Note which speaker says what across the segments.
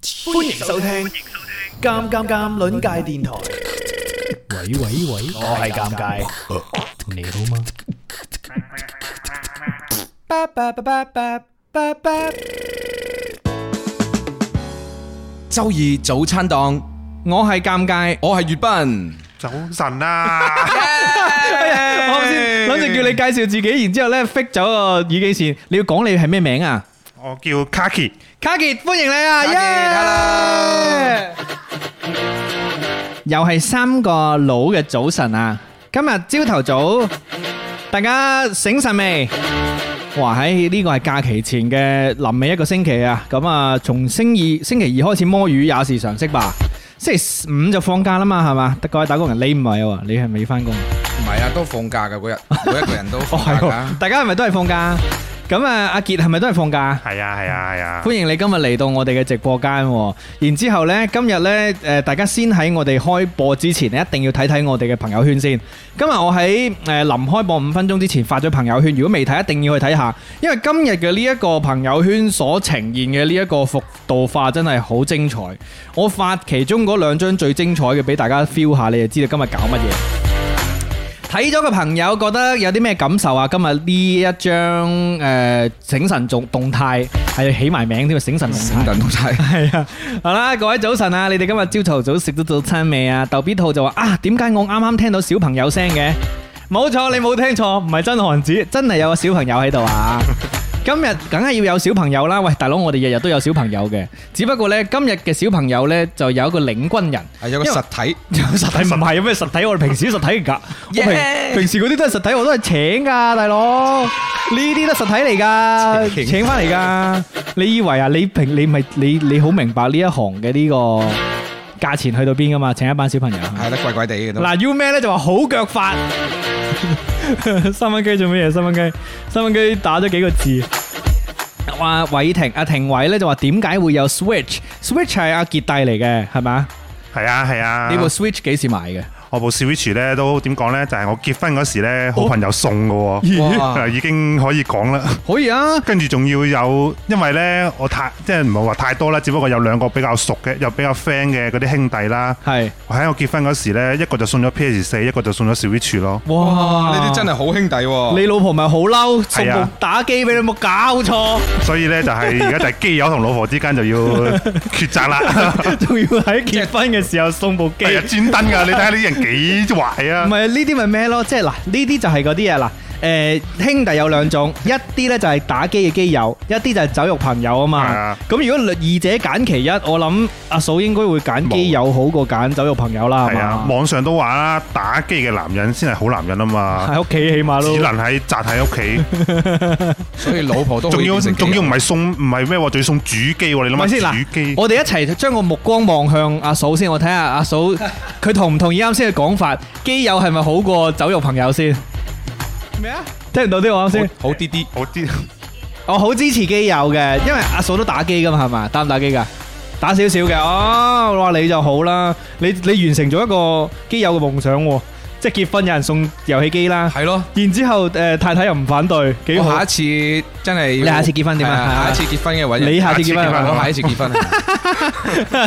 Speaker 1: 歡迎收聽《尷尷尷》鄰界電台。
Speaker 2: 喂喂喂，
Speaker 1: 我係尷尬，
Speaker 2: 你好嗎？
Speaker 1: 巴巴巴巴巴巴巴。
Speaker 3: 周二早餐檔，我係尷尬，我係粵賓。
Speaker 4: 早晨 啊，
Speaker 3: 我
Speaker 2: 我先諗住叫你介紹自己，然之後咧 fix 咗個耳機線，你要講你係咩名啊？
Speaker 4: 我叫 Kaki，
Speaker 2: 卡傑，歡迎你啊！耶！又係三個佬嘅早晨啊！今日朝頭早，大家醒神未？哇！喺呢個係假期前嘅臨尾一個星期啊，咁啊，從星二星期二開始摸魚也是常識吧。星期五就放假啦嘛，係嘛？得各位打工人，你唔係喎，你係未翻工。
Speaker 3: 唔係啊，都放假 噶嗰日，每一個人都
Speaker 2: 哦，
Speaker 3: 放
Speaker 2: 係
Speaker 3: 假
Speaker 2: 喎，
Speaker 3: 㗎。
Speaker 2: 大家係咪都係放假？咁啊，阿傑係咪都係放假？
Speaker 4: 係啊係啊係啊，
Speaker 2: 歡迎你今日嚟到我哋嘅直播間喎，然之後呢，今日呢，誒，大家先喺我哋開播之前咧，一定要睇睇我哋嘅朋友圈先。今日我喺誒臨開播五分鐘之前發咗朋友圈，如啊果未睇，一定要去睇下，因為今日嘅呢一個朋友圈所呈現嘅呢一個服道化真係好精彩。我發其中嗰兩張最精彩嘅俾大家 feel 下，你就知道今日搞乜嘢。睇咗嘅朋友覺得有啲咩感受啊？今日呢一張誒、呃醒神動動態係起埋名添啊！醒神動
Speaker 3: 醒
Speaker 2: 態
Speaker 3: 神 都晒，
Speaker 2: 係啊！好啦，各位早晨啊！你哋今日朝頭早食咗早餐未啊？逗比兔就話啊，點解我啱啱聽到小朋友聲嘅？冇錯，你冇聽錯，唔係真寒子，真係有個小朋友喺度啊！今日梗係要有小朋友啦，喂，大佬，我哋日日都有小朋友嘅，只不過呢，今日嘅小朋友呢，就有一個領軍人。
Speaker 3: 係有個
Speaker 2: 因為
Speaker 3: 實體。
Speaker 2: 實體唔係有咩實體？我哋平時都實體嚟噶，我平
Speaker 3: Yeah
Speaker 2: 平時嗰啲都係實體，我都係請噶，大佬呢啲都係實體嚟噶，
Speaker 3: 請
Speaker 2: 請翻嚟噶。你以為啊？你平你咪你你好明白呢一行嘅呢個價錢去到邊噶嘛？請一班小朋友。
Speaker 3: 係啦，怪怪地嘅都。
Speaker 2: 嗱，U 咩咧就話好腳法。 三蚊雞做乜嘢？三蚊雞，三蚊雞打咗幾個字。話偉霆阿霆偉咧就話點解會有 Switch？Switch 係阿傑帶嚟嘅，係咪啊？
Speaker 4: 係啊係啊
Speaker 2: 你，部 Switch 幾時買嘅？
Speaker 4: 我部 Switch 咧都點講咧，就係我結婚嗰時咧，好朋友送嘅
Speaker 3: 哇
Speaker 4: 喎，啊已經可以講啦。
Speaker 2: 可以啊。
Speaker 4: 跟住仲要有，因為咧我太即係唔係話太多啦，只不過有兩個比較熟嘅，又比較 friend 嘅嗰啲兄弟啦。
Speaker 2: 系，
Speaker 4: 喺我結婚嗰時咧，一個就送咗 PS 四，一個就送咗 Switch 咯。
Speaker 2: 哇
Speaker 3: 呢啲真係好兄弟喎。
Speaker 2: 你老婆咪好嬲，送
Speaker 4: 係啊
Speaker 2: 部打機俾你，有冇搞 錯，
Speaker 4: 所以咧就係而家就係基友同老婆之間就要抉擇 啦。
Speaker 2: 仲要喺結婚嘅時候送部機，
Speaker 4: 係啊，
Speaker 2: 唔
Speaker 4: 專登㗎，你睇下呢啲人幾壞啊！
Speaker 2: 係呢啲咪咩咯？即係嗱，呢啲就係嗰啲嘢嗱。誒兄弟有兩種，一啲咧就係打機嘅基友，一啲就係酒肉朋友啊
Speaker 4: 係
Speaker 2: 嘛
Speaker 4: 啊。
Speaker 2: 咁如果二者揀其一，我諗阿嫂應該會揀基友好過揀酒肉朋友啦，係
Speaker 4: 係啊，
Speaker 2: 嘛？
Speaker 4: 網上都話啦，打機嘅男人先係好男人啊嘛，
Speaker 2: 喺屋企起碼
Speaker 4: 只
Speaker 2: 都
Speaker 4: 能喺宅喺 屋企，
Speaker 3: 所以老婆都
Speaker 4: 仲
Speaker 3: 可以
Speaker 4: 要
Speaker 3: 變成
Speaker 4: 仲要
Speaker 3: 基
Speaker 4: 唔
Speaker 3: 友
Speaker 4: 係送唔係咩喎，仲要送主機喎，你
Speaker 2: 咪
Speaker 4: 諗
Speaker 2: 先
Speaker 4: 下
Speaker 2: 嗱
Speaker 4: 主機
Speaker 2: 我哋一齊將個目光望向阿嫂先，我睇下 阿嫂佢同唔同意啱先嘅講法，基友係咪好過酒肉朋友先？咩啊？聽唔到啲我啱先，
Speaker 3: 好好啲啲。
Speaker 4: 我知
Speaker 2: 我好支持基友嘅，因為阿嫂都打機噶嘛，係嘛？打唔打機噶？打少少嘅，哦，哇你就好啦，你你完成咗一個基友嘅夢想喎，即係結婚有人送遊戲機啦，
Speaker 3: 係咯。
Speaker 2: 然之後誒、呃太太又唔反對，幾
Speaker 3: 我
Speaker 2: 好
Speaker 3: 下一。次真係
Speaker 2: 你
Speaker 3: 要。
Speaker 2: 下次結婚點啊
Speaker 3: 係
Speaker 2: 係啊
Speaker 3: 下一次結婚嘅位。
Speaker 2: 你下次結婚係嘛
Speaker 3: 我下一次結婚。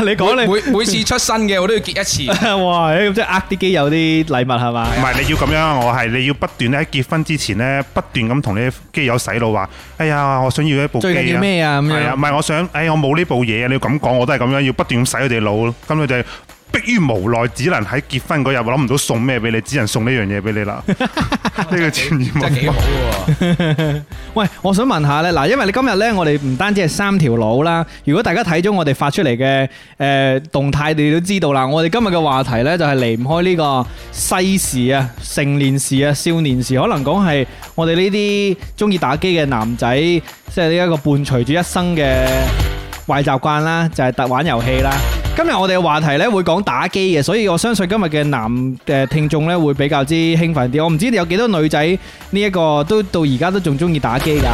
Speaker 2: 你講 你
Speaker 3: 每每次出新嘅我都要結一 次。
Speaker 2: 哇，咁即係呃啲基友啲禮物係嘛？
Speaker 4: 唔係你要咁樣，我係你要不斷咧喺結婚之前咧不斷咁同你啲基友洗腦話，哎呀，我想要一部機
Speaker 2: 最緊要
Speaker 4: 啊。
Speaker 2: 咩啊？咁
Speaker 4: 係
Speaker 2: 樣
Speaker 4: 啊，唔。係我想，哎，我冇呢部嘢啊！你要咁講，我都係咁樣，要不斷咁洗佢哋腦咯。咁佢哋迫於無奈，只能喺結婚嗰日諗唔到送咩俾你，只能送呢樣嘢俾你 啦。呢個傳染
Speaker 3: 真係幾好嘅喎，
Speaker 2: 喂，我想問下咧，嗱，因為你今日咧，我哋唔單止係三條佬啦，如果大家睇咗我哋發出嚟嘅誒動態，你都知道啦。我哋今日嘅話題咧，就係離唔開呢個世事啊、成年時啊、少年時，可能講係我哋呢啲中意打機嘅男仔，即係呢一個伴隨住一生嘅壞習慣啦，就係、特玩遊戲啦。今日我哋嘅話題咧會講打機嘅，所以我相信今日嘅男誒聽眾咧會比較之興奮啲。我唔知有幾多女仔呢一個都到而家都仲中意打機㗎。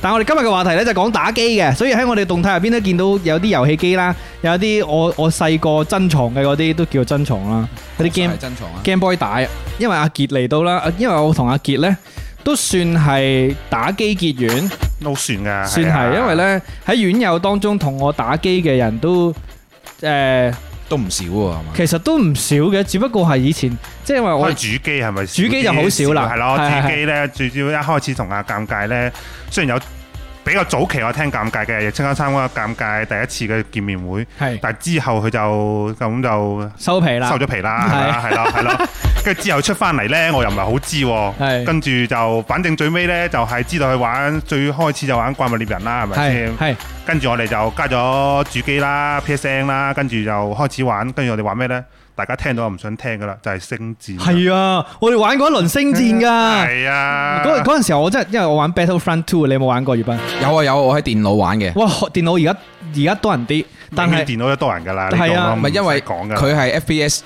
Speaker 2: 但係我哋今日嘅話題咧就講打機嘅，所以喺我哋動態入邊都見到有啲遊戲機啦，有啲我我細個珍藏嘅嗰啲都叫珍藏啦，嗰啲 game
Speaker 3: 真係珍藏啊！
Speaker 2: Game Boy 帶，因為阿傑嚟到啦，因為我同阿傑呢都算係打機結緣，
Speaker 4: 都算㗎，
Speaker 2: 算
Speaker 4: 啊
Speaker 2: 係，因為呢喺院友當中同我打機嘅人都诶、
Speaker 3: 都唔少喎，係嘛？
Speaker 2: 其實都唔少嘅，只不過係以前即係話
Speaker 4: 可
Speaker 2: 我
Speaker 4: 能主機係咪少啲？
Speaker 2: 主機就好少啦
Speaker 4: 係咯，
Speaker 2: 係係係
Speaker 4: 主機咧最主要一開始同阿尷尬咧，雖然有比較早期我聽尷尬嘅，亦參加參加啊尷尬第一次嘅見面會，
Speaker 2: 係
Speaker 4: 但係之後佢就咁就
Speaker 2: 收皮啦
Speaker 4: 收，咗皮啦，係啦係啦 係啦，跟住之後出翻嚟咧，我又唔係好知
Speaker 2: 係
Speaker 4: 喎，跟住就反正最尾咧就係知道佢玩最開始就玩怪物獵人啦，係咪
Speaker 2: 係
Speaker 4: 先？
Speaker 2: 係
Speaker 4: 跟住我哋就加咗主機啦、PSN 啦，跟住就開始玩，跟住我哋玩咩咧？大家聽到唔想聽噶啦，就係星戰。
Speaker 2: 係啊！我哋玩過一輪星戰㗎。
Speaker 4: 系啊，
Speaker 2: 嗰嗰陣時候我真係因為我玩 Battlefront Two，你有冇玩過？葉斌？
Speaker 3: 有啊有啊，我喺電腦玩嘅，
Speaker 2: 哇！電腦而家而家多人啲，但
Speaker 4: 但系
Speaker 2: 係
Speaker 4: 电脑都多人噶啦，
Speaker 2: 係啊
Speaker 3: 唔係因為
Speaker 4: 讲噶，
Speaker 3: 佢係 FPS，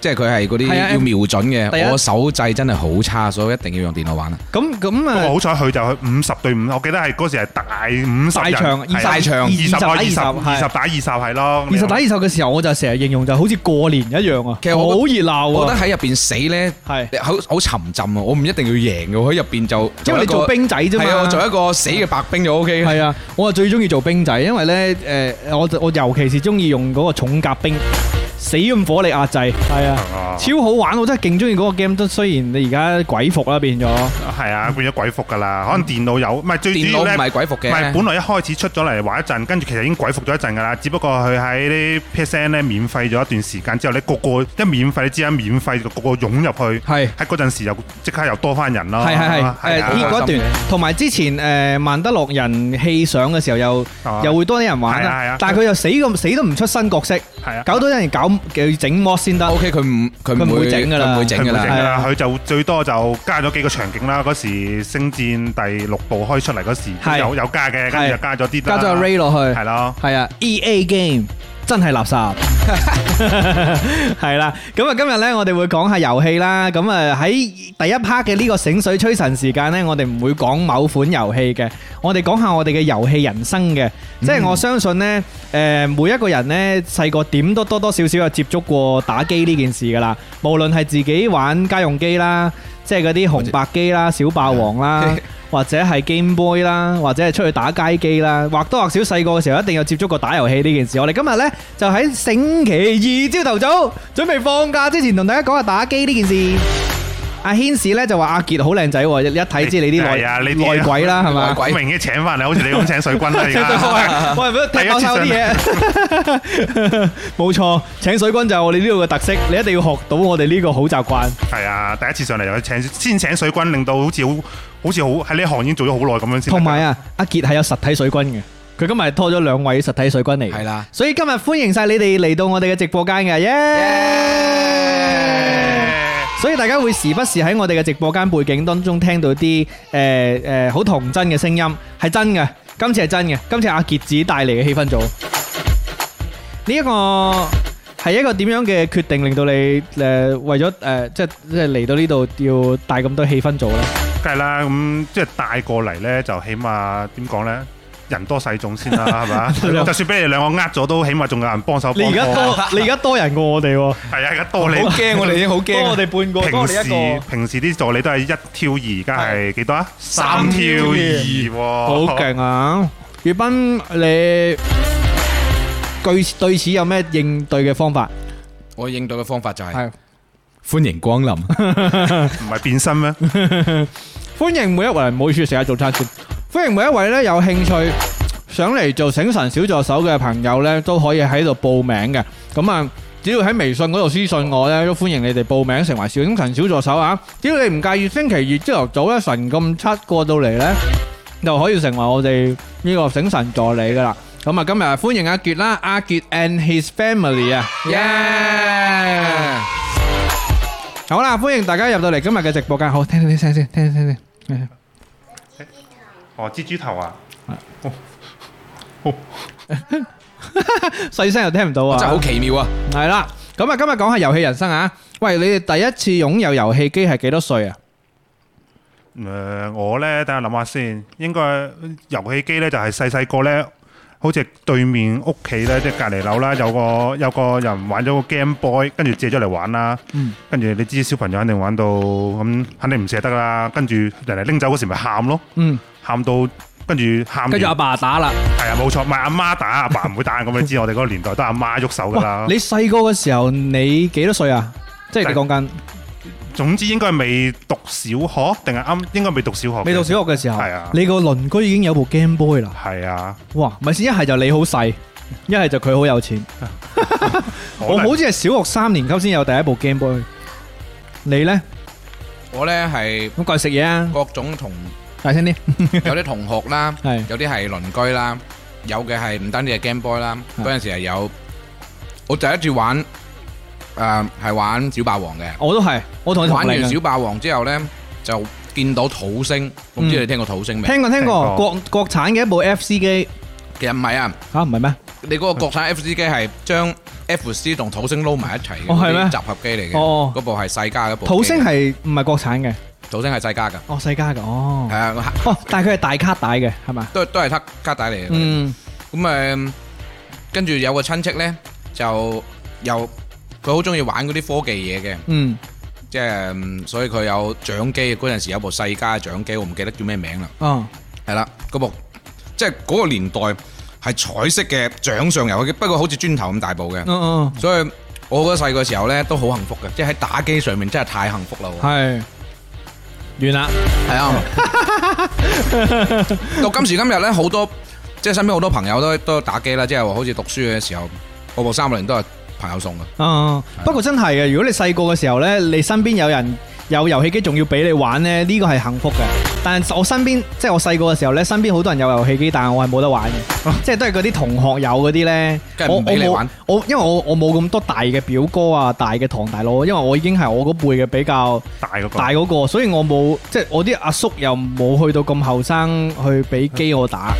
Speaker 3: 即係佢係嗰啲
Speaker 2: 係啊
Speaker 3: 要瞄準
Speaker 2: 第一
Speaker 3: 嘅。我手掣真係好差，所以一定要用電腦玩啊！
Speaker 2: 咁咁
Speaker 4: 不過
Speaker 2: 啊
Speaker 4: 好彩佢就去五十對五，我記得係嗰時係大五十
Speaker 2: 大場
Speaker 4: 人，
Speaker 2: 二十
Speaker 4: 係啊
Speaker 3: 場
Speaker 4: 二十
Speaker 2: 打
Speaker 4: 打
Speaker 2: 二
Speaker 4: 二
Speaker 2: 十
Speaker 4: 十，
Speaker 2: 係
Speaker 4: 二十打二十係咯，
Speaker 2: 二十打二十嘅時候，我就成日形容就好似過年一樣啊，
Speaker 3: 其實我
Speaker 2: 好熱鬧
Speaker 3: 我覺
Speaker 2: 啊
Speaker 3: 得，喺入邊死呢，
Speaker 2: 係
Speaker 3: 好好沉浸啊！我唔一定要贏嘅，我喺入邊就
Speaker 2: 因為你做
Speaker 3: 一個
Speaker 2: 兵仔啫
Speaker 3: 係啊，我
Speaker 2: 嘛。
Speaker 3: 做一個死嘅白兵就 O K
Speaker 2: 係啊，我啊最中意做兵仔，因為咧诶、誒我我尤其是中意用嗰個重甲兵，死咁火力壓制，係啊，
Speaker 4: 啊
Speaker 2: 超好玩，我真係勁中意嗰個 game。都雖然你而家鬼服啦變咗，
Speaker 4: 係啊，變咗鬼服噶啦，可能電腦有，唔係最
Speaker 3: 電
Speaker 4: 主
Speaker 3: 腦
Speaker 4: 要
Speaker 3: 唔
Speaker 4: 咧。
Speaker 3: 係鬼服
Speaker 4: 唔係，
Speaker 3: 嘅，
Speaker 4: 本來一開始出咗嚟玩一陣，跟住其實已經鬼服咗一陣噶啦。只不過佢喺啲 PSN 咧免費咗一段時間之後咧，個個一免費，你知啦，免費個個湧入去，
Speaker 2: 係。
Speaker 4: 喺嗰陣時又即刻又多翻人咯。
Speaker 2: 係係係，誒
Speaker 4: 係啊
Speaker 3: 呢
Speaker 2: 呢嗰一段，同埋之前誒曼德洛人戲上嘅時候，又
Speaker 4: 啊
Speaker 2: 又會多啲人玩
Speaker 4: 係啊係
Speaker 2: 啦
Speaker 4: 啊。
Speaker 2: 但係佢又死咁死都唔出新角色，
Speaker 4: 係啊。
Speaker 2: 搞到有人搞要整 mod 先得。
Speaker 3: O K 佢唔佢
Speaker 2: 佢唔
Speaker 3: 唔
Speaker 2: 會
Speaker 3: 會
Speaker 2: 整㗎啦
Speaker 3: 佢唔會整㗎
Speaker 2: 佢唔會
Speaker 3: 啦
Speaker 2: 整。
Speaker 4: 啦，
Speaker 2: 係
Speaker 4: 啊佢就最多就加咗幾個場景啦。嗰時《星戰》第六部開出嚟嗰時
Speaker 2: 係
Speaker 4: 有有加嘅，跟
Speaker 2: 係
Speaker 4: 住就加咗啲
Speaker 2: 加咗
Speaker 4: 啦
Speaker 2: 個 Ray 落去，
Speaker 4: 係咯。
Speaker 2: 係啊，EA game 真係垃圾， 係啦。咁啊，今日呢，我哋會講下遊戲啦。咁啊，喺第一 part 嘅呢個醒水吹神時間呢，我哋唔會講某款遊戲嘅，我哋講下我哋嘅遊戲人生嘅。即係我相信呢，誒每一個人呢，細個點都多多少少有接觸過打機呢件事噶啦。無論係自己玩家用機啦，即係嗰啲紅白機啦、小霸王啦。 或者係 Game Boy 啦，或者係出去打街機啦，或多或少細個嘅時候一定有接觸過打遊戲呢件事。我哋今日呢，就喺星期二朝頭早準備放假之前，同大家講下打機呢件事。阿軒士呢就話阿傑好靚仔喎，一一 睇知你啲
Speaker 4: 係啊呢
Speaker 2: 內
Speaker 4: 啲啊
Speaker 2: 內鬼啦，係
Speaker 3: 內
Speaker 2: 嘛？
Speaker 3: 鬼
Speaker 4: 明嘅請翻嚟，好似你咁請水軍 啦，而家
Speaker 2: 喂，唔好踢爆晒我啲嘢。 冇錯，請水軍就係我哋呢度嘅特色，你一定要學到我哋呢個好習慣。
Speaker 4: 係啊，第一次上嚟就請先請水軍，令到好似好好似好喺呢行已經做咗好耐咁樣先。
Speaker 2: 同埋，啊，阿傑係有實體水軍嘅，佢今日係拖咗兩位實體水軍嚟嘅。
Speaker 3: 係啦，
Speaker 2: 所以今日歡迎晒你哋嚟到我哋嘅直播間嘅，耶！所以大家會時不時喺我哋嘅直播間背景當中聽到啲誒誒好童真嘅聲音，係真嘅，今次係真嘅，今次係阿傑子帶嚟嘅氣氛組。呢一個係一個點樣嘅決定，令到你誒、呃、為咗誒、呃即係即係嚟到呢度要帶咁多氣氛組咧？
Speaker 4: 梗係啦，咁即係帶過嚟咧，就起碼點講咧？人多勢眾先啦，係 嘛？就算俾你兩個呃咗，都起碼仲有人幫手幫
Speaker 2: 啊你而家
Speaker 4: 拖
Speaker 2: 多你而家多人過我哋喎，
Speaker 4: 係啊，而家多你
Speaker 3: 好驚我哋已經好驚
Speaker 2: 多我
Speaker 3: 啊。
Speaker 2: 哋半個，多
Speaker 4: 平
Speaker 2: 我哋一
Speaker 4: 時
Speaker 2: 個，
Speaker 4: 平時啲助理都係一挑二，而家係幾多啊？
Speaker 2: 挑
Speaker 4: 三挑
Speaker 2: 二
Speaker 4: 二喎，
Speaker 3: 哦
Speaker 2: 好！勁啊！月斌，你對對此有咩應對嘅方法？
Speaker 3: 我應對嘅方法就係
Speaker 2: 係
Speaker 3: 歡迎光臨。
Speaker 4: 唔係變身咩？
Speaker 2: 歡迎每一位，唔好意思，食下早餐先。歡迎每一位咧有興趣想嚟做醒神小助手嘅朋友咧，都可以喺度報名嘅。咁啊，只要喺微信嗰度私信我咧，都歡迎你哋報名成為小醒神小助手啊！只要你唔介意星期二朝頭早咧神咁七過到嚟咧，就可以成為我哋呢個醒神助理噶啦。咁啊，今日歡迎阿傑啦，阿傑 and his family 啊！
Speaker 3: 耶！
Speaker 2: 好啦，歡迎大家入到嚟今日嘅直播間，好聽聽啲聲先，聽聽 聽聽。
Speaker 4: 哦，蜘蛛頭啊！
Speaker 2: 細聲又聽唔到啊！
Speaker 3: 真係好奇妙啊！
Speaker 2: 係啦，咁啊，今日講下遊戲人生啊。喂，你哋第一次擁有遊戲機係幾多歲啊？
Speaker 4: 誒、我咧等下諗下先，應該遊戲機咧就係細細個咧，好似對面屋企咧，即係隔離樓啦，有個有個人玩咗個 Game Boy，跟住借咗嚟玩啦。
Speaker 2: 嗯
Speaker 4: 跟住你知小朋友肯定玩到咁，肯定唔捨得啦。跟住人哋拎走嗰時咪喊咯，
Speaker 2: 嗯，
Speaker 4: 喊到跟住喊完，
Speaker 2: 跟住阿爸打啦。
Speaker 4: 係啊，冇錯，唔係阿媽打，阿爸唔會打，咁你知我哋嗰個年代都係阿媽喐手㗎啦。
Speaker 2: 你細個嘅時候，你幾多歲啊？即係你講緊
Speaker 4: 總之應該係未讀小學定係啱，應該未讀小學。
Speaker 2: 未到小學嘅時候
Speaker 4: 係啊，
Speaker 2: 你個鄰居已經有部 Game Boy 啦。
Speaker 4: 係啊，
Speaker 2: 哇，咪先，一係就你好細，一係就佢好有錢。我好似係小學三年級先有第一部 Game Boy。你呢？
Speaker 3: 我呢係
Speaker 2: 咁過嚟食嘢啊！
Speaker 3: 各種同
Speaker 2: 大聲啲，
Speaker 3: 有啲同學啦，
Speaker 2: 係
Speaker 3: 有啲係鄰居啦，有嘅係唔單止係 Game Boy 啦，
Speaker 2: 係
Speaker 3: 嗰陣時係有我第一次玩誒係玩小霸王嘅，
Speaker 2: 我都係，我同你同
Speaker 3: 玩
Speaker 2: 齡
Speaker 3: 完
Speaker 2: 啊。
Speaker 3: 小霸王之後呢，就見到土星，我唔知你聽過土星未？
Speaker 2: 聽過聽
Speaker 4: 聽
Speaker 2: 過，
Speaker 4: 過
Speaker 2: 國國產嘅一部 FC 機
Speaker 3: 其實唔係啊，
Speaker 2: 吓，唔係咩？
Speaker 3: 你嗰個國產 FC 機係將 FC 同土星撈埋一齊嘅
Speaker 2: 哦係咩
Speaker 3: 嗰啲集合機嚟嘅，
Speaker 2: 哦
Speaker 3: 嗰部係世嘉嗰部機。
Speaker 2: 土星係唔係國產嘅？
Speaker 3: 土星係世嘉㗎，
Speaker 2: 哦，世嘉嘅哦
Speaker 3: 係。啊，
Speaker 2: 哦，但係佢係大卡帶嘅，係嘛？
Speaker 3: 都都係卡卡帶嚟嘅。
Speaker 2: 嗯，
Speaker 3: 咁誒，跟住有個親戚呢，就又佢好中意玩嗰啲科技嘢嘅，
Speaker 2: 嗯，
Speaker 3: 即係嗯所以佢有掌機嗰陣時有部世嘉嘅掌機，我唔記得叫咩名啦。
Speaker 2: 哦，
Speaker 3: 係啦，嗰部即係嗰個年代係彩色嘅掌上遊戲機，不過好似磚頭咁大部嘅
Speaker 2: 嗯，嗯，
Speaker 3: 所以我覺得細個時候呢都好幸福嘅，即係喺打機上面真係太幸福啦。我
Speaker 2: 係完啦。
Speaker 3: 係啊，到今時今日呢，好多即係身邊好多朋友都都打機啦，即係話好似讀書嘅時候，我部三六零都係朋友送嘅。
Speaker 2: 嗯，不過真係嘅，如果你細個嘅時候呢，你身邊有人有遊戲機，仲要俾你玩呢，呢個係幸福嘅。但係我身邊，即係我細個嘅時候呢，身邊好多人有遊戲機，但係我係冇得玩嘅，即係都係嗰啲同學有嗰啲呢。
Speaker 3: 梗係
Speaker 2: 我
Speaker 3: 唔俾你玩
Speaker 2: 我冇我因為我我冇咁多大嘅表哥啊、大嘅堂大佬，因為我已經係我嗰輩嘅比較
Speaker 4: 大嗰個
Speaker 2: 大嗰、個，所以我冇即係我啲阿叔又冇去到咁後生去俾機我打。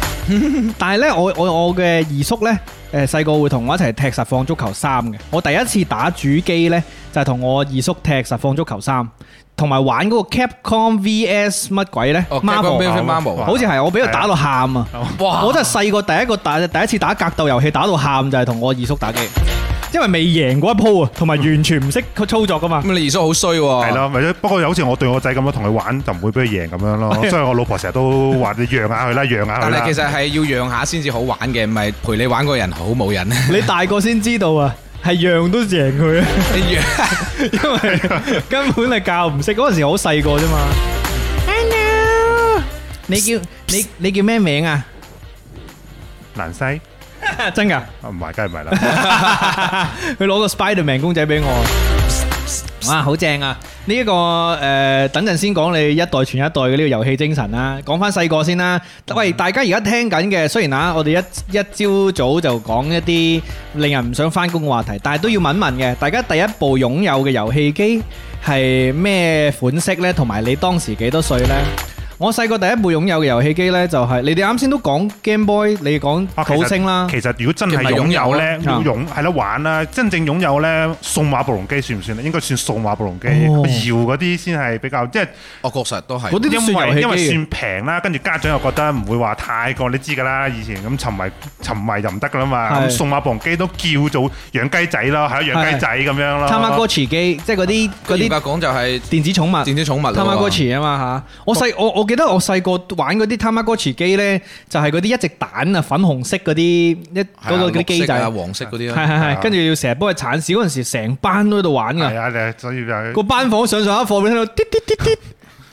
Speaker 2: 但係呢，我我我嘅二叔呢，誒細個會同我一齊踢實況足球三嘅。我第一次打主機呢，就係、同我二叔踢實況足球三，同埋玩嗰個 Capcom VS 乜鬼呢
Speaker 3: 哦
Speaker 2: Marvel 啊
Speaker 3: Capcom VS Marvel
Speaker 2: 好似係我俾佢打到喊啊！
Speaker 3: 哇
Speaker 2: 我真係細個第一個打第一次打格鬥遊戲打到喊就係同我二叔打機，因為未贏過一鋪啊，同埋完全唔識操作噶嘛。
Speaker 3: 咁你二叔好衰
Speaker 4: 係
Speaker 3: 喎，
Speaker 4: 咯，咪不過又好似我對我仔咁樣，同佢玩就唔會俾佢贏咁樣咯。 所以我老婆成日都話你讓下佢啦，讓下佢
Speaker 3: 但
Speaker 4: 啦。
Speaker 3: 係其實係要讓下先至好玩嘅，唔係陪你玩個人 好冇癮。
Speaker 2: 你大個先知道啊，係讓都贏佢啊，
Speaker 3: 你讓
Speaker 2: 因為根本係教唔識，嗰陣時好細個啫嘛。Hello，你叫你你叫咩名啊？
Speaker 4: 蘭西
Speaker 2: 真噶，
Speaker 4: 啊唔係，梗係唔 係啦。
Speaker 2: 佢攞個 Spiderman 公仔俾我，哇，好正啊！呢、一個誒、呃等陣先講你一代傳一代嘅呢個遊戲精神啦。講翻細個先啦。喂，大家而家聽緊嘅，雖然啊，我哋一一朝早就講一啲令人唔想翻工嘅話題，但係都要問問嘅。大家第一部擁有嘅遊戲機係咩款式呢？同埋你當時幾多歲呢？我細個第一部擁有嘅遊戲機呢，就係、你哋啱先都講 Game Boy，你講
Speaker 4: 啊其實
Speaker 2: 土星啦。
Speaker 4: 其實如果真係擁
Speaker 3: 其實
Speaker 4: 有
Speaker 3: 擁有
Speaker 4: 咧，要
Speaker 2: 啊
Speaker 4: 擁係啦玩啦，真正擁有咧，數碼暴龍機算唔算咧？應該算數碼暴龍機，
Speaker 2: 哦
Speaker 4: 搖嗰啲先係比較，即係
Speaker 3: 我哦確實都係
Speaker 2: 嗰啲都
Speaker 4: 因
Speaker 2: 算遊戲
Speaker 4: 為因為
Speaker 2: 機嘅啊
Speaker 4: 算平啦，跟住家長又覺得唔會話太過，你知㗎啦，以前咁沉迷沉迷就唔得㗎啦嘛。
Speaker 2: 係
Speaker 4: 咁數碼暴龍機都叫做養雞仔咯，係咯養雞仔咁樣咯。
Speaker 3: 啊
Speaker 2: Tamagotchi 機，即係嗰啲嗰
Speaker 3: 嚴格
Speaker 2: 啲
Speaker 3: 講就係
Speaker 2: 電子寵物。
Speaker 3: 電子寵物啦
Speaker 2: Tamagotchi 啊嘛嚇，我細我我記得我細個玩嗰啲 Tamagotchi 機咧，就係嗰啲一隻蛋啊，粉紅色嗰啲一
Speaker 3: 係啊
Speaker 2: 嗰個嗰啲機
Speaker 3: 綠色
Speaker 2: 仔，
Speaker 3: 啊、
Speaker 2: 係
Speaker 3: 黃色嗰啲
Speaker 2: 係
Speaker 3: 啦。
Speaker 4: 係
Speaker 2: 係，
Speaker 4: 啊
Speaker 2: 跟住要成日幫佢鏟屎嗰陣時，成班都喺度玩
Speaker 4: 係
Speaker 2: 噶，
Speaker 4: 啊，你所以就
Speaker 2: 個班房上上一課，你聽到滴滴滴滴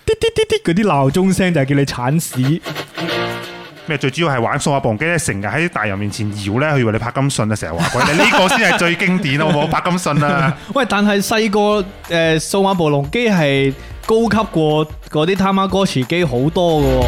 Speaker 2: 滴滴滴滴嗰啲鬧鐘聲就係叫你鏟屎，
Speaker 4: 咩最主要係玩數碼暴龍機咧，成日喺大人面前搖咧，佢以為你拍金信啊，成日話鬼你呢個先係最經典好冇？拍金信啊！
Speaker 2: 喂，但係細個誒數碼暴龍機係高級過嗰啲 Tamagotchi 機好多嘅喎，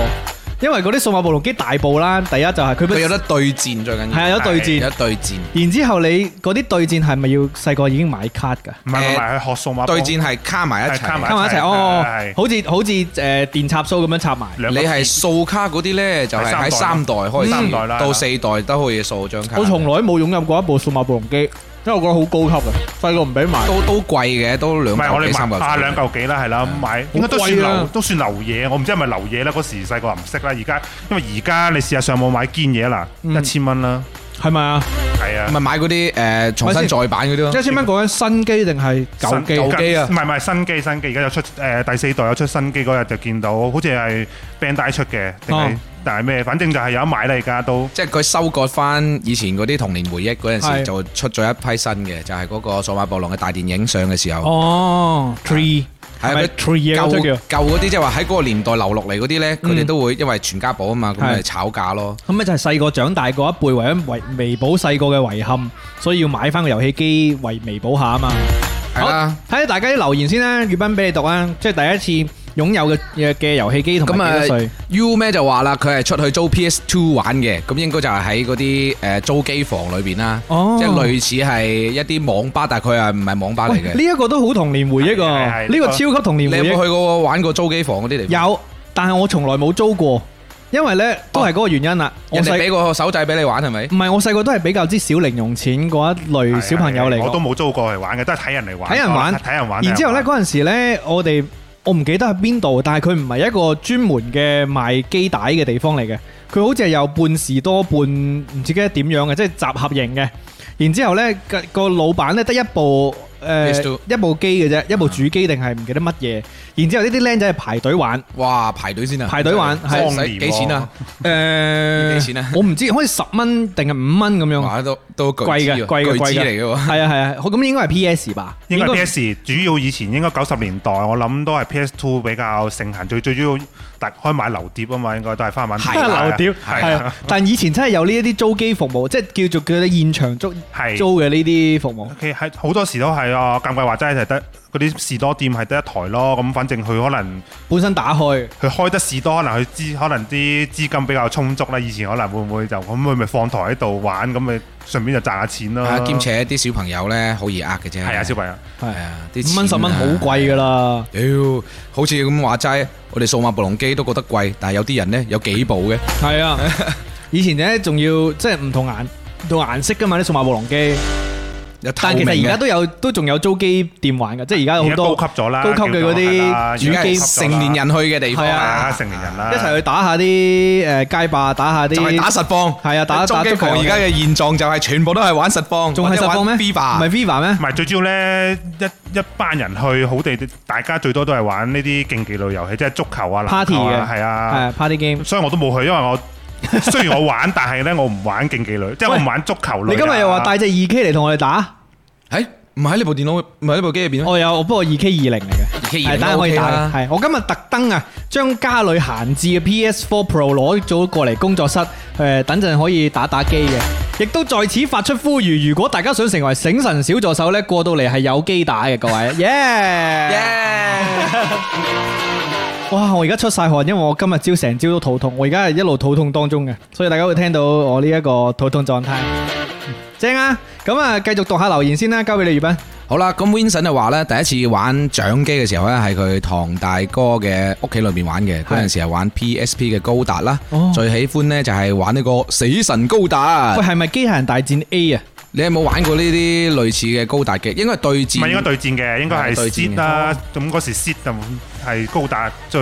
Speaker 2: 因為嗰啲數碼暴龍機大部啦，第一就係佢
Speaker 3: 佢
Speaker 2: 本
Speaker 3: 有得對戰最緊要。
Speaker 2: 係啊有對戰
Speaker 3: 有。得對戰。
Speaker 2: 然之後你嗰啲對戰係咪要細個已經買卡㗎？
Speaker 4: 唔 係唔係，去學數碼暴
Speaker 3: 對
Speaker 4: 龍
Speaker 3: 戰係卡埋一
Speaker 4: 係卡
Speaker 3: 齊
Speaker 4: 埋。
Speaker 2: 卡埋一齊哦
Speaker 4: 係，
Speaker 2: 好似好似誒電插蘇咁樣插埋。
Speaker 4: 兩
Speaker 3: 你
Speaker 4: 個
Speaker 3: 係掃卡嗰啲呢，就係喺三代開
Speaker 4: 三代啦
Speaker 3: 始，到四代都可以掃張卡。
Speaker 2: 我從來冇擁有過一部數碼暴龍機，因為我覺得好高級嘅，細個唔俾買。
Speaker 3: 都都貴嘅，都兩
Speaker 4: 唔係我
Speaker 3: 嚿幾三
Speaker 4: 哋
Speaker 3: 嚿
Speaker 4: 買
Speaker 3: 水。
Speaker 4: 啊兩嚿幾啦，係啦，買應該都算
Speaker 2: 好貴啊
Speaker 4: 流都算流嘢，我唔知係咪流嘢啦。嗰時細個又唔識啦，而家因為而家你試下上網買堅嘢啦，
Speaker 2: 嗯
Speaker 4: 一千蚊啦，
Speaker 2: 係咪啊？
Speaker 4: 係啊
Speaker 3: 咪。買嗰啲誒重新再版嗰啲咯。
Speaker 2: 一千蚊講緊新機定係舊機？
Speaker 4: 新
Speaker 3: 舊機啊
Speaker 4: 唔係唔係新機新機，而家有出誒第四代有出新機嗰日就見到，好似係 Bandai 出嘅，定係但係咩？反正就係有得買啦，而家都
Speaker 3: 即係佢收割翻以前嗰啲童年回憶嗰陣
Speaker 2: 係
Speaker 3: 時，就出咗一批新嘅，就係嗰個數碼暴龍嘅大電影上嘅時候，
Speaker 2: 哦，tree
Speaker 3: 係
Speaker 2: 係咪
Speaker 3: 咪
Speaker 2: tree 啊？
Speaker 3: 舊
Speaker 2: 嗰出叫
Speaker 3: 舊嗰啲，即係話喺嗰個年代留落嚟嗰啲呢，佢哋
Speaker 2: 嗯
Speaker 3: 都會因為全家寶啊嘛，咁咪
Speaker 2: 係
Speaker 3: 炒價咯。
Speaker 2: 咁咪就係細個長大嗰一輩為咗彌彌補細個嘅遺憾，所以要買翻個遊戲機為彌補下啊嘛。
Speaker 3: 係啦，
Speaker 2: 睇下大家啲留言先啦，月斌俾你讀啊，即係第一次擁有嘅嘅嘅遊戲機同
Speaker 3: 咁
Speaker 2: 埋幾多歲
Speaker 3: 啊？，U 咩就話啦，佢係出去租 PS Two 玩嘅，咁應該就係喺嗰啲誒租機房裏邊啦，
Speaker 2: 哦
Speaker 3: 即係類似係一啲網吧，但係佢係唔係網吧嚟
Speaker 2: 喂，
Speaker 3: 嘅。
Speaker 2: 呢一個都好童年回憶啊！
Speaker 4: 係係係
Speaker 2: 呢個超級童年
Speaker 3: 你
Speaker 2: 回
Speaker 3: 有
Speaker 2: 憶
Speaker 3: 冇。去過玩過租機房嗰啲地方？
Speaker 2: 有，但係我從來冇租過，因為呢都係嗰個原因啦。我
Speaker 3: 人哋
Speaker 2: 細
Speaker 3: 俾個手掣俾你玩係咪？
Speaker 2: 唔係我細個都係比較之少零用錢嗰一類小朋友嚟
Speaker 4: 我都
Speaker 2: 講。
Speaker 4: 冇租過嚟玩嘅，都係睇人嚟玩，
Speaker 2: 睇人玩
Speaker 4: 睇人玩。
Speaker 2: 然之後呢，
Speaker 4: 睇人玩
Speaker 2: 嗰陣時呢，我哋我唔記得喺邊度，但係佢唔係一個專門嘅賣機帶嘅地方嚟嘅，佢好似係有半士多半唔知記得點樣嘅，即係集合型嘅。然之後呢，個個老闆呢得一部。誒、
Speaker 3: PS2
Speaker 2: 一部機嘅啫，一部主機定係唔記得乜嘢，然之後呢啲僆仔係排隊玩，誒、
Speaker 3: 哇，排隊先啊！
Speaker 2: 排隊玩
Speaker 3: 真係
Speaker 4: 係
Speaker 3: 使幾錢啊？幾錢啊
Speaker 2: 呃我唔知，好似十蚊定係五蚊咁樣。
Speaker 3: 哇，都都巨
Speaker 2: 貴嘅，貴
Speaker 3: 資啊
Speaker 2: 嘅，
Speaker 3: 巨
Speaker 2: 貴
Speaker 3: 資
Speaker 2: 嘅
Speaker 3: 嚟嘅喎。
Speaker 2: 係啊係啊，好咁應該係 PS 吧？
Speaker 4: 應該
Speaker 2: 應該
Speaker 4: PS 主要以前應該九十年代，我諗都係 PS Two 比較盛行，最最主要大開買流碟啊嘛，應該都係翻玩碟
Speaker 2: 係啊
Speaker 4: 啊
Speaker 2: 流碟
Speaker 4: 係
Speaker 2: 係啊，但以前真係有呢一啲租機服務，即係叫做叫你現場租
Speaker 4: 係
Speaker 2: 租嘅呢啲服務。
Speaker 4: 其係好多時都係啊，咁貴話齋係得嗰啲士多店係得一台咯，咁反正佢可能
Speaker 2: 本身打開
Speaker 4: 佢開得士多，可能佢資可能啲資金比較充足啦，以前可能會唔會就咁佢咪放台喺度玩，咁咪順便就賺下錢咯。
Speaker 3: 啊，兼且啲小朋友咧好易呃嘅啫。
Speaker 4: 係啊，小朋友
Speaker 2: 係
Speaker 3: 係啊，啲
Speaker 2: 五蚊十
Speaker 3: 錢啊
Speaker 2: 蚊好貴噶。啦，
Speaker 3: 屌，好似咁話齋，我哋數碼暴龍機都覺得貴，但係有啲人咧有幾部嘅，
Speaker 2: 係啊，以前咧仲要即係唔同顏唔同顏色噶嘛啲數碼暴龍機，
Speaker 3: 有透
Speaker 2: 但係
Speaker 3: 明
Speaker 2: 其實而家
Speaker 3: 嘅。
Speaker 2: 都有都仲有租機店玩嘅，即係而家有
Speaker 4: 而
Speaker 2: 好
Speaker 4: 家
Speaker 2: 多
Speaker 4: 高級咗啦，
Speaker 2: 高級嘅嗰啲
Speaker 4: 叫做係啦
Speaker 2: 主機
Speaker 4: 而家高級咗啦
Speaker 3: 成年人去嘅地方
Speaker 2: 係
Speaker 4: 係
Speaker 2: 啊
Speaker 4: 啊，成年人啦，
Speaker 2: 一齊去打下啲誒街霸，打下啲
Speaker 3: 就係打實況，
Speaker 2: 係啊打打
Speaker 3: 中
Speaker 2: 足
Speaker 3: 機
Speaker 2: 球
Speaker 3: 房而家嘅現狀就係全部都係玩實況，
Speaker 2: 仲係實況咩？
Speaker 3: b
Speaker 2: 唔係 Viva 咩
Speaker 4: 唔？係最主要咧，一一班人去好地，大家最多都係玩呢啲競技類遊戲，即係足球啊、籃
Speaker 2: Party
Speaker 4: 球
Speaker 2: 嘅
Speaker 4: 啊，係啊。
Speaker 2: 係 party game。
Speaker 4: 所以我都冇去，因為我雖然我玩，但係咧我唔玩競技類，即係我唔玩足球類啊。
Speaker 2: 你今日又話帶隻二 K 嚟同我哋打？
Speaker 3: 誒，唔係喺呢部電腦，唔係喺呢部機入邊咯。
Speaker 2: 我有，不過二 K 二零嚟嘅，
Speaker 3: 二 K
Speaker 2: 係
Speaker 3: 二
Speaker 2: 單
Speaker 3: 零
Speaker 2: 可以打嘅。
Speaker 3: 啦，
Speaker 2: 係我今日特登啊，將家裏閒置嘅 PS4 Pro 攞咗過嚟工作室，誒等陣可以打打機嘅。亦都在此發出呼籲，如果大家想成為醒神小助手呢，過到嚟係有機打嘅，各 位，耶！
Speaker 3: 耶！
Speaker 2: 哇！我而家出晒汗，因為我今日朝成朝都肚痛，我而家係一路肚痛當中嘅，所以大家會聽到我呢一個肚痛狀 態。正啊！咁啊，繼續讀下留言先啦，交俾你，月斌。
Speaker 3: 好啦，咁 Vincent 就話咧，第一次玩掌機嘅時候咧，係佢堂大哥嘅屋企裏面玩嘅，嗰陣時係玩 PSP 嘅高達啦，
Speaker 2: 哦
Speaker 3: 最喜歡呢就係玩呢個死神高達
Speaker 2: 喂，。係咪機械人大戰 A 啊？
Speaker 3: 你有冇玩過呢啲類似嘅高達嘅？應該係對
Speaker 4: 唔
Speaker 3: 戰，
Speaker 4: 係應該對戰嘅，應該係
Speaker 3: 對戰嘅
Speaker 4: sit 啦。咁嗰時 sit 就係高達最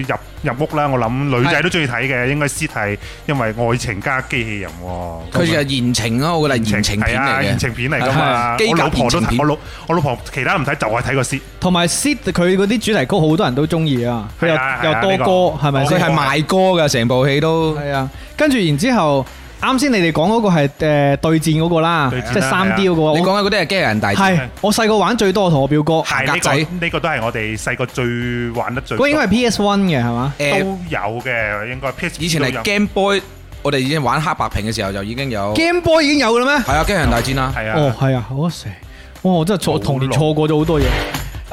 Speaker 4: 入入屋啦。我諗女仔都中意睇嘅，應該 sit 係因為愛情加機器人喎。
Speaker 3: 佢就係言情咯，我覺得係言情片
Speaker 4: 係啊，言
Speaker 3: 嚟嘅。
Speaker 4: 情片嚟㗎嘛。
Speaker 3: 係
Speaker 4: 我老婆都
Speaker 3: 機甲言情片
Speaker 4: 睇，我老我老婆其他唔睇，就係睇個 sit。
Speaker 2: 同埋 Sid 佢嗰啲主題曲好多人都中意啊，佢又
Speaker 4: 係啊係啊
Speaker 2: 又
Speaker 4: 呢個
Speaker 2: 多歌，係咪
Speaker 3: 佢
Speaker 2: 先？
Speaker 3: 係賣歌㗎，成部戲都。
Speaker 2: 係啊，跟住然之後，啱先你哋講嗰個係誒對戰嗰個啦，
Speaker 4: 對戰啦啊
Speaker 2: 即係三 D 嗰個。我
Speaker 3: 你講緊嗰啲係機械人大戰。
Speaker 2: 係我細個玩最多，我同我表哥，
Speaker 4: 係
Speaker 3: 格
Speaker 4: 呢
Speaker 3: 仔
Speaker 4: 個呢個都係我哋細個最玩得最
Speaker 2: 嗰個應該係 PS One 嘅係嘛？
Speaker 4: 都
Speaker 3: 誒，
Speaker 4: 有嘅，應該 PS
Speaker 3: 以前係 Game Boy，我哋以前玩黑白屏嘅時候就已經有。
Speaker 2: Game Boy 已經有嘅啦咩？
Speaker 3: 係啊，機械人大戰啊。
Speaker 4: 哦係
Speaker 2: 哦
Speaker 4: 啊，，
Speaker 2: 係啊，我成，哇！我真係錯
Speaker 4: 好
Speaker 2: 童年
Speaker 4: 老
Speaker 2: 錯過咗好多嘢。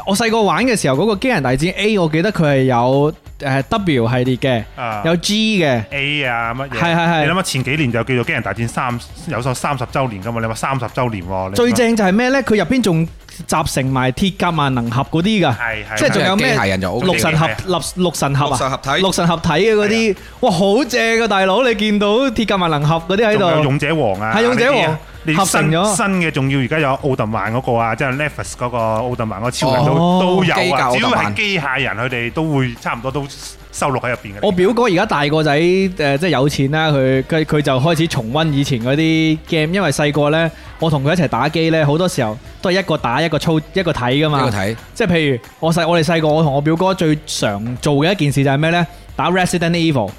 Speaker 2: 我細個玩嘅時候，嗰個機人大戰 A，我記得佢係有誒 W 系列嘅，
Speaker 4: 啊
Speaker 2: 有 G 嘅，
Speaker 4: A 啊乜嘢？
Speaker 2: 係係係
Speaker 4: 你諗下前幾年就叫做《機人大戰三》有首三十週年㗎嘛？你話三十週年喎？你諗下
Speaker 2: 最正就係咩呢？佢入邊仲集成埋鐵甲萬能俠嗰啲㗎。
Speaker 4: 係係
Speaker 2: 即係仲有咩
Speaker 3: 機械人就 O K
Speaker 2: 六神合六六神合啊，
Speaker 3: 六神合體啊
Speaker 2: 六神合體嘅嗰啲，哇好正啊大佬！你見到鐵甲萬能俠嗰啲喺
Speaker 4: 仲有
Speaker 2: 度，
Speaker 4: 勇者王啊，
Speaker 2: 係勇者王
Speaker 4: 呢啲啊你
Speaker 2: 合
Speaker 4: 新
Speaker 2: 成咗
Speaker 4: 新嘅，仲要而家有奧特曼嗰個啊，即係 Levis 嗰個奧特曼嗰個超人都
Speaker 2: 哦
Speaker 4: 都有
Speaker 3: 機甲
Speaker 4: 啊，
Speaker 3: 奧
Speaker 4: 只要
Speaker 3: 特曼
Speaker 4: 係機械人，佢哋都會差唔多都收錄喺入邊嘅。
Speaker 2: 我表哥而家大個仔誒、即係有錢啦，佢佢佢就開始重温以前嗰啲 game，因為細個呢，我同佢一齊打機呢，好多時候都係一個打一個操一個睇噶嘛
Speaker 3: 呢個。睇。
Speaker 2: 即係譬如我細我哋細個，我同我表哥最常做嘅一件事就係咩呢？打 Resident Evil。
Speaker 3: 嗯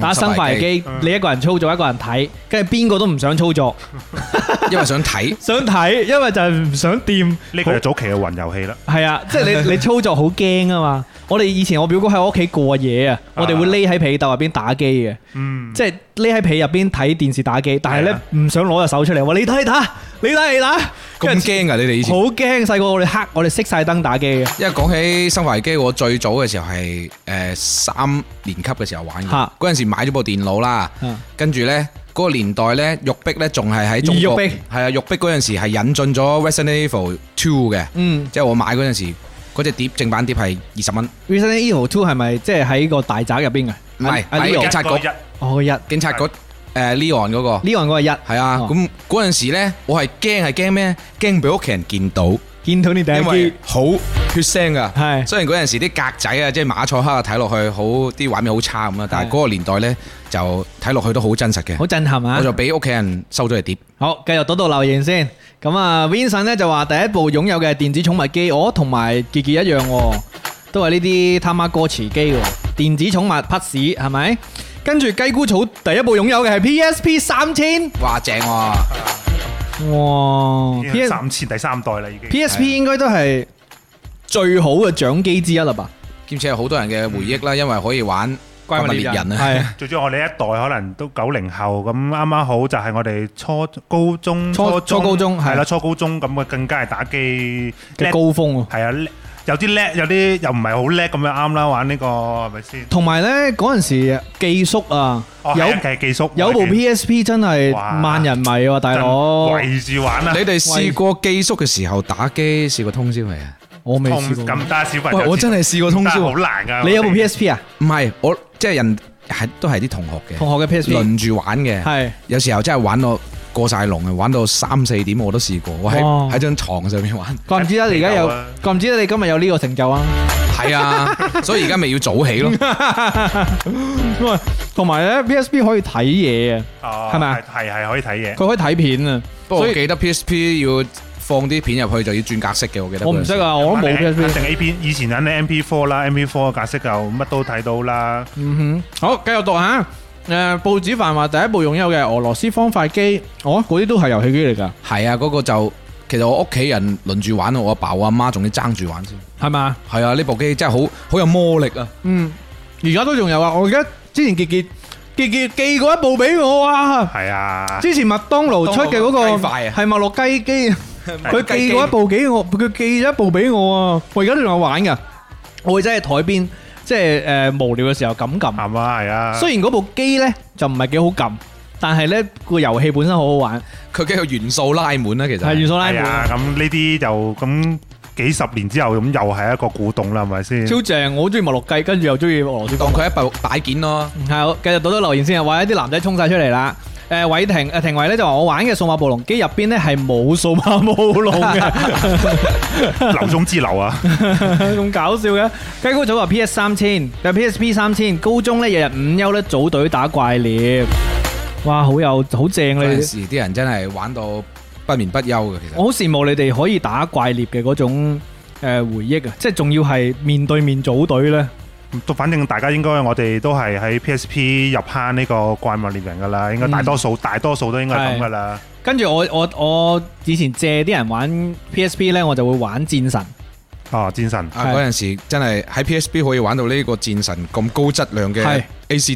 Speaker 2: 打生化危機，
Speaker 4: 嗯
Speaker 2: 你一個人操作，一個人睇，跟住邊個都唔想操作，
Speaker 3: 嗯因為想睇，
Speaker 2: 想睇，因為就係唔想掂。
Speaker 4: 呢個係早期嘅雲遊戲啦。
Speaker 2: 系啊，即系 你你操作好驚啊嘛！我哋以前我表哥喺我屋企過夜啊，我哋會匿喺被竇入邊打機嘅，
Speaker 4: 嗯，
Speaker 2: 即係匿喺被入邊睇電視打機，但係
Speaker 4: 係
Speaker 2: 咧
Speaker 4: 啊
Speaker 2: 唔想攞隻手出嚟，話你睇你打，你睇你打，
Speaker 3: 咁
Speaker 2: 跟住
Speaker 3: 驚㗎你哋以前。
Speaker 2: 好驚！細個我哋黑，我哋熄晒燈打機嘅，
Speaker 3: 因為講起生化危機，我最早嘅時候係誒三年級嘅時候玩嘅，
Speaker 2: 嚇
Speaker 3: 嗰陣時買咗部電腦啦，
Speaker 2: 嗯
Speaker 3: 跟住呢，嗰個年代呢，玉璧呢仲係喺中
Speaker 2: 玉
Speaker 3: 國，
Speaker 2: 璧
Speaker 3: 係啊，玉璧嗰陣時係引進咗 Resident Evil Two 嘅，
Speaker 2: 嗯
Speaker 3: 即係我買嗰陣時嗰隻碟正版碟係二十蚊，
Speaker 2: ，Resident Evil Two 係咪即係喺個大宅入邊嘅？
Speaker 3: 唔係
Speaker 2: 阿
Speaker 3: 喺
Speaker 2: Leon，
Speaker 3: 警察局
Speaker 4: 一個一
Speaker 2: 我哦個一
Speaker 3: 警察局誒 Leon 嗰個
Speaker 2: Leon 嗰個一，
Speaker 3: 係啊，
Speaker 2: 哦
Speaker 3: 咁嗰陣時呢，我係驚係驚咩？驚俾屋企人見到。
Speaker 2: 見到你第一
Speaker 3: 因為
Speaker 2: 機，
Speaker 3: 好血腥噶，
Speaker 2: 係
Speaker 3: 雖然嗰陣時啲格仔啊，即係馬賽克啊，睇落去好啲畫面好差咁啦，啊但係嗰個年代呢，就睇落去都好真實嘅。
Speaker 2: 好震撼啊！
Speaker 3: 我就俾屋企人收咗隻碟，
Speaker 2: 好，繼續讀讀留言先。咁啊，Vincent 咧就話第一部擁有嘅電子寵物機，我同埋傑傑一樣喎，都係呢啲他媽歌詞機喎。電子寵物 p 屎係咪？跟住雞菇草第一部擁有嘅係 PSP 三千，
Speaker 3: 哇正喎、
Speaker 2: 哇
Speaker 4: 已經係
Speaker 2: ！P
Speaker 4: 三千第三代啦，已經。
Speaker 2: PSP 應該都係最好嘅掌機之一啦吧？
Speaker 3: 兼且有好多人嘅回憶啦，因為可以玩怪物獵人啊，
Speaker 2: 係
Speaker 4: 最主要我哋一代可能都九零後咁啱啱好就係我哋初高中、
Speaker 2: 初初高中係
Speaker 4: 係啦，初高中咁嘅更加係打機
Speaker 2: 嘅
Speaker 4: 叻
Speaker 2: 高峰喎。
Speaker 4: 係啊，叻有啲叻，有啲又唔係好叻咁樣啱啦，玩呢個係咪先？
Speaker 2: 同埋呢嗰陣時寄宿啊，
Speaker 4: 哦，
Speaker 2: 有
Speaker 4: 係啊其實寄宿
Speaker 2: 有部 PSP 真係
Speaker 4: 哇
Speaker 2: 萬人迷喎，大
Speaker 4: 真
Speaker 2: 佬，
Speaker 4: 圍住玩啊！
Speaker 3: 你哋試過寄宿嘅時候打機試過通宵未啊？
Speaker 2: 我未
Speaker 4: 同
Speaker 2: 試過。
Speaker 4: 咁大小朋友，
Speaker 3: 喂，我真係試過通
Speaker 4: 但係
Speaker 3: 宵
Speaker 4: 好，難噶。
Speaker 2: 你有部
Speaker 4: 我哋
Speaker 2: PSP 啊？
Speaker 3: 唔係我即係人係都係啲同學
Speaker 2: 同
Speaker 3: 嘅，
Speaker 2: 學嘅 PSP
Speaker 3: 輪住玩嘅。
Speaker 2: 係
Speaker 3: 有時候真係玩到過晒龍嘅，玩到三四點我都試過，我喺
Speaker 2: 哇
Speaker 3: 喺張床上面玩。
Speaker 2: 怪唔知得你而家有
Speaker 4: 有啊，
Speaker 2: 怪唔知得你今日有呢個成就 啊！
Speaker 3: 係啊，所以而家咪要早起咯。
Speaker 2: 喂，同埋咧 PSP 可以睇嘢啊，
Speaker 4: 哦
Speaker 2: 係咪啊
Speaker 4: 係係可以睇嘢。
Speaker 2: 佢可以睇片啊，
Speaker 3: 不過
Speaker 2: 所
Speaker 3: 我
Speaker 2: 以
Speaker 3: 記得 PSP 要放啲片入去就要轉格式嘅，我記得。
Speaker 2: 我唔識。啊，我都冇
Speaker 4: 肯
Speaker 2: PSP。
Speaker 4: 定 A P 以前肯定 M P 4啦，M P 4嘅格式又乜都睇到啦。
Speaker 2: 嗯哼，好，繼續讀下。誒，報紙飯話第一部擁有嘅俄羅斯方塊機，哦，嗰啲都係遊戲機嚟㗎，
Speaker 3: 係啊，嗰、個就其實我屋企人輪住玩，我阿爸我阿媽仲要爭住玩先。
Speaker 2: 係嘛？
Speaker 3: 係啊，呢部機真係好好有魔力啊！
Speaker 2: 嗯，而家都仲有啊！我而家之前傑傑傑傑寄過一部俾我啊！
Speaker 4: 係啊，
Speaker 2: 之前麥當勞出嘅嗰個
Speaker 3: 麥當勞雞塊啊
Speaker 2: 係麥樂雞機。 佢
Speaker 4: 係
Speaker 2: 寄過一部俾我，佢寄咗一部俾我啊！我而家都仲有玩噶，我會真係台邊，即係誒無聊嘅時候咁撳。
Speaker 4: 啱啊，係啊。
Speaker 2: 雖然嗰部機呢就唔係幾好撳，但係呢個遊戲本身好好玩，
Speaker 3: 佢嘅元素拉滿啦，其實
Speaker 2: 係元素拉
Speaker 4: 係啊，
Speaker 2: 滿，
Speaker 4: 咁呢啲就咁幾十年之後咁又係一個古董啦，係咪先？
Speaker 2: 超 正！我好中意麥樂雞，跟住又中意俄羅斯
Speaker 3: 當
Speaker 2: 方
Speaker 3: 佢一部擺件咯。
Speaker 2: 嗯係好，繼續讀到留言先啊！話一啲男仔衝晒出嚟啦。誒偉霆誒廷偉咧就話我玩嘅數碼暴龍機入邊咧係冇數碼暴龍啊嘅，
Speaker 4: 流中之流啊！
Speaker 2: 咁搞笑嘅。雞高組話 PS 三千，有 PSP 三千，高中咧日日午休咧組隊打怪獵，哇好有好正啊
Speaker 3: 嗰
Speaker 2: 你
Speaker 3: 陣
Speaker 2: 哋！
Speaker 3: 時啲人真係玩到不眠不休嘅，其實
Speaker 2: 我好羨慕你哋可以打怪獵嘅嗰種誒回憶啊，即係仲要係面對面組隊咧，
Speaker 4: 都反正大家應該我哋都係喺 PSP 入坑呢個怪物獵人噶啦，應
Speaker 2: 嗯
Speaker 4: 該大多數大多數都應該係咁噶啦。
Speaker 2: 跟住我我我以前借啲人玩 PSP 咧，我就會玩戰神。
Speaker 4: 哦，戰神
Speaker 3: 啊嗰陣時真係喺 PSP 可以玩到呢個戰神咁高質量
Speaker 2: 係
Speaker 3: 嘅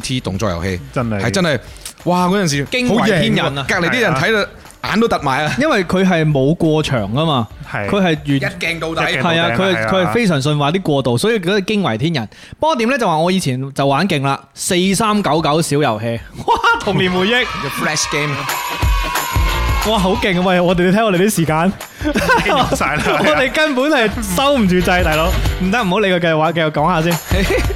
Speaker 3: ACT 動作遊戲。
Speaker 4: 真係
Speaker 3: 係真係，哇！嗰陣時
Speaker 2: 驚為
Speaker 3: 好型
Speaker 2: 天
Speaker 3: 喎
Speaker 2: 人啊
Speaker 3: 隔離啲人睇到眼都突埋啊，
Speaker 2: 因為佢係冇過場啊嘛，
Speaker 4: 係
Speaker 2: 佢係
Speaker 3: 一
Speaker 2: 完
Speaker 3: 鏡到
Speaker 4: 一
Speaker 3: 底
Speaker 4: 鏡。
Speaker 2: 係啊，
Speaker 4: 到
Speaker 2: 佢
Speaker 4: 頂係
Speaker 2: 係
Speaker 4: 啊
Speaker 2: 佢係非常順滑啲過渡，所以佢驚為天人。不過點咧就話我以前就玩勁啦，四三九九小遊戲， 哇童年回憶，
Speaker 3: The Flash Game，
Speaker 2: 哇好勁啊！喂，我哋你睇我哋啲時間，
Speaker 4: 用晒啦。啊
Speaker 2: 我哋根本係收唔住掣，大佬唔得，唔好理佢繼續玩，繼續講 下先。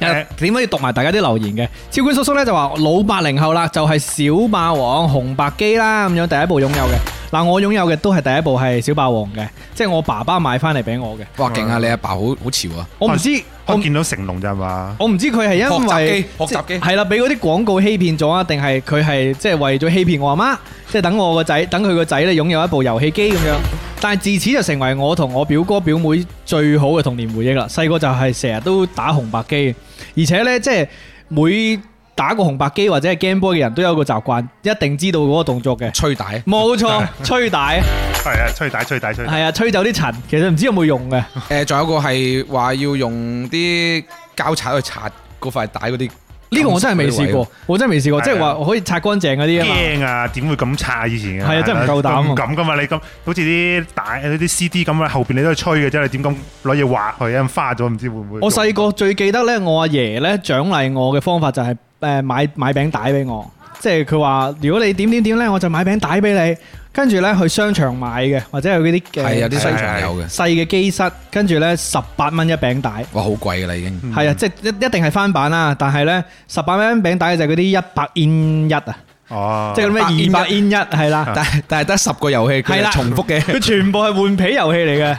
Speaker 4: 誒
Speaker 2: 點解要讀埋大家啲留言嘅？超管叔叔咧就話老八零後啦，就係、小霸王紅白機啦，咁樣第一部擁有嘅。嗱，我擁有嘅都係第一部係小霸王嘅，即係我爸爸買翻嚟俾我嘅。
Speaker 3: 哇勁啊！你阿爸好好潮啊！
Speaker 2: 我唔知，我
Speaker 4: 我
Speaker 2: 唔
Speaker 4: 見到成龍咋嘛？
Speaker 2: 我唔知佢係因為
Speaker 3: 學習機學習機
Speaker 2: 係啦，俾嗰啲廣告欺騙咗啊，定係佢係即係為咗欺騙我阿媽，即係等我個仔，等佢個仔咧擁有一部遊戲機咁樣。但係自此就成為我同我表哥表妹最好嘅童年回憶啦。細個就係成日都打紅白機，而且呢，即係每打過紅白機或者係 Game Boy 嘅人都有個習慣，一定知道嗰個動作嘅。
Speaker 3: 吹大，
Speaker 2: 冇 錯，吹帶
Speaker 4: 係啊，吹大吹大吹大。
Speaker 2: 係啊，吹走啲塵，其實唔知有冇用嘅。
Speaker 3: 誒，仲有個係話要用啲膠刷去刷嗰塊帶嗰啲。
Speaker 2: 呢個我真係未試
Speaker 3: 啊
Speaker 2: 過，我真係未試過，即係話我可以擦乾淨嗰啲啊嘛。
Speaker 4: 驚啊！點會咁差以前
Speaker 2: 係啊真係唔夠膽啊
Speaker 4: 唔敢噶嘛！你咁好似啲大啲 CD 咁啊，後邊你都係吹嘅啫，你點咁攞嘢畫佢啊？花咗唔知會唔會？
Speaker 2: 我細個最記得咧，我阿爺咧獎勵我嘅方法就係誒買買餅帶俾我，即係佢話如果你點點點咧，我就買餅帶俾你，跟住咧去商場買嘅，或者有嗰啲嘅
Speaker 3: 係有啊啲西
Speaker 4: 西
Speaker 3: 藏
Speaker 4: 藏
Speaker 3: 有
Speaker 4: 有
Speaker 3: 嘅，
Speaker 2: 細嘅機室，跟住咧十八蚊一餅帶。
Speaker 3: 哇，好貴㗎啦已經。
Speaker 2: 係啊，即係一一定係翻版啦，但係咧十八蚊餅帶就係嗰啲一百 in 一啊，
Speaker 4: 哦，
Speaker 2: 即係咩二百 in 一係啦，
Speaker 3: 但係但係得十個遊戲佢
Speaker 2: 係啦
Speaker 3: 係重複嘅。
Speaker 2: 佢全部係換皮遊戲嚟嘅。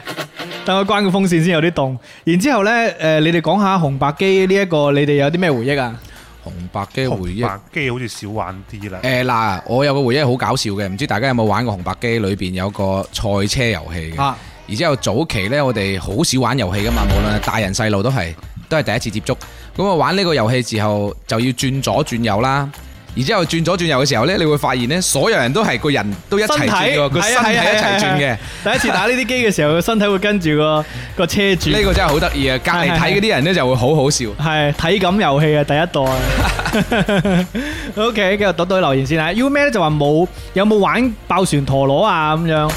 Speaker 2: 等我關個風扇先有啲凍，然之後咧，誒、你哋講下紅白機呢、一個，你哋有啲咩回憶啊？
Speaker 3: 紅白機回
Speaker 4: 紅
Speaker 3: 憶。
Speaker 4: 哦白機好似少玩啲啦。
Speaker 3: 誒嗱，我有個回憶好搞笑嘅，唔知大家有冇玩過紅白機？裏邊有個賽車遊戲嘅。
Speaker 2: 啊，
Speaker 3: 而之後早期呢，我哋好少玩遊戲噶嘛，無論係大人細路都係都係第一次接觸。咁啊玩呢個遊戲之後，就要轉左轉右啦。而之後轉左轉右嘅時候呢，你會發現呢，所有人都係個人都一齊
Speaker 2: 身體
Speaker 3: 轉嘅，個
Speaker 2: 係
Speaker 3: 身
Speaker 2: 啊
Speaker 3: 體一
Speaker 2: 係啊
Speaker 3: 齊轉
Speaker 2: 係
Speaker 3: 嘅
Speaker 2: 啊。 第一次打呢啲機嘅時候，個身體會跟住個個車轉，
Speaker 3: 呢個真係好得意啊！隔離睇嗰啲人呢，就會好好笑。
Speaker 2: 係體感遊戲嘅第一代。OK，繼續讀到留言先啊。U 咩咧就話冇，有冇玩爆旋陀螺啊咁樣？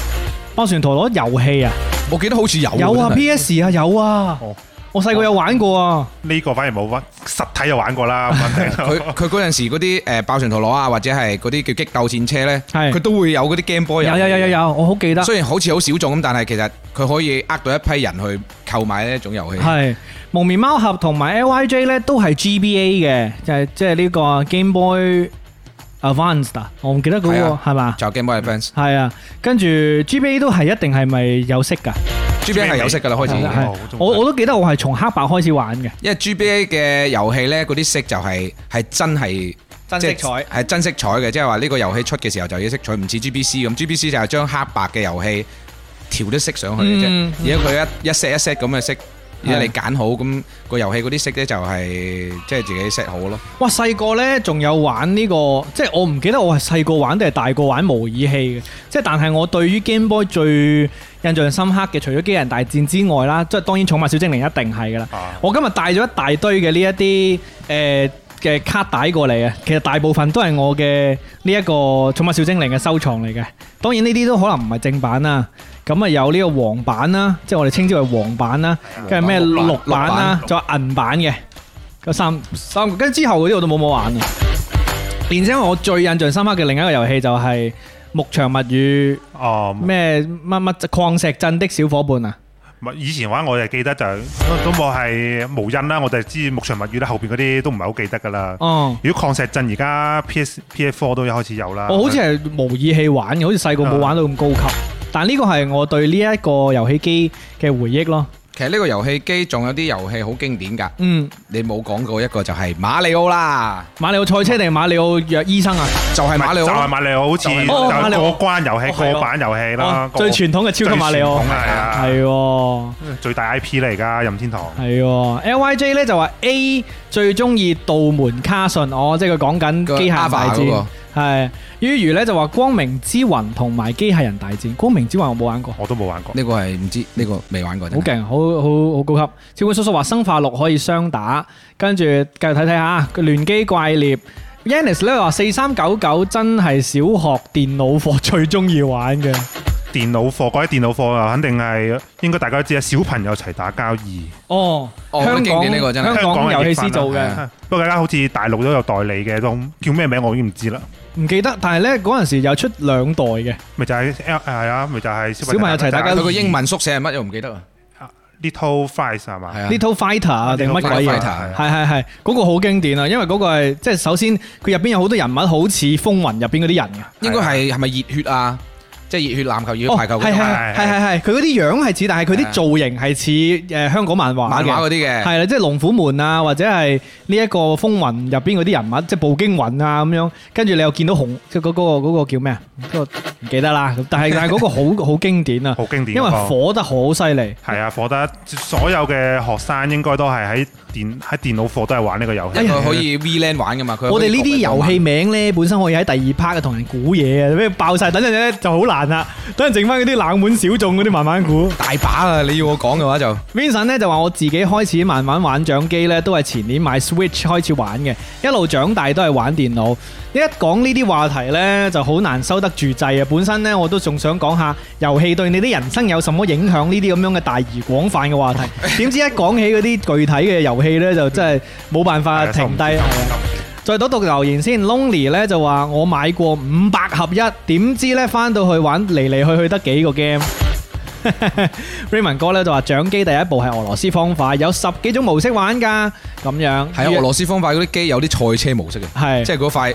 Speaker 2: 爆旋陀螺遊戲啊，
Speaker 3: 我記得好似有
Speaker 2: 有啊
Speaker 3: 真係
Speaker 2: ，PS 啊，有啊
Speaker 4: 哦，
Speaker 2: 我細個有玩過啊。
Speaker 4: 呢個反而冇玩，實體就玩過 啦。咁肯定
Speaker 3: 佢佢嗰陣時嗰啲誒爆旋陀螺啊，或者係嗰啲叫激鬥戰車呢，
Speaker 2: 係
Speaker 3: 佢都會有嗰啲 Game Boy 啊
Speaker 2: 有有有有有，我好記得。
Speaker 3: 雖然好似好小眾咁，但係其實佢可以呃到一批人去購買呢一種遊戲。
Speaker 2: 係蒙面貓俠同埋 LYJ 咧都係 GBA 嘅，就係即係呢個 Game Boy Advanced，啊我唔記得嗰
Speaker 3: 係
Speaker 2: 個
Speaker 3: 啊
Speaker 2: 係嘛？
Speaker 3: 就 Game Boy Advance、
Speaker 2: 係啊，跟住 GBA 都係一定係咪有色㗎？
Speaker 3: GBA 係有色㗎啦，開
Speaker 4: 係
Speaker 3: 始。
Speaker 4: 啊
Speaker 2: 係
Speaker 4: 好中
Speaker 2: 我我都記得我係從黑白開始玩嘅，
Speaker 3: 因為 GBA 嘅遊戲呢，嗰啲色就係係真係
Speaker 2: 真色彩
Speaker 3: 係真色彩嘅，即係話呢個遊戲出嘅時候就要色彩，唔似 GBC 咁。GBC 就係將黑白嘅遊戲調啲色上去嘅啫
Speaker 2: 嗯，
Speaker 3: 而家佢一一 set 一 set 咁嘅色，而家你揀好咁個遊戲嗰啲色呢，就係即係自己 set 好咯。
Speaker 2: 哇！細個呢仲有玩呢、個，即係我唔記得我係細個玩定係大個玩模擬器嘅。即係但係我對於 Game Boy 最印象深刻嘅，除咗機器人大戰之外啦，即係當然寵物小精靈一定係㗎啦。
Speaker 4: 啊
Speaker 2: 我今日帶咗一大堆嘅呢一啲誒嘅卡帶過嚟啊，其實大部分都係我嘅呢一個寵物小精靈嘅收藏嚟嘅。當然呢啲都可能唔係正版啦，咁啊有呢個黃版啦，即係我哋稱之為黃版啦，跟住咩
Speaker 3: 綠
Speaker 2: 綠版
Speaker 3: 版
Speaker 2: 啦，仲有銀版嘅，有三三個，跟住之後嗰啲我都冇冇玩啊。然之後我最印象深刻嘅另一個遊戲就係、牧場物語
Speaker 4: 哦，
Speaker 2: 咩乜乜礦石鎮的小伙伴啊，
Speaker 4: 唔係以前玩我就記得就咁，我係無印啦，我就知牧場物語啦，後邊嗰啲都唔係好記得㗎啦。
Speaker 2: 哦、
Speaker 4: 如果礦石鎮而家 PS PS Four 都開始有啦。
Speaker 2: 哦我好似係模擬器玩嘅，好似細個冇玩到咁高級。但呢個係我對呢一個遊戲機嘅回憶咯。
Speaker 3: 其實呢個遊戲機仲有啲遊戲好經典㗎，
Speaker 2: 嗯，
Speaker 3: 你冇講過一個就係馬里奧啦，
Speaker 2: 馬里奧賽車定係馬里奧藥醫生啊？
Speaker 3: 就係
Speaker 4: 唔係
Speaker 3: 馬里奧
Speaker 4: 就係
Speaker 3: 啦。
Speaker 4: 馬里奧，好似
Speaker 3: 就係
Speaker 4: 就
Speaker 2: 哦馬
Speaker 4: 係
Speaker 2: 里奧
Speaker 4: 過關遊戲、
Speaker 2: 哦係喎
Speaker 4: 過版遊戲啦
Speaker 2: 哦，
Speaker 4: 過
Speaker 2: 最傳統嘅超級馬里奧
Speaker 4: 最傳統係啊
Speaker 2: 係喎。
Speaker 4: 最大 IP 嚟㗎，任天堂。
Speaker 2: 係喎，LYJ 咧就話 A 最中意道門卡信，哦，即係佢講緊機械人大
Speaker 3: 個 Ava 嗰
Speaker 2: 戰。係，於如咧就話光明之雲同埋機械人大戰。光明之雲我冇玩過，
Speaker 4: 我都冇玩過。
Speaker 3: 呢個係唔知，呢個未玩過。
Speaker 2: 好勁，好好好高級。超管叔叔話生化六可以雙打，跟住繼續睇睇下佢聯機怪獵。Yannis 咧話四三九九真係小學電腦課最中意玩嘅，
Speaker 4: 電腦課嗰啲電腦課啊，肯定係應該大家都知啊，小朋友一齊打交易。
Speaker 2: 哦，
Speaker 3: 哦
Speaker 2: 香
Speaker 3: 經
Speaker 2: 港
Speaker 3: 典呢個真係
Speaker 2: 香港遊戲師做
Speaker 3: 係
Speaker 2: 嘅。
Speaker 3: 啊
Speaker 4: 不過而家好似大陸都有代理嘅，都叫咩名我已經唔知啦。
Speaker 2: 唔記得，但係咧嗰陣時有出兩代嘅，
Speaker 4: 咪就係 L 係啊，咪就係
Speaker 2: 小朋友一齊打交易
Speaker 3: 佢個英文縮寫係乜？我唔記得啦。
Speaker 4: Little Fries 係嘛？
Speaker 3: 係啊，
Speaker 2: 呢套 Fighter 啊定乜鬼
Speaker 3: Little
Speaker 2: 嘢？
Speaker 3: Fighter
Speaker 2: 係係係，嗰個好經典啊！因為嗰個係即係首先佢入邊有好多人物好似風雲入邊嗰啲人嘅，
Speaker 3: 應該係係咪熱血啊？即係熱血籃球、熱
Speaker 2: 哦
Speaker 3: 血排球嗰
Speaker 2: 係
Speaker 3: 啲嘛
Speaker 2: 係係係係，佢嗰啲樣係似，但係佢啲造型係似誒香港漫畫
Speaker 3: 漫
Speaker 2: 嘅
Speaker 3: 畫嗰啲嘅。
Speaker 2: 係啦，即係龍虎門啊，或者係呢一個風雲入邊嗰啲人物，即係步驚雲啊咁樣。跟住你又見到紅，即係嗰嗰個嗰個叫咩啊？嗰個唔記得啦。但係但係嗰個好好經典啊，
Speaker 4: 好經典
Speaker 2: 因為
Speaker 4: 嗰個
Speaker 2: 火得好犀利。
Speaker 4: 係啊，課得所有嘅學生應該都係喺電喺電腦課都係玩呢個遊戲。
Speaker 3: 佢可以 VLAN 玩噶嘛？佢
Speaker 2: 我哋呢啲遊戲
Speaker 3: 戲
Speaker 2: 名咧，本身可以喺第二 part 嘅同人估嘢啊，咩爆晒，等陣咧就好難啦。等陣剩翻嗰啲冷門小眾嗰啲慢慢估。
Speaker 3: 大把啊！你要我講嘅話就
Speaker 2: Vincent 咧就話我自己開始慢慢玩掌機咧，都係前年買 Switch 開始玩嘅，一路長大都係玩電腦。一講呢啲話題呢，就好難收得住掣啊！本身呢，我都仲想講下遊戲對你啲人生有什麼影響呢啲咁樣嘅大而廣泛嘅話 題，點知一講起嗰啲具體嘅遊戲呢，就真係冇辦法
Speaker 4: 係啊
Speaker 2: 停低。
Speaker 4: 收唔住
Speaker 2: 係啊再讀讀留言先，Lonely 咧就話我買過五百合一，點知呢翻到去玩嚟嚟去去得幾個 game。Raymond 哥咧就話掌機第一步係俄羅斯方塊，有十幾種模式玩噶，咁樣
Speaker 3: 係啊！俄羅斯方塊嗰啲機有啲賽車模式嘅，
Speaker 2: 係
Speaker 3: 即係嗰塊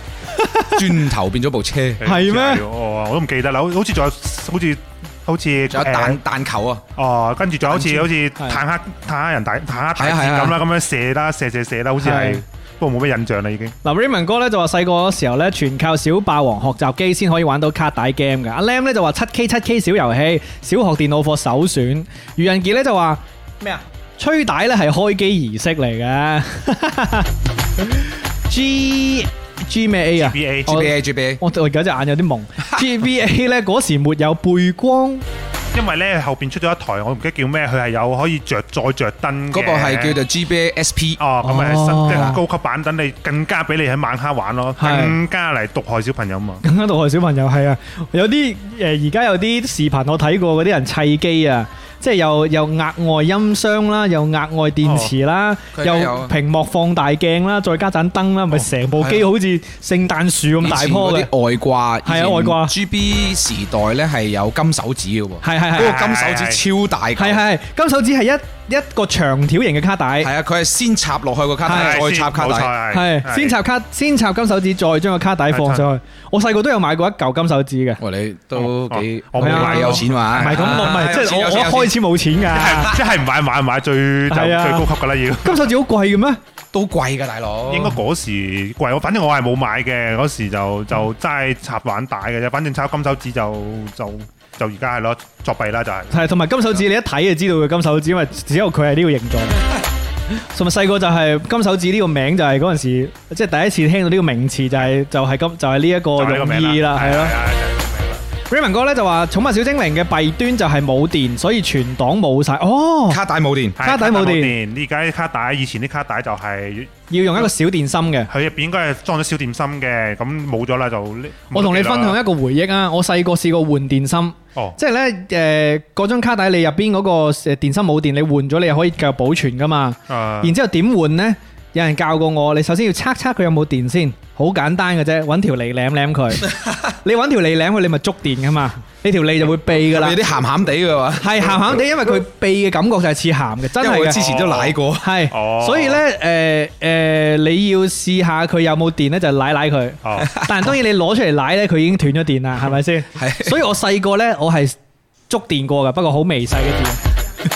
Speaker 3: 磚頭變咗部車，仲
Speaker 2: 係咩
Speaker 4: 哦，我都唔記得啦，好好似仲有好似好似
Speaker 3: 有
Speaker 4: 誒
Speaker 3: 彈彈球啊！
Speaker 4: 哦，跟住仲有好似好似
Speaker 2: 係
Speaker 4: 坦克坦克人大坦克大
Speaker 3: 係啊係
Speaker 4: 戰
Speaker 3: 啊
Speaker 4: 咁啦，咁樣射啦射射射啦，好似係
Speaker 2: 係，
Speaker 4: 不過冇咩印象啦已經。
Speaker 2: 嗱，Raymond 哥咧就話細個嗰時候咧，全靠小霸王學習機先可以玩到卡帶 game 嘅。阿 Lam 咧就話七 K 七 K 小遊戲，小學電腦課首選。愚人傑咧就話咩啊？吹帶咧係開機儀式嚟嘅。G G 咩 A 啊
Speaker 4: B A
Speaker 2: 我
Speaker 3: GBA GBA
Speaker 2: 我我而家隻眼有啲蒙。G V A 咧嗰時沒有背光，
Speaker 4: 因為咧後邊出咗一台，我唔記得叫咩，佢係有可以着再着燈嘅。
Speaker 3: 嗰部係叫做 GBA SP。
Speaker 4: 哦，咁咪
Speaker 2: 哦
Speaker 4: 新即係高級版，等你更加俾你喺晚黑玩咯，
Speaker 2: 係
Speaker 4: 更加嚟毒害小朋友嘛。
Speaker 2: 更加毒害小朋友係啊！有啲誒而家有啲視頻我睇過嗰啲人砌機啊，即係又又額外音箱啦，又額外電池啦，
Speaker 3: 哦佢有
Speaker 2: 又屏幕放大鏡啦，再加盞燈啦，咪成部機
Speaker 3: 係啊
Speaker 2: 好似聖誕樹咁大
Speaker 3: 以前
Speaker 2: 棵
Speaker 3: 嗰
Speaker 2: 嘅。
Speaker 3: 啲外掛，
Speaker 2: 係啊外掛
Speaker 3: GB 時代咧係有金手指嘅喎，
Speaker 2: 係係係
Speaker 3: 嗰個金手指超大嚿，
Speaker 2: 係係係金手指係一一個長條型嘅卡帶，
Speaker 3: 係啊，佢係先插落去個卡帶，
Speaker 4: 係
Speaker 3: 再插卡
Speaker 4: 冇
Speaker 3: 帶，
Speaker 4: 錯
Speaker 2: 係先插卡先插金手指，再將個卡帶放上去。我細個都有買過一嚿金手指嘅。
Speaker 3: 喂你都幾
Speaker 4: 哦我
Speaker 2: 冇
Speaker 3: 你
Speaker 2: 買過
Speaker 3: 有錢啊話，
Speaker 2: 唔係咁，我唔係即係我我一開始冇錢㗎。
Speaker 4: 係即係唔買買唔買最就
Speaker 2: 係啊
Speaker 4: 最高級噶啦要。
Speaker 2: 金手指好貴嘅咩？
Speaker 3: 都貴㗎大佬，
Speaker 4: 應該嗰時貴，我反正我係冇買嘅，嗰時就就齋插玩帶嘅啫，反正插金手指就就就而家係咯，作弊啦就係。
Speaker 2: 係，同埋金手指你一睇就知道佢金手指，因為只有佢係呢個形狀。同埋細個就係金手指呢個名就係嗰陣時，即係第一次聽到呢個名詞就係就係金就係呢一
Speaker 4: 就係呢
Speaker 2: 個
Speaker 4: 個
Speaker 2: 用意
Speaker 4: 名
Speaker 2: 啦，係咯。
Speaker 4: 啊，就
Speaker 2: Raymond 哥咧就話《寵物小精靈》嘅弊端就係冇電，所以全檔冇晒。哦，
Speaker 3: 卡帶冇電，
Speaker 2: 卡
Speaker 4: 係呢個名啦
Speaker 2: 帶冇電
Speaker 4: 電，而家啲卡帶，以前啲卡帶就係
Speaker 2: 要用一個小電啊芯嘅。
Speaker 4: 佢入邊應該係裝咗小點心嘅，咁冇咗啦就。
Speaker 2: 我同你分享
Speaker 4: 一
Speaker 2: 一個回憶啊！我細個試過換電芯，
Speaker 4: 哦，
Speaker 2: 即係咧誒嗰張卡帶你入邊嗰個誒電芯冇電，你換咗你又可以繼續保存噶嘛。然
Speaker 4: 誒
Speaker 3: 啊
Speaker 2: 之後點換呢？有人教過我，你首先要測測佢有冇電先，好簡單嘅啫，揾條脷舐舐佢。 你揾條脷舐佢，你咪觸電噶嘛，你條脷就會避噶啦
Speaker 3: 有。啲鹹鹹地嘅話，
Speaker 2: 係鹹鹹地，因為佢避嘅感覺就係似鹹嘅，真
Speaker 3: 因為
Speaker 2: 係
Speaker 3: 我之
Speaker 2: 嘅。
Speaker 3: 前都舐過，
Speaker 4: 哦
Speaker 2: 係，所以呢，誒誒，你要試下佢有冇電呢，就舐舐佢。
Speaker 4: 哦，
Speaker 2: 但係當然你攞出嚟舐呢，佢已經斷咗電啦，係咪先？
Speaker 3: 係
Speaker 2: 所以我細個呢，我係觸電過嘅，不過好微細嘅電。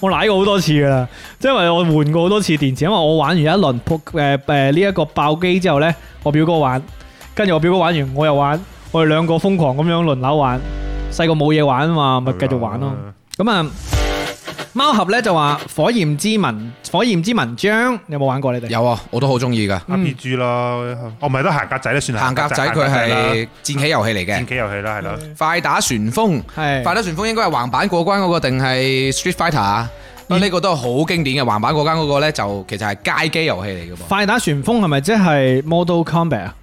Speaker 2: 我舐過好多次噶啦，即係因為我換過好多次電池，因為我玩完一輪撲誒誒呢一個爆機之後呢，我表哥玩，跟住我表哥玩完我又玩，我哋兩個瘋狂咁樣輪流玩。細個冇嘢玩啊嘛， 咪繼續玩
Speaker 4: 呃
Speaker 2: 咯。咁啊，貓俠呢就話《火焰之文》《火焰之文章》，有冇玩過你哋？
Speaker 3: 有啊，我都好中意㗎。
Speaker 4: RPG 啦，哦唔係都行格仔咧，算係
Speaker 3: 行格仔
Speaker 4: 行
Speaker 3: 佢
Speaker 4: 格仔啦
Speaker 3: 係戰棋遊戲嚟
Speaker 4: 戰
Speaker 3: 嘅，
Speaker 4: 棋遊戲啦，係啦。
Speaker 3: 快打旋風。
Speaker 2: 係
Speaker 3: 快打旋風應該係橫版過關嗰個定係 Street Fighter 啊？不
Speaker 2: 嗯
Speaker 3: 過呢個都係好經典嘅橫版過關嗰個咧，就其實係街機遊戲嚟嘅噃。
Speaker 2: 快打旋風係咪即係 Model Combat 啊？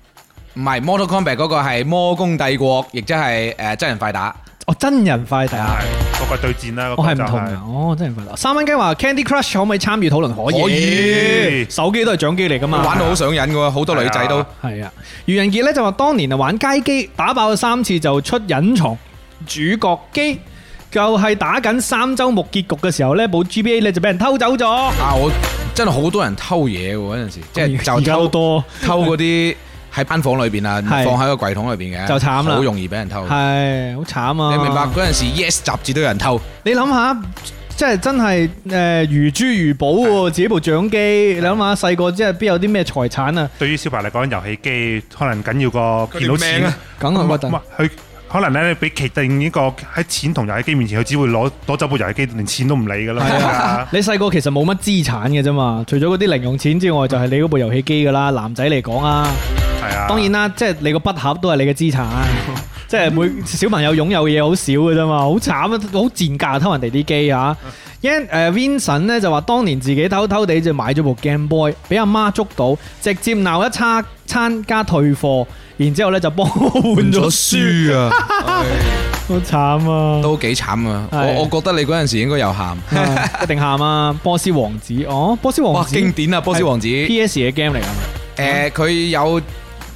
Speaker 3: 唔係 Mortal Kombat 嗰個係魔宮帝國，亦即係誒真人快打。
Speaker 2: 哦，真人快
Speaker 3: 係
Speaker 2: 打
Speaker 3: 啊。
Speaker 4: 係嗰個對戰啦，嗰
Speaker 2: 我
Speaker 4: 個
Speaker 2: 係唔
Speaker 4: 就
Speaker 2: 同嘅，哦，真人快樂。三蚊雞話 Candy Crush 可唔可以參與討論？可
Speaker 3: 可
Speaker 2: 以，
Speaker 4: 以
Speaker 2: 手機都係掌機嚟噶嘛。
Speaker 3: 玩到好上癮嘅喎，好多女仔都
Speaker 4: 係
Speaker 2: 嗯係啊。愚人傑咧就話當年啊玩街機打爆咗三次就出隱藏主角機，就係打緊三周目結局嘅時候咧，部 GBA 咧就俾人偷走咗。
Speaker 3: 啊！我真係好多人偷嘢喎嗰陣時，即係
Speaker 2: 而
Speaker 3: 就
Speaker 2: 家好
Speaker 3: 偷
Speaker 2: 多
Speaker 3: 偷嗰啲喺班房裏邊啊，
Speaker 2: 係
Speaker 3: 放喺個櫃桶裏邊嘅，
Speaker 2: 就慘啦啊
Speaker 3: 好容易俾人偷。
Speaker 2: 係好慘啊！
Speaker 3: 你明白嗰陣時 E Yes 雜誌都有人偷，
Speaker 2: 你諗下，即係真係诶如珠如寶喎，自己部掌機，你諗下細個即係邊有啲咩財產啊？
Speaker 4: 對於小白嚟講，遊戲機可能緊要過見到錢
Speaker 3: 佢條命啊
Speaker 2: 梗係
Speaker 4: 唔
Speaker 2: 核
Speaker 4: 係唔
Speaker 2: 突
Speaker 4: 係。佢可能咧，你俾其定呢個喺錢同遊戲機面前，佢只會攞攞走部遊戲機，連錢都唔理噶啦。
Speaker 2: 係
Speaker 4: 係啊
Speaker 2: 你細個其實冇乜資產嘅啫嘛，除咗嗰啲零用錢之外，就係你嗰部遊戲機噶啦。男仔嚟講啊，
Speaker 4: 係啊，
Speaker 2: 當然啦，即係你個筆盒都係你嘅資 產，即係每小朋友擁有嘅嘢好少嘅啫嘛，好慘啊，好賤價偷人哋啲機啊！因誒 Vincent 咧就話，當年自己偷偷地就買咗部 Game Boy，俾阿媽捉到，直接鬧一餐餐加退貨，然之後咧就幫我換咗書，
Speaker 3: 啊，
Speaker 2: 好慘啊！
Speaker 3: 都幾慘啊！
Speaker 2: 係
Speaker 3: 我我覺得你嗰陣時應該有喊。
Speaker 2: 一定喊啊！波斯王子，哦，波斯王
Speaker 3: 哇，
Speaker 2: 子
Speaker 3: 經典啊！波斯王子，誒
Speaker 2: PS 嘅 game 嚟㗎。
Speaker 3: 佢有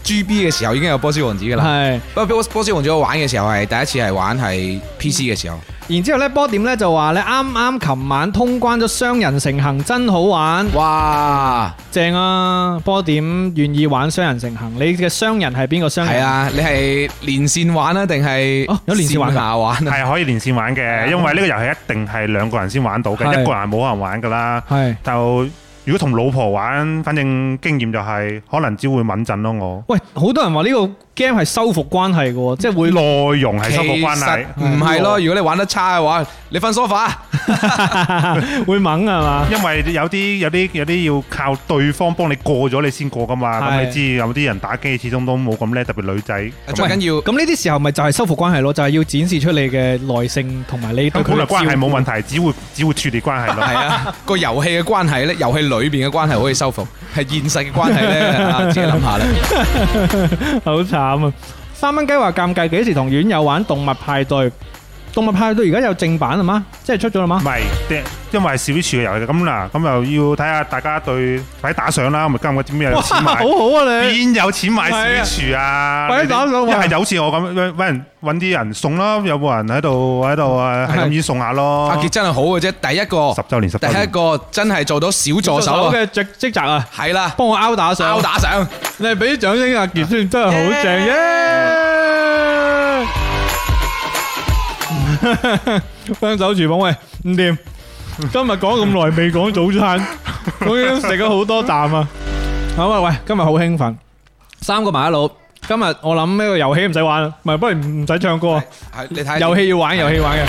Speaker 3: GB 嘅時候已經有波斯王子噶啦。
Speaker 2: 系，
Speaker 3: 不過波波斯王子我玩嘅時候係第一次係玩係
Speaker 2: 嗯
Speaker 3: PC 嘅時候，
Speaker 2: 然之后咧，波點咧就話咧，啱啱琴晚通關咗雙人成行，真好玩，
Speaker 3: 哇！
Speaker 2: 正啊！波點願意玩雙人成行，你嘅雙人係邊個雙人？
Speaker 3: 係，啊，你係連線玩啊，定係
Speaker 2: 哦有連線玩㗎
Speaker 3: 線下玩啊？
Speaker 4: 係可以連線玩嘅，因為呢個遊戲一定係兩個人先玩到嘅，
Speaker 2: 係
Speaker 4: 一個人冇可能玩噶啦。
Speaker 2: 系。
Speaker 4: 就如果同老婆玩，反正經驗就係可能只會穩陣咯。我
Speaker 2: 喂，好多人話呢個 game 係修復關係嘅喎，即係會
Speaker 4: 內容係修復關係，
Speaker 3: 其實唔係咯，如果你玩得差嘅話，你瞓 sofa， Ờ,
Speaker 2: 會猛係嘛？
Speaker 4: 因為有啲有啲有啲要靠對方幫你過咗你先過噶嘛。咁
Speaker 2: 係
Speaker 4: 你知有啲人打機始終都冇咁叻，特別女仔。
Speaker 3: 最緊要
Speaker 2: 咁呢啲時候咪就係修復關係咯，就係要展示出你嘅耐性同埋你對佢
Speaker 4: 咁本來
Speaker 2: 嘅
Speaker 4: 關係冇問
Speaker 2: 問
Speaker 4: 題，只會只會處理 關係咯。
Speaker 3: 係啊，個遊戲嘅關係咧，遊戲裏邊嘅關係可以修復，係現實嘅關係咧，啊自己諗下啦。
Speaker 2: 題， 好慘啊！三蚊雞話尷尬，幾時同院友玩動物派對？動物派對而家有正版係嘛？即係出咗啦嘛
Speaker 4: 唔？係，即因為係小處嘅遊戲咁嗱，咁又要睇下大家對睇打賞啦，咪今日點有
Speaker 2: 哇，
Speaker 4: 錢
Speaker 2: 好
Speaker 4: 買？
Speaker 2: 好啊你！
Speaker 4: 邊有錢買小廚啊？
Speaker 2: 係啊快
Speaker 4: 你哋
Speaker 2: 啲打賞
Speaker 4: 一
Speaker 2: 喎
Speaker 4: 係就好似我咁，揾揾人揾啲人送啦，有冇人喺度喺度啊？係咁意送下咯
Speaker 3: 阿。傑真係好嘅啫，第一個
Speaker 4: 十週年十
Speaker 3: 第
Speaker 4: 週
Speaker 3: 一
Speaker 4: 年，
Speaker 3: 個真係做到小助手啊，
Speaker 2: 嘅職職責啊，
Speaker 3: 係啦，
Speaker 2: 幫我拗打上，
Speaker 3: 包打賞。
Speaker 2: 你係俾啲掌聲阿杰先，真係好正耶！ 雙手廚房喂，唔掂，今日講咁耐未講早餐，我已經食咗好多啖啊！好啊喂，今日好興奮，三個麻甩佬，今日我諗呢個遊戲唔使玩啦，唔係不如唔唔使唱歌啊。
Speaker 3: 係你睇
Speaker 2: 遊戲要玩，遊戲玩嘅，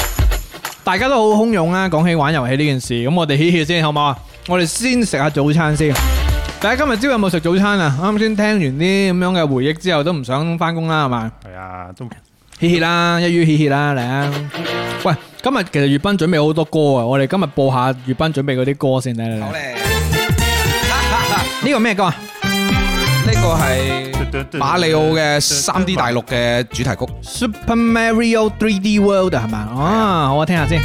Speaker 2: 大家都好洶湧啊！講起玩遊戲呢件事，咁我哋歇歇先好唔好啊？我哋先食下早餐先。大家今日朝有冇食早餐啊？啱先聽完啲咁樣嘅回憶之後，都唔想翻工啦，係嘛？
Speaker 4: 係啊，都
Speaker 2: 歇歇啦，一於歇歇啦，嚟啊！喂，今日其實粵斌準備好多歌啊，我哋今日播下粵斌準備嗰啲歌先嚟嚟
Speaker 3: 好
Speaker 2: 嚟
Speaker 3: 咧，
Speaker 2: 呢個咩歌啊？
Speaker 3: 呢個係馬里奧嘅三 D 大陸嘅主題曲。
Speaker 2: Super Mario 3D World 啊係咪？啊，好啊，聽下先。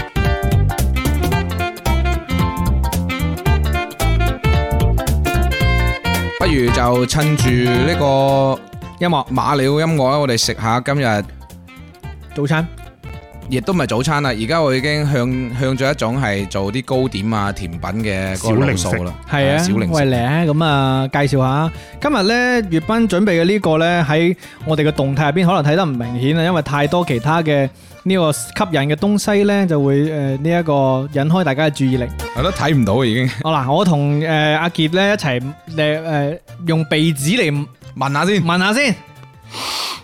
Speaker 3: 不如就趁住呢個
Speaker 2: 音樂
Speaker 3: 馬里奧音樂咧，我哋食下今日
Speaker 2: 早餐
Speaker 3: 亦都唔係早餐啦。而家我已經向向咗一種係做啲糕點啊、甜品嘅嗰個路數啦，
Speaker 2: 係啊，
Speaker 3: 小零
Speaker 2: 喂
Speaker 3: 食。
Speaker 2: 咧，咁啊介紹下，今日咧粵斌準備嘅呢個咧喺我哋嘅動態入邊可能睇得唔明顯啊，因為太多其他嘅呢個吸引嘅東西咧就會誒呢一個引開大家嘅注意力。
Speaker 3: 我都睇唔到已經，
Speaker 2: 好嗱，我同誒阿傑咧一齊誒誒用鼻子嚟
Speaker 3: 問下先
Speaker 2: 聞下先，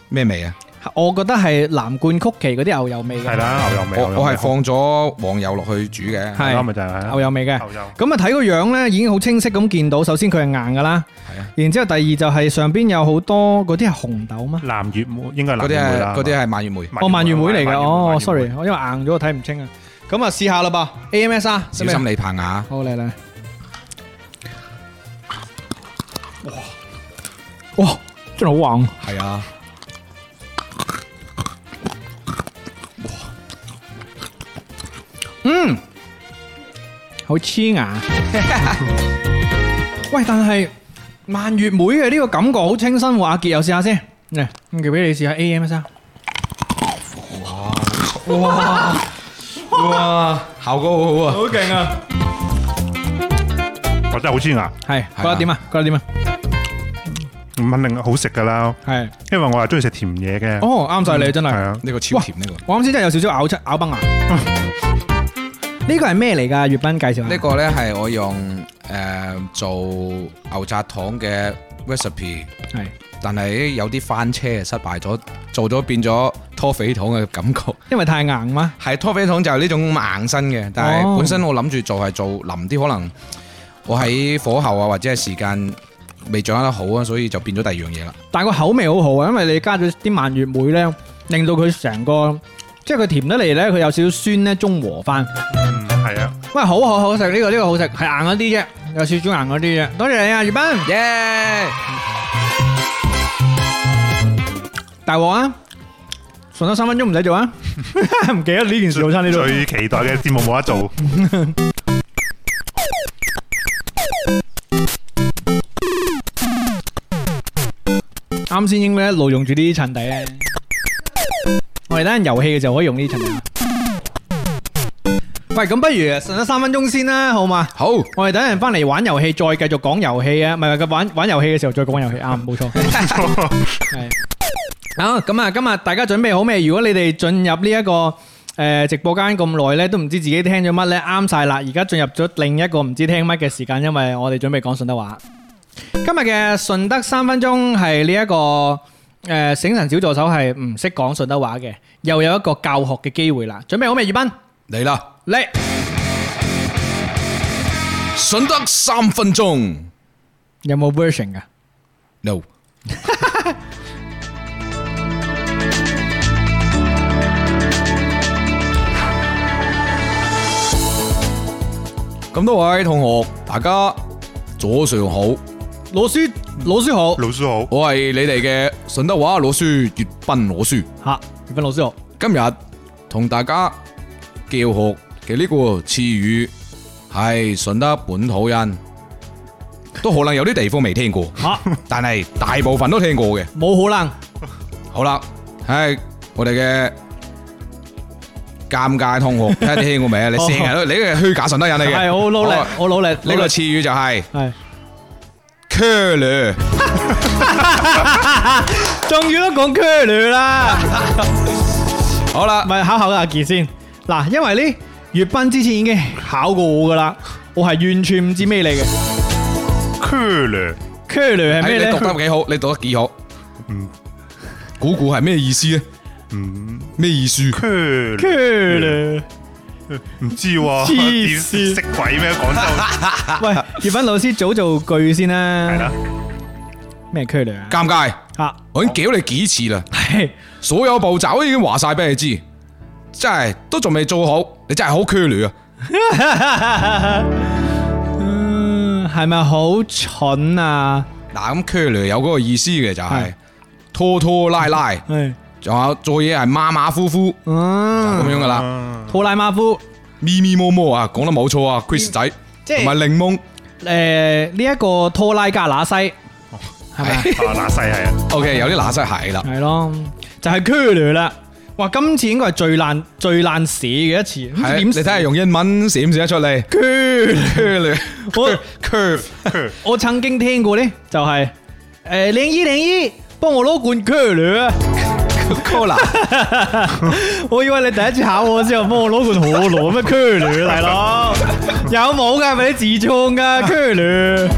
Speaker 3: 咩味啊？
Speaker 2: 我覺得係藍罐曲奇嗰啲牛油味
Speaker 4: 係
Speaker 2: 嘅，
Speaker 4: 啦，牛油味。
Speaker 3: 我我係
Speaker 4: 牛油味
Speaker 3: 放咗黃油落去煮嘅，
Speaker 2: 係
Speaker 4: 啱咪就係係
Speaker 2: 牛
Speaker 4: 啦
Speaker 2: 油味嘅。
Speaker 4: 牛油。
Speaker 2: 咁啊睇個樣咧，已經好清晰咁見到，首先佢係硬噶啦，
Speaker 3: 係啊
Speaker 2: 然之後第二就係上邊有好多嗰啲係紅豆嗎？
Speaker 4: 藍月妹應該係
Speaker 3: 嗰
Speaker 4: 藍
Speaker 3: 啲
Speaker 4: 月妹
Speaker 3: 係
Speaker 4: 啦。
Speaker 3: 嗰啲係蔓越莓，
Speaker 2: 哦，蔓越莓嚟
Speaker 4: 蔓
Speaker 2: 嘅，
Speaker 4: 越莓
Speaker 2: 哦
Speaker 4: 蔓越莓
Speaker 2: ，sorry，我因為硬咗，我睇唔清啊。咁啊，試下啦噃，AMS 啊，
Speaker 3: 小
Speaker 2: 得未
Speaker 3: 心你棚牙。
Speaker 2: 好嚟嚟。哇！哇！真係好硬，
Speaker 3: 係啊，
Speaker 2: 好黐牙。 喂，但係蔓越莓嘅呢個感覺好清新喎，阿傑又試下先。嚟，咁傑俾你試下 AMS 啊。
Speaker 3: 哇，效果好好 啊！
Speaker 2: 好勁啊！
Speaker 4: 我真係好黐牙。à.
Speaker 2: 係，覺得點啊？覺得點啊？
Speaker 4: 唔肯定好食噶啦，
Speaker 2: 係
Speaker 4: 因為我係中意食甜嘢嘅。
Speaker 2: 哦，啱晒你真
Speaker 4: 係
Speaker 2: 係。
Speaker 4: 啊，
Speaker 3: 呢個超甜呢個。
Speaker 2: 我啱先真係有少少咬出咬崩牙。啊呢個係咩嚟㗎？粵斌介紹下。
Speaker 3: 呢個呢係我用诶、呃做牛轧糖嘅 recipe，
Speaker 2: 係
Speaker 3: 但係有啲翻車失敗咗，做咗變咗拖肥糖嘅感覺。
Speaker 2: 因為太硬嘛。
Speaker 3: 係拖肥糖就係呢種硬身嘅，但
Speaker 2: 哦
Speaker 3: 係本身我諗住做係做淋啲，可能我喺火候啊或者係時間未掌握得好啊，所以就變咗第二樣嘢啦。
Speaker 2: 但個口味好好啊，因為你加咗啲蔓越莓咧，令到佢成個即係佢甜得嚟咧，佢有少少酸咧，中和翻。
Speaker 4: 嗯係啊，
Speaker 2: 喂，好好好食呢、個呢、個好食，係硬嗰啲啫，有少少硬嗰啲啫。多謝你啊，粵斌，
Speaker 3: 耶、
Speaker 2: 大鑊啊！順咗三分鐘唔使做啊！ 唔記得呢件事早餐呢度。
Speaker 4: 最期待嘅節目冇得做，
Speaker 2: 啱先應該一路用住呢啲襯底咧，我哋等陣遊戲嘅時候可以用呢啲襯底。啊喂，咁不如剩咗三分鐘先啦，好嘛？
Speaker 3: 好，
Speaker 2: 我哋等陣翻嚟玩遊戲，再繼續講遊戲啊，唔係唔係玩玩遊戲嘅時候再講遊戲，啱冇錯。係好，咁啊，今日大家準備好未？如果你哋進入呢、一個诶、呃直播間咁耐咧，都唔知自己聽咗乜咧，啱晒啦！而家進入咗另一個唔知聽乜嘅時間，因為我哋準備講順德話。今日嘅順德三分鐘係呢一個诶、呃醒神小助手係唔識講順德話嘅，又有一個教學嘅機會啦！準備好未，葉斌？
Speaker 3: 嚟啦！
Speaker 2: 嚟！
Speaker 3: 順德三分鐘
Speaker 2: 有冇 version 噶？
Speaker 3: ，no。咁多位同學，大家早上好，
Speaker 2: 老師，老師好。
Speaker 4: 老鼠好，
Speaker 3: 我係你哋嘅順德話老師粵斌老師。
Speaker 2: 吓，葉斌老師好。
Speaker 3: 今日同大家教學嘅呢個詞語係順德本土人都可能有啲地方未 聽過，
Speaker 2: 吓，
Speaker 3: 但係大部分都聽過嘅。
Speaker 2: 冇可 能。
Speaker 3: 好啦，係我哋嘅尷尬 同學，睇下你聽過未啊？你成日都你係虛假順德人嚟嘅，
Speaker 2: 哦係，我努力
Speaker 3: 哎好，啊
Speaker 2: 我努力。
Speaker 3: 呢個詞語就係
Speaker 2: 係。
Speaker 3: curly。curler
Speaker 2: 仲要都講 curly 啦，
Speaker 3: 好啦，
Speaker 2: 咪考考阿杰先。嗱，因為呢，粵斌之前已經考過我噶啦，我係完全唔知咩嚟嘅。
Speaker 4: c 咧，
Speaker 2: curly 係
Speaker 3: 係
Speaker 2: 咩
Speaker 3: 哎你讀
Speaker 2: 咧？
Speaker 3: 得幾好？你讀得幾好？
Speaker 4: 嗯
Speaker 3: 估估係咩意思咧？
Speaker 4: 嗯
Speaker 3: 咩意思？
Speaker 4: c 咧。
Speaker 2: curly，
Speaker 4: 唔知喎，
Speaker 2: 黐
Speaker 4: 點
Speaker 2: 線
Speaker 4: 識鬼咩？廣州
Speaker 3: 嗯
Speaker 2: 喂， 粵斌老師早做句先
Speaker 4: 係
Speaker 2: 啦
Speaker 4: 啦。，
Speaker 2: 咩 curly 啊？
Speaker 3: 尷尬，
Speaker 2: 吓，
Speaker 3: 我已經屌你幾次啦！
Speaker 2: 係
Speaker 3: 所有步驟都已經話晒俾你知，真係都仲未做好，你真係好 curly 啊！
Speaker 2: 嗯係咪好蠢啊？
Speaker 3: 嗱，咁 curly 有嗰個意思嘅就係
Speaker 2: 係
Speaker 3: 拖拖拉拉，
Speaker 2: 係，
Speaker 3: 仲有做嘢係馬馬虎虎
Speaker 2: 嗯，
Speaker 3: 咁樣噶啦，
Speaker 4: 啊
Speaker 2: 拖拉馬夫。
Speaker 3: 咪咪摸摸啊，講得冇錯啊，Chris 仔
Speaker 2: 嗯即係
Speaker 3: 同埋檸檬
Speaker 2: 誒呃呢一個拖拉加那西係
Speaker 3: 哦
Speaker 2: 咪？
Speaker 4: 啊那西係啊，
Speaker 3: ，OK 有啲乸西鞋啦，
Speaker 2: 係咯，就係 Curly 啦。哇，今次應該係最爛最爛屎嘅一次，咁
Speaker 3: 係啊你
Speaker 2: 點
Speaker 3: 睇下用英文寫唔寫得出嚟
Speaker 2: Curly？
Speaker 3: ？curly
Speaker 2: 我
Speaker 3: curve
Speaker 2: 我曾經聽過呢，就呃係誒靚姨靚姨，幫我攞罐 Curly 啊！
Speaker 3: cola
Speaker 2: 我以為你第一次考我之後，幫我攞罐可樂咩 Curly 啊，大佬有冇㗎？係咪你自創㗎 Curly？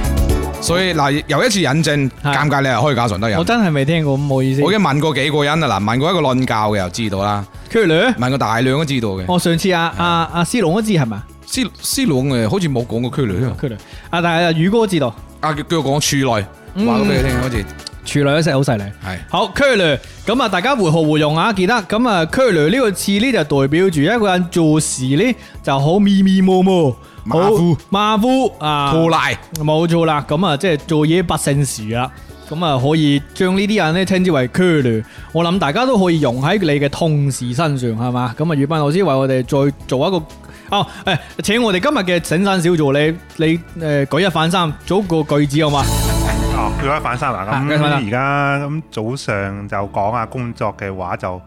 Speaker 3: 所以嗱又一次引證，
Speaker 2: 係
Speaker 3: 尷尬你係開假順德人
Speaker 2: 我，真係未聽過，唔好意思
Speaker 3: 我已。經問過幾個人啦，嗱問過一個論教嘅又知道啦，
Speaker 2: Curly，
Speaker 3: 問過大量都知道嘅。
Speaker 2: 我哦上次阿阿阿斯龍嗰支係咪啊
Speaker 3: C C 朗誒好似冇講過區女啊，
Speaker 2: ？Curly，啊但係阿宇哥知道。
Speaker 3: 啊叫叫我講處女，話咗俾你聽好似
Speaker 2: 處女一隻好犀利。
Speaker 3: 係
Speaker 2: 好 c u r l 咁啊，大家互學互用啊，記得咁啊 c u r l 呢個字呢，就代表住一個人做事呢就好咪咪摸摸，
Speaker 3: 馬虎
Speaker 2: 好馬虎啊，
Speaker 3: 拖拉，
Speaker 2: 冇錯啦，咁啊即係做嘢不勝事啦。咁啊，可以將呢啲人咧稱之為 c u r l 我諗大家都可以用喺你嘅同事身上，係嘛？咁啊，宇斌老師為我哋再做一個哦，誒、請我哋今日嘅醒山小組，你你誒、呃、舉一反三，組個句子好嘛？
Speaker 4: 哦，佢喺反山嗱
Speaker 2: 啊
Speaker 4: 咁，
Speaker 2: 佢反山
Speaker 4: 而家咁早上就講下工作嘅話就，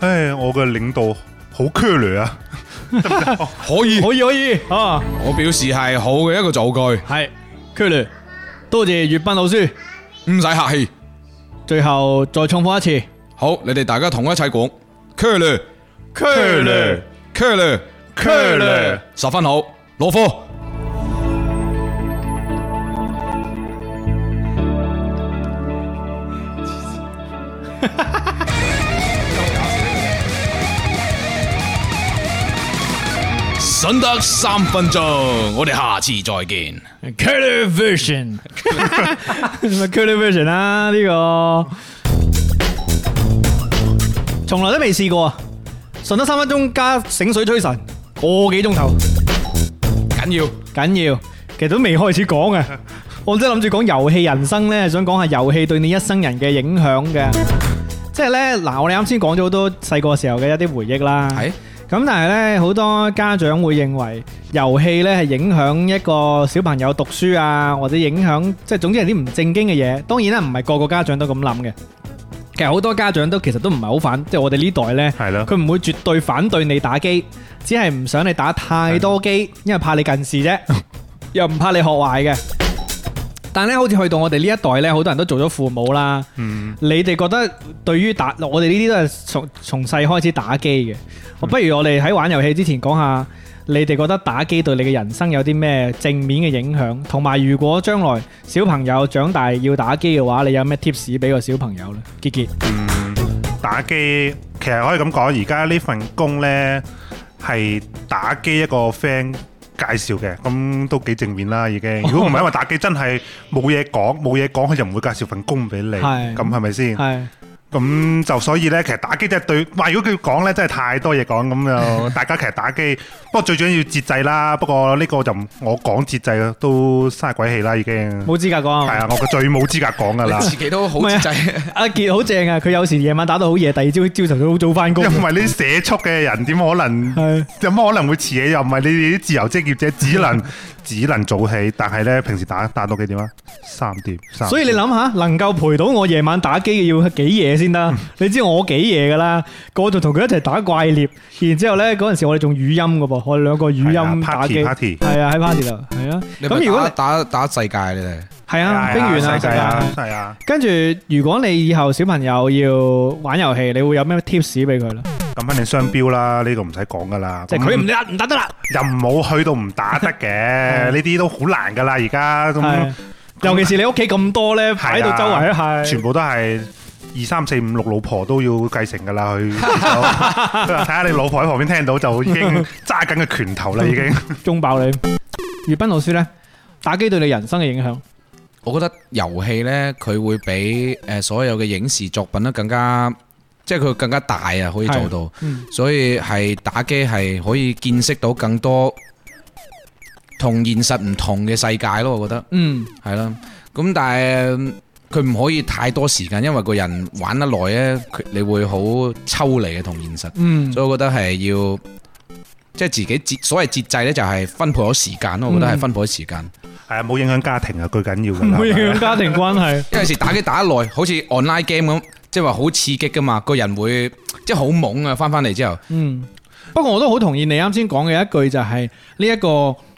Speaker 4: 唉，我嘅領導好 c 咧啊，
Speaker 3: 可以，
Speaker 2: 可以可以啊！
Speaker 3: 我表示係好嘅一個造句，
Speaker 2: 系 c u r 多謝粵斌老師。
Speaker 3: 唔使客氣。
Speaker 2: 最後再重複一次。
Speaker 3: 好，你哋大家同我一齊講 c u r l e
Speaker 4: Curler
Speaker 3: c u r l e
Speaker 4: Curler
Speaker 3: 十分好，攞科。省得三分鐘，我哋下次再見。
Speaker 2: Curly Vision，咪 Curly Vision 啦，呢個從來都未試過啊！順德三分鐘加醒水吹神，個幾鐘頭，
Speaker 3: 緊要。
Speaker 2: 緊要，其實都未開始講嘅。我真係諗住講遊戲人生呢，想講下遊戲對你一生人嘅影響嘅。即係呢，嗱，我哋啱先講咗好多細個時候嘅一啲回憶啦。
Speaker 3: 係
Speaker 2: 咁但係咧，好多家長會認為遊戲咧係影響一個小朋友讀書啊，或者影響即係總之係啲唔正經嘅嘢。當然啦，唔係個個家長都咁諗嘅。其實好多家長都其實都唔係好反，即係我哋呢代呢，
Speaker 4: 係咯
Speaker 2: 佢唔會絕對反對你打機，只係唔想你打太多機，因為怕你近視啫，又唔怕你學壞嘅。但咧，好似去到我哋呢一代呢，好多人都做咗父母啦。
Speaker 4: 嗯，
Speaker 2: 你哋覺得對於打我哋呢啲都係從從細開始打機嘅，
Speaker 4: 嗯
Speaker 2: 我不如我哋喺玩遊戲之前講下，你哋覺得打機對你嘅人生有啲咩正面嘅影響，同埋如果將來小朋友長大要打機嘅話，你有咩 tips 俾個小朋友呢？傑傑，
Speaker 4: 打機其實可以咁講，而家呢份工呢係打機一個 friend 介紹嘅，咁都幾正面啦已經。如果唔係因為打機真係冇嘢講，冇嘢講佢就唔會介紹份工 俾你，
Speaker 2: 係
Speaker 4: 咁係咪先？
Speaker 2: 係
Speaker 4: 咁就所以呢，其實打機真係對，哇！如果佢講呢，真係太多嘢講， 咁就大家其實打機，不過最緊要節制啦。不過呢個就唔我講節制都嘥鬼氣啦，已經。
Speaker 2: 冇資格講
Speaker 4: 係
Speaker 2: 啊！
Speaker 4: 啊，我最冇資格講噶啦
Speaker 3: 你，自己都好節制。
Speaker 2: 阿傑好正啊！佢有時夜晚打到好夜，第二朝朝頭早好早翻工
Speaker 4: 因。為呢啲社畜嘅人點可能
Speaker 2: 係
Speaker 4: 有乜可能會遲嘢？又唔係你哋啲自由職業者，只能只能早起。但係呢，平時打打到幾點啊？三點。三
Speaker 2: 所以你諗下，能夠陪到我夜晚打機嘅要幾夜先得？你知我幾夜噶啦？嗰度同佢一齊打怪獵，然之後咧嗰陣時我哋仲語音噶噃，我哋兩個語
Speaker 4: 係啊
Speaker 2: 音打機，
Speaker 4: party，party
Speaker 2: 係啊喺 party 度，係啊。
Speaker 3: 你咪
Speaker 2: 咁如果
Speaker 3: 打打打世界你哋，
Speaker 2: 你係啊冰原啊，
Speaker 4: 世界啊，係啊。
Speaker 2: 跟住如果你以後小朋友要玩遊戲，你會有咩 tips 俾佢咧？
Speaker 4: 咁肯定雙標啦，呢個唔使講噶啦。
Speaker 2: 即係佢唔打唔打得啦，
Speaker 4: 又唔好去到唔打得 嘅，呢啲都好難噶啦。而家
Speaker 2: 係
Speaker 4: 咁。
Speaker 2: 尤其是你屋企咁多咧，擺到周圍都係。
Speaker 4: 全部都係二三四五六老婆都要繼承噶啦， 佢就睇下你老婆喺旁邊聽到就已經揸緊個拳頭啦， 已經。
Speaker 2: 中爆你。粵斌老師咧，打機對你人生嘅影響，
Speaker 3: 我覺得遊戲呢，佢會比誒所有嘅影視作品咧更加，即係佢更加大啊，可以做到。
Speaker 2: 嗯，
Speaker 3: 所以係打機係可以見識到更多同現實唔同嘅世界咯，我覺得
Speaker 2: 嗯，
Speaker 3: 係啦。咁但係嗯佢唔可以太多時間，因為個人玩得耐呢，佢你會好抽離嘅同現實。
Speaker 2: 嗯。
Speaker 3: 所以我覺得係要即係自己節所謂節制呢，就係分配咗時間咯。我覺得係分配咗時間。
Speaker 4: 係啊，冇影響家庭啊，最緊要噶
Speaker 2: 唔
Speaker 4: 啦。
Speaker 2: 會影響家庭關 係。
Speaker 3: 因為有時打機打得耐，好似 online game 咁，即係話好刺激噶嘛，個人會即係好懵啊！翻翻嚟之後，
Speaker 2: 嗯，不過我都好同意你啱先講嘅一句，就係呢一個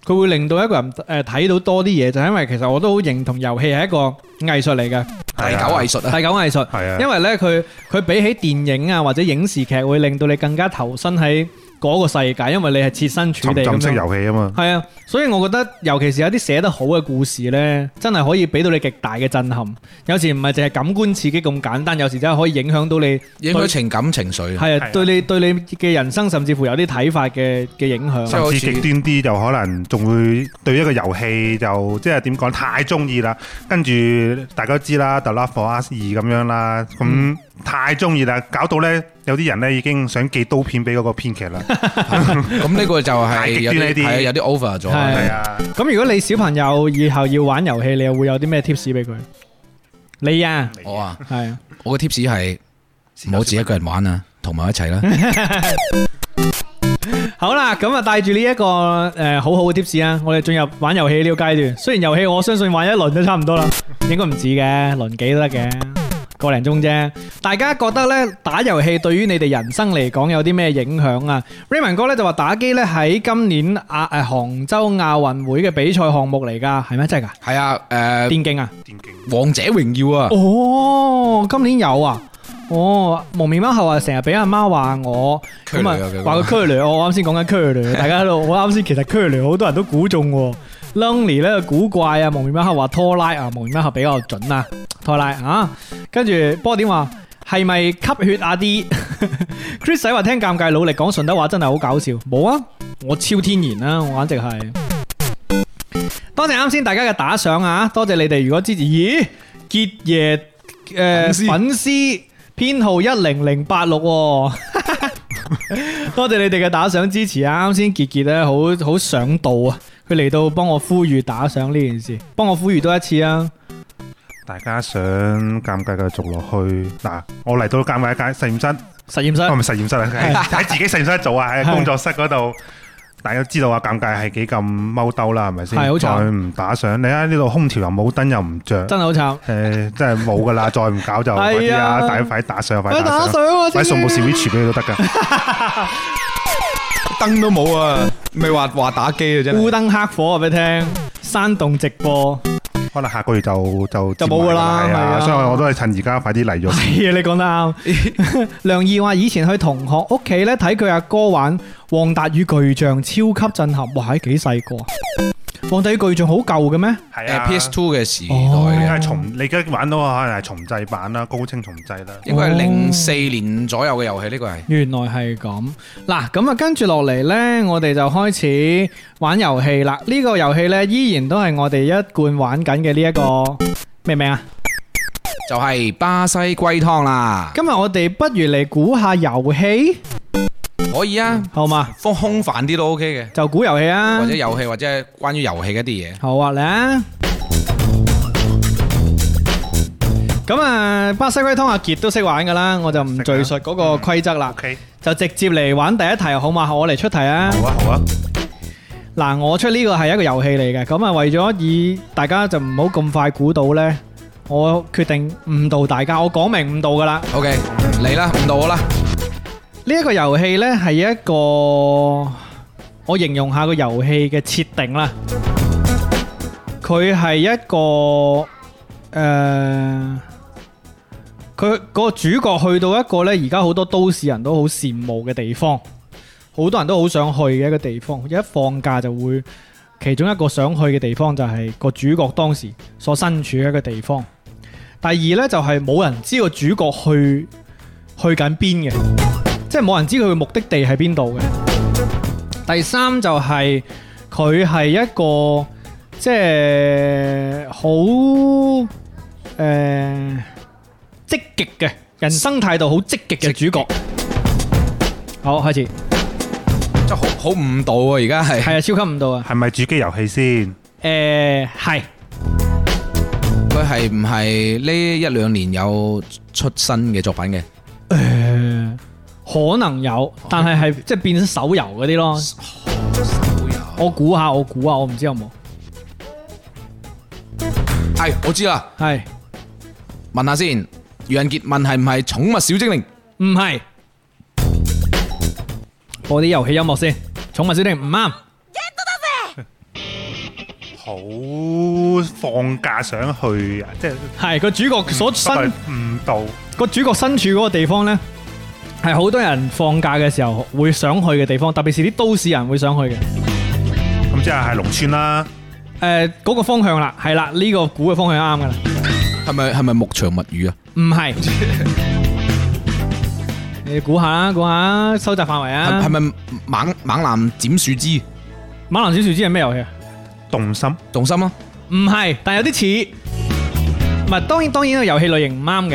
Speaker 2: 佢會令到一個人誒睇到多啲嘢，就係因為其實我都好認同遊戲係一個藝術嚟 嘅，
Speaker 3: 第
Speaker 4: 係啊
Speaker 3: 九藝術啊，
Speaker 2: 第九藝術。
Speaker 4: 係啊，
Speaker 2: 因為呢，佢佢比起電影啊或者影視劇，會令到你更加投身喺嗰個世界，因為你係設身處地
Speaker 4: 沉
Speaker 2: 咁
Speaker 4: 浸
Speaker 2: 樣。
Speaker 4: 式遊戲啊嘛。
Speaker 2: 係啊，所以我覺得，尤其是有啲寫得好嘅故事呢，真係可以俾到你極大嘅震撼。有時唔係淨係感官刺激咁簡單，有時真係可以影響到你
Speaker 3: 影響情感情緒啊。
Speaker 2: 係
Speaker 4: 係
Speaker 2: 啊
Speaker 4: 啊，
Speaker 2: 對你對你嘅人生甚至乎有啲睇法嘅嘅影響。
Speaker 3: 係
Speaker 4: 甚至極端啲就可能仲會對一個遊戲就即係點講太中意啦，跟住大家都知啦，《The Last of Us 二》咁樣啦，咁太中意啦，搞到呢，有啲人呢已經想寄刀片俾嗰個編劇啦，
Speaker 3: 咁呢個就
Speaker 4: 太
Speaker 3: 係
Speaker 4: 極
Speaker 3: 有
Speaker 4: 端呢
Speaker 3: 啲
Speaker 4: 啲
Speaker 3: 係啊有啲 over 咗
Speaker 2: 係。
Speaker 4: 係啊。
Speaker 2: 咁如果你小朋友以後要玩遊戲，你又會有啲咩 tips 俾佢？你呀，
Speaker 3: 我啊，
Speaker 2: 係啊
Speaker 3: 我嘅 tips 係唔好自己一個人玩啊，同埋我一 齊啦。
Speaker 2: 好啦，咁啊帶住呢一個誒好好嘅 tips 啊，我哋進入玩遊 戲呢個階段。雖然遊戲我相信玩一輪都差唔多啦，應該唔止嘅，輪幾都得嘅。個零鐘啫。大家覺得咧打遊戲對於你哋人生嚟講有啲咩影響啊？Raymond 哥咧就話打機咧喺今年亞誒杭州亞運會嘅比賽項目嚟㗎，係咩真係㗎？
Speaker 3: 系啊，诶，
Speaker 2: 電競啊？
Speaker 4: 電競
Speaker 3: 王者榮耀 啊，
Speaker 2: 哦，今年有啊！哦，蒙面貓後啊，成日俾阿媽話我，
Speaker 3: 佢
Speaker 2: 咁
Speaker 3: 嚟
Speaker 2: 啊
Speaker 3: 啊佢講
Speaker 2: 話個 c u r l y 我啱先講緊 c u r l y 大 家喺度，我啱先其實 c u r l y 好多人都估中喎。Lonely 咧古怪啊，蒙面貓後話拖拉啊，蒙面貓後比較準啊，拖拉啊，跟住波點話係咪吸血啊啲 ？Chris 仔話聽尷尬，努力講順德話真係好搞笑，冇啊，我超天然啦、我簡直係。多謝啱先大家嘅打賞啊！多謝你哋，如果支持，咦，傑爺
Speaker 3: 粉
Speaker 2: 誒
Speaker 3: 絲
Speaker 2: 粉絲編號一零零八六， 多謝你哋嘅打賞支持啊！啱先傑傑咧好好上道啊，佢嚟到幫我呼籲打賞呢件事，幫我呼籲多一次啊！
Speaker 4: 大家想尷尬繼續落去嗱，我嚟到尷尬界實驗室，啊
Speaker 2: 實驗室
Speaker 4: 唔係實驗室啦，喺喺自己實驗室做啊，喺
Speaker 2: 係
Speaker 4: 工作室嗰度。大家都知道啊，尷尬係幾咁踎兜啦，係咪先？
Speaker 2: 係好慘
Speaker 4: 再唔打賞，你喺呢度空調又冇燈又唔着，
Speaker 2: 真係好慘，
Speaker 4: 誒真係冇噶啦，再唔搞就
Speaker 2: 係啊
Speaker 4: 快啲啊！大家快啲打賞，快啲打賞，
Speaker 2: 賞啊
Speaker 4: 快啲送部 Switch 俾佢都得㗎。
Speaker 3: 燈都冇啊，咪話話打機啊真係。
Speaker 2: 烏燈黑火啊！俾你聽，山洞直 播。
Speaker 4: 可能下個月就就
Speaker 2: 就冇㗎啦
Speaker 4: 係
Speaker 2: 係啊
Speaker 4: 啊，所以我都係趁而家快啲嚟咗
Speaker 2: 係
Speaker 4: 先。
Speaker 2: 啊，你講得啱。 梁毅話：以前去同學屋企咧睇佢阿哥玩《旺達與巨像》，超級震撼。哇，喺幾細個啊！《旺達與巨像》好舊嘅咩？
Speaker 4: 係
Speaker 3: 誒 PS Two 嘅時代
Speaker 4: 你
Speaker 2: 哦
Speaker 3: 嘅，
Speaker 4: 而家係重，你而家玩到可能係重製版啦，高清重製啦。
Speaker 3: 應該係零四年左右嘅遊戲，呢個係。
Speaker 2: 原來係咁。嗱，咁啊，跟住落嚟呢，我哋就開始玩遊戲啦。呢、個遊戲呢，依然都係我哋一貫玩緊嘅呢一個咩名啊？
Speaker 3: 就係巴西龜湯啦，
Speaker 2: 今日我哋不如嚟估下遊戲，
Speaker 3: 可以啊，
Speaker 2: 好嘛？
Speaker 3: 放空泛啲都 OK 嘅，
Speaker 2: 就估遊戲啊
Speaker 3: 或者。遊戲或者係關於遊戲嘅一啲嘢。
Speaker 2: 好啊，嚟啊！咁啊，巴西龜湯阿杰都識玩噶啦，我就唔敘述嗰個規則啦，
Speaker 4: OK，
Speaker 2: 就直接嚟玩第一題好嘛？我嚟出題啊！
Speaker 4: 好啊好啊，
Speaker 2: 嗱，我出呢個係一個遊戲嚟嘅，咁啊為咗以大家就唔好咁快估到呢，我決定誤導大家，我講明誤導噶啦。
Speaker 3: OK，嚟啦，唔到我啦，
Speaker 2: 呢一個遊戲呢，係一個，我形容下個遊戲嘅設定啦。佢係一個誒，呃佢、個主角去到一個呢，而家好多都市人都好羨慕嘅地方，好多人都好想去嘅一個地方。一放假就會其中一個想去嘅地方就係個主角當時所身處嘅一個地方。第二呢，就係、冇人知個主角去去緊邊嘅。即係冇人知佢嘅目的地喺邊度嘅。第三就係佢係一個即係好誒積極嘅人生態度，好積極嘅主角。好，開始，
Speaker 3: 真係好好誤導啊！而家係
Speaker 2: 係啊，超級誤導啊！
Speaker 4: 係咪主機遊戲先？
Speaker 2: 誒係
Speaker 3: 佢係唔係呢一兩年有出新嘅作品嘅？
Speaker 2: 誒，可能有，但係係即係變咗手遊嗰啲咯。
Speaker 3: 手遊
Speaker 2: 我估下，我估下，我唔知有冇
Speaker 3: 係我知啦，
Speaker 2: 係
Speaker 3: 問下先，愚人傑問係唔係寵物小精靈？
Speaker 2: 唔係？播啲遊戲音樂先，《寵物小精靈》唔啱。
Speaker 4: 好放假想去啊，即係
Speaker 2: 系個主
Speaker 3: 嗯
Speaker 2: 角所身
Speaker 4: 誤導
Speaker 2: 個主角身處嗰個地方呢，係好多人放假嘅時候會想去嘅地方，特別是啲都市人會想去嘅。
Speaker 4: 咁即係係農村啦，
Speaker 2: 诶、嗰、個方向啦，係啦，呢、個估嘅方向啱噶啦，
Speaker 3: 係咪係咪牧場物語啊？
Speaker 2: 唔係。 你估下，估下收集範圍
Speaker 3: 係係
Speaker 2: 啊！
Speaker 3: 咪猛猛男剪樹枝？
Speaker 2: 馬蘭小樹枝係咩遊戲啊？
Speaker 4: 動心
Speaker 3: 動心咯，
Speaker 2: 唔係，但有啲似。唔係，當然當然個遊戲類型唔啱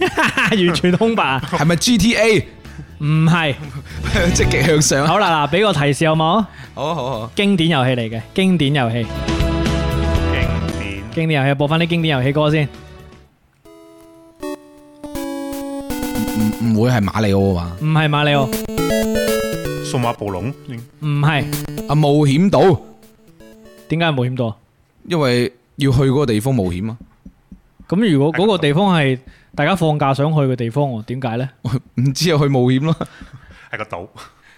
Speaker 2: 嘅。 完全空白啊，
Speaker 3: 係咪 GTA？
Speaker 2: 唔係。
Speaker 3: 積極向上啊！
Speaker 2: 好啦，嗱，俾個提示好冇？
Speaker 3: 好啊好啊好啊。
Speaker 2: 經典遊戲嚟嘅，經典遊戲，
Speaker 4: 經典
Speaker 2: 經典遊戲，播翻啲經典遊戲歌先。
Speaker 3: 唔唔會係馬里奧啊
Speaker 2: 唔係馬里奧，
Speaker 4: 數碼暴龍，
Speaker 2: 唔係，
Speaker 3: 嘛？啊冒險島，
Speaker 2: 點解係冒險島？
Speaker 3: 因為要去嗰個地方冒險啊？
Speaker 2: 咁如果嗰個地方係大家放假想去嘅地方喎，點解呢？
Speaker 3: 唔知啊，去冒險咯。
Speaker 4: 係個島。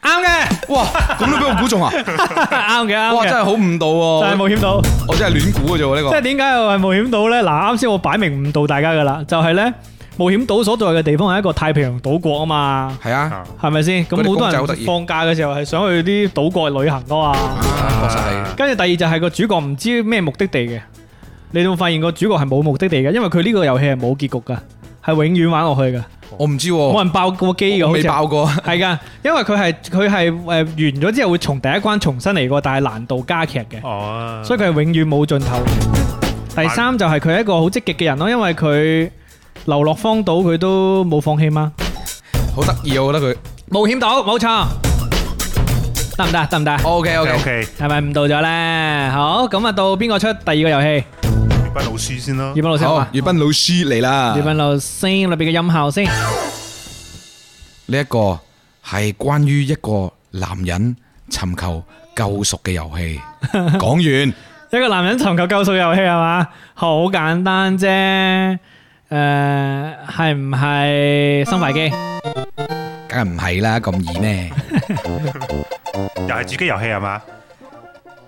Speaker 2: 啱嘅，
Speaker 3: 哇，咁都俾我估中啊！
Speaker 2: 啱嘅，
Speaker 3: 哇，
Speaker 2: 啱
Speaker 3: 真
Speaker 2: 嘅。
Speaker 3: 係好誤導
Speaker 2: 就係
Speaker 3: 喎，
Speaker 2: 冒險島，
Speaker 3: 我真係亂估嘅啫喎呢
Speaker 2: 即
Speaker 3: 個
Speaker 2: 係。點解我係冒險島呢？嗱，啱先我擺明誤導大家噶啦，就係呢，冒險島所在嘅地方係一個太平洋島國啊嘛，
Speaker 3: 係啊，
Speaker 4: 啊
Speaker 2: 係咪先？咁
Speaker 3: 嗰啲公仔
Speaker 2: 好
Speaker 3: 好
Speaker 2: 多
Speaker 3: 得意
Speaker 2: 人放假嘅時候係想去啲島國旅行噶嘛。
Speaker 3: 確實係。
Speaker 2: 跟住第二就係個主角唔知咩目的地嘅，你會發現個主角係冇目的地嘅，因為佢呢個遊戲係冇結局噶，係永遠玩落去噶，
Speaker 3: 我唔知
Speaker 2: 冇
Speaker 3: 喎，
Speaker 2: 人爆過機嘅，
Speaker 3: 我
Speaker 2: 好
Speaker 3: 未
Speaker 2: 似係
Speaker 3: 爆過。
Speaker 2: 係噶，因為佢係佢係誒完咗之後會從第一關重新嚟過，但係難度加劇嘅，
Speaker 4: 哦，
Speaker 2: 所以佢係永遠冇盡頭。第三就係佢係一個好積極嘅人咯，因為佢流落荒島佢都冇放棄嘛。
Speaker 3: 好得意啊！我覺得佢
Speaker 2: 冒險島冇錯，得唔得？得唔得？
Speaker 3: OK
Speaker 4: OK
Speaker 3: OK，
Speaker 4: OK，
Speaker 2: 係咪誤導咗呢？好，咁啊到邊個出第二個遊戲？
Speaker 4: 粵賓老師先啦
Speaker 2: 葉。斌老師好嘛
Speaker 3: 好，？葉斌老師嚟啦
Speaker 2: 葉。斌老師，裏邊嘅音效先。
Speaker 3: 呢一個係關於一個男人尋求救贖嘅遊戲。 講完，
Speaker 2: 一個男人尋求救贖遊戲係嘛？好簡單啫。誒，係唔係生化機？
Speaker 4: 啊
Speaker 3: 梗係唔係啦，咁易咩？
Speaker 4: 又係主機遊戲係嘛？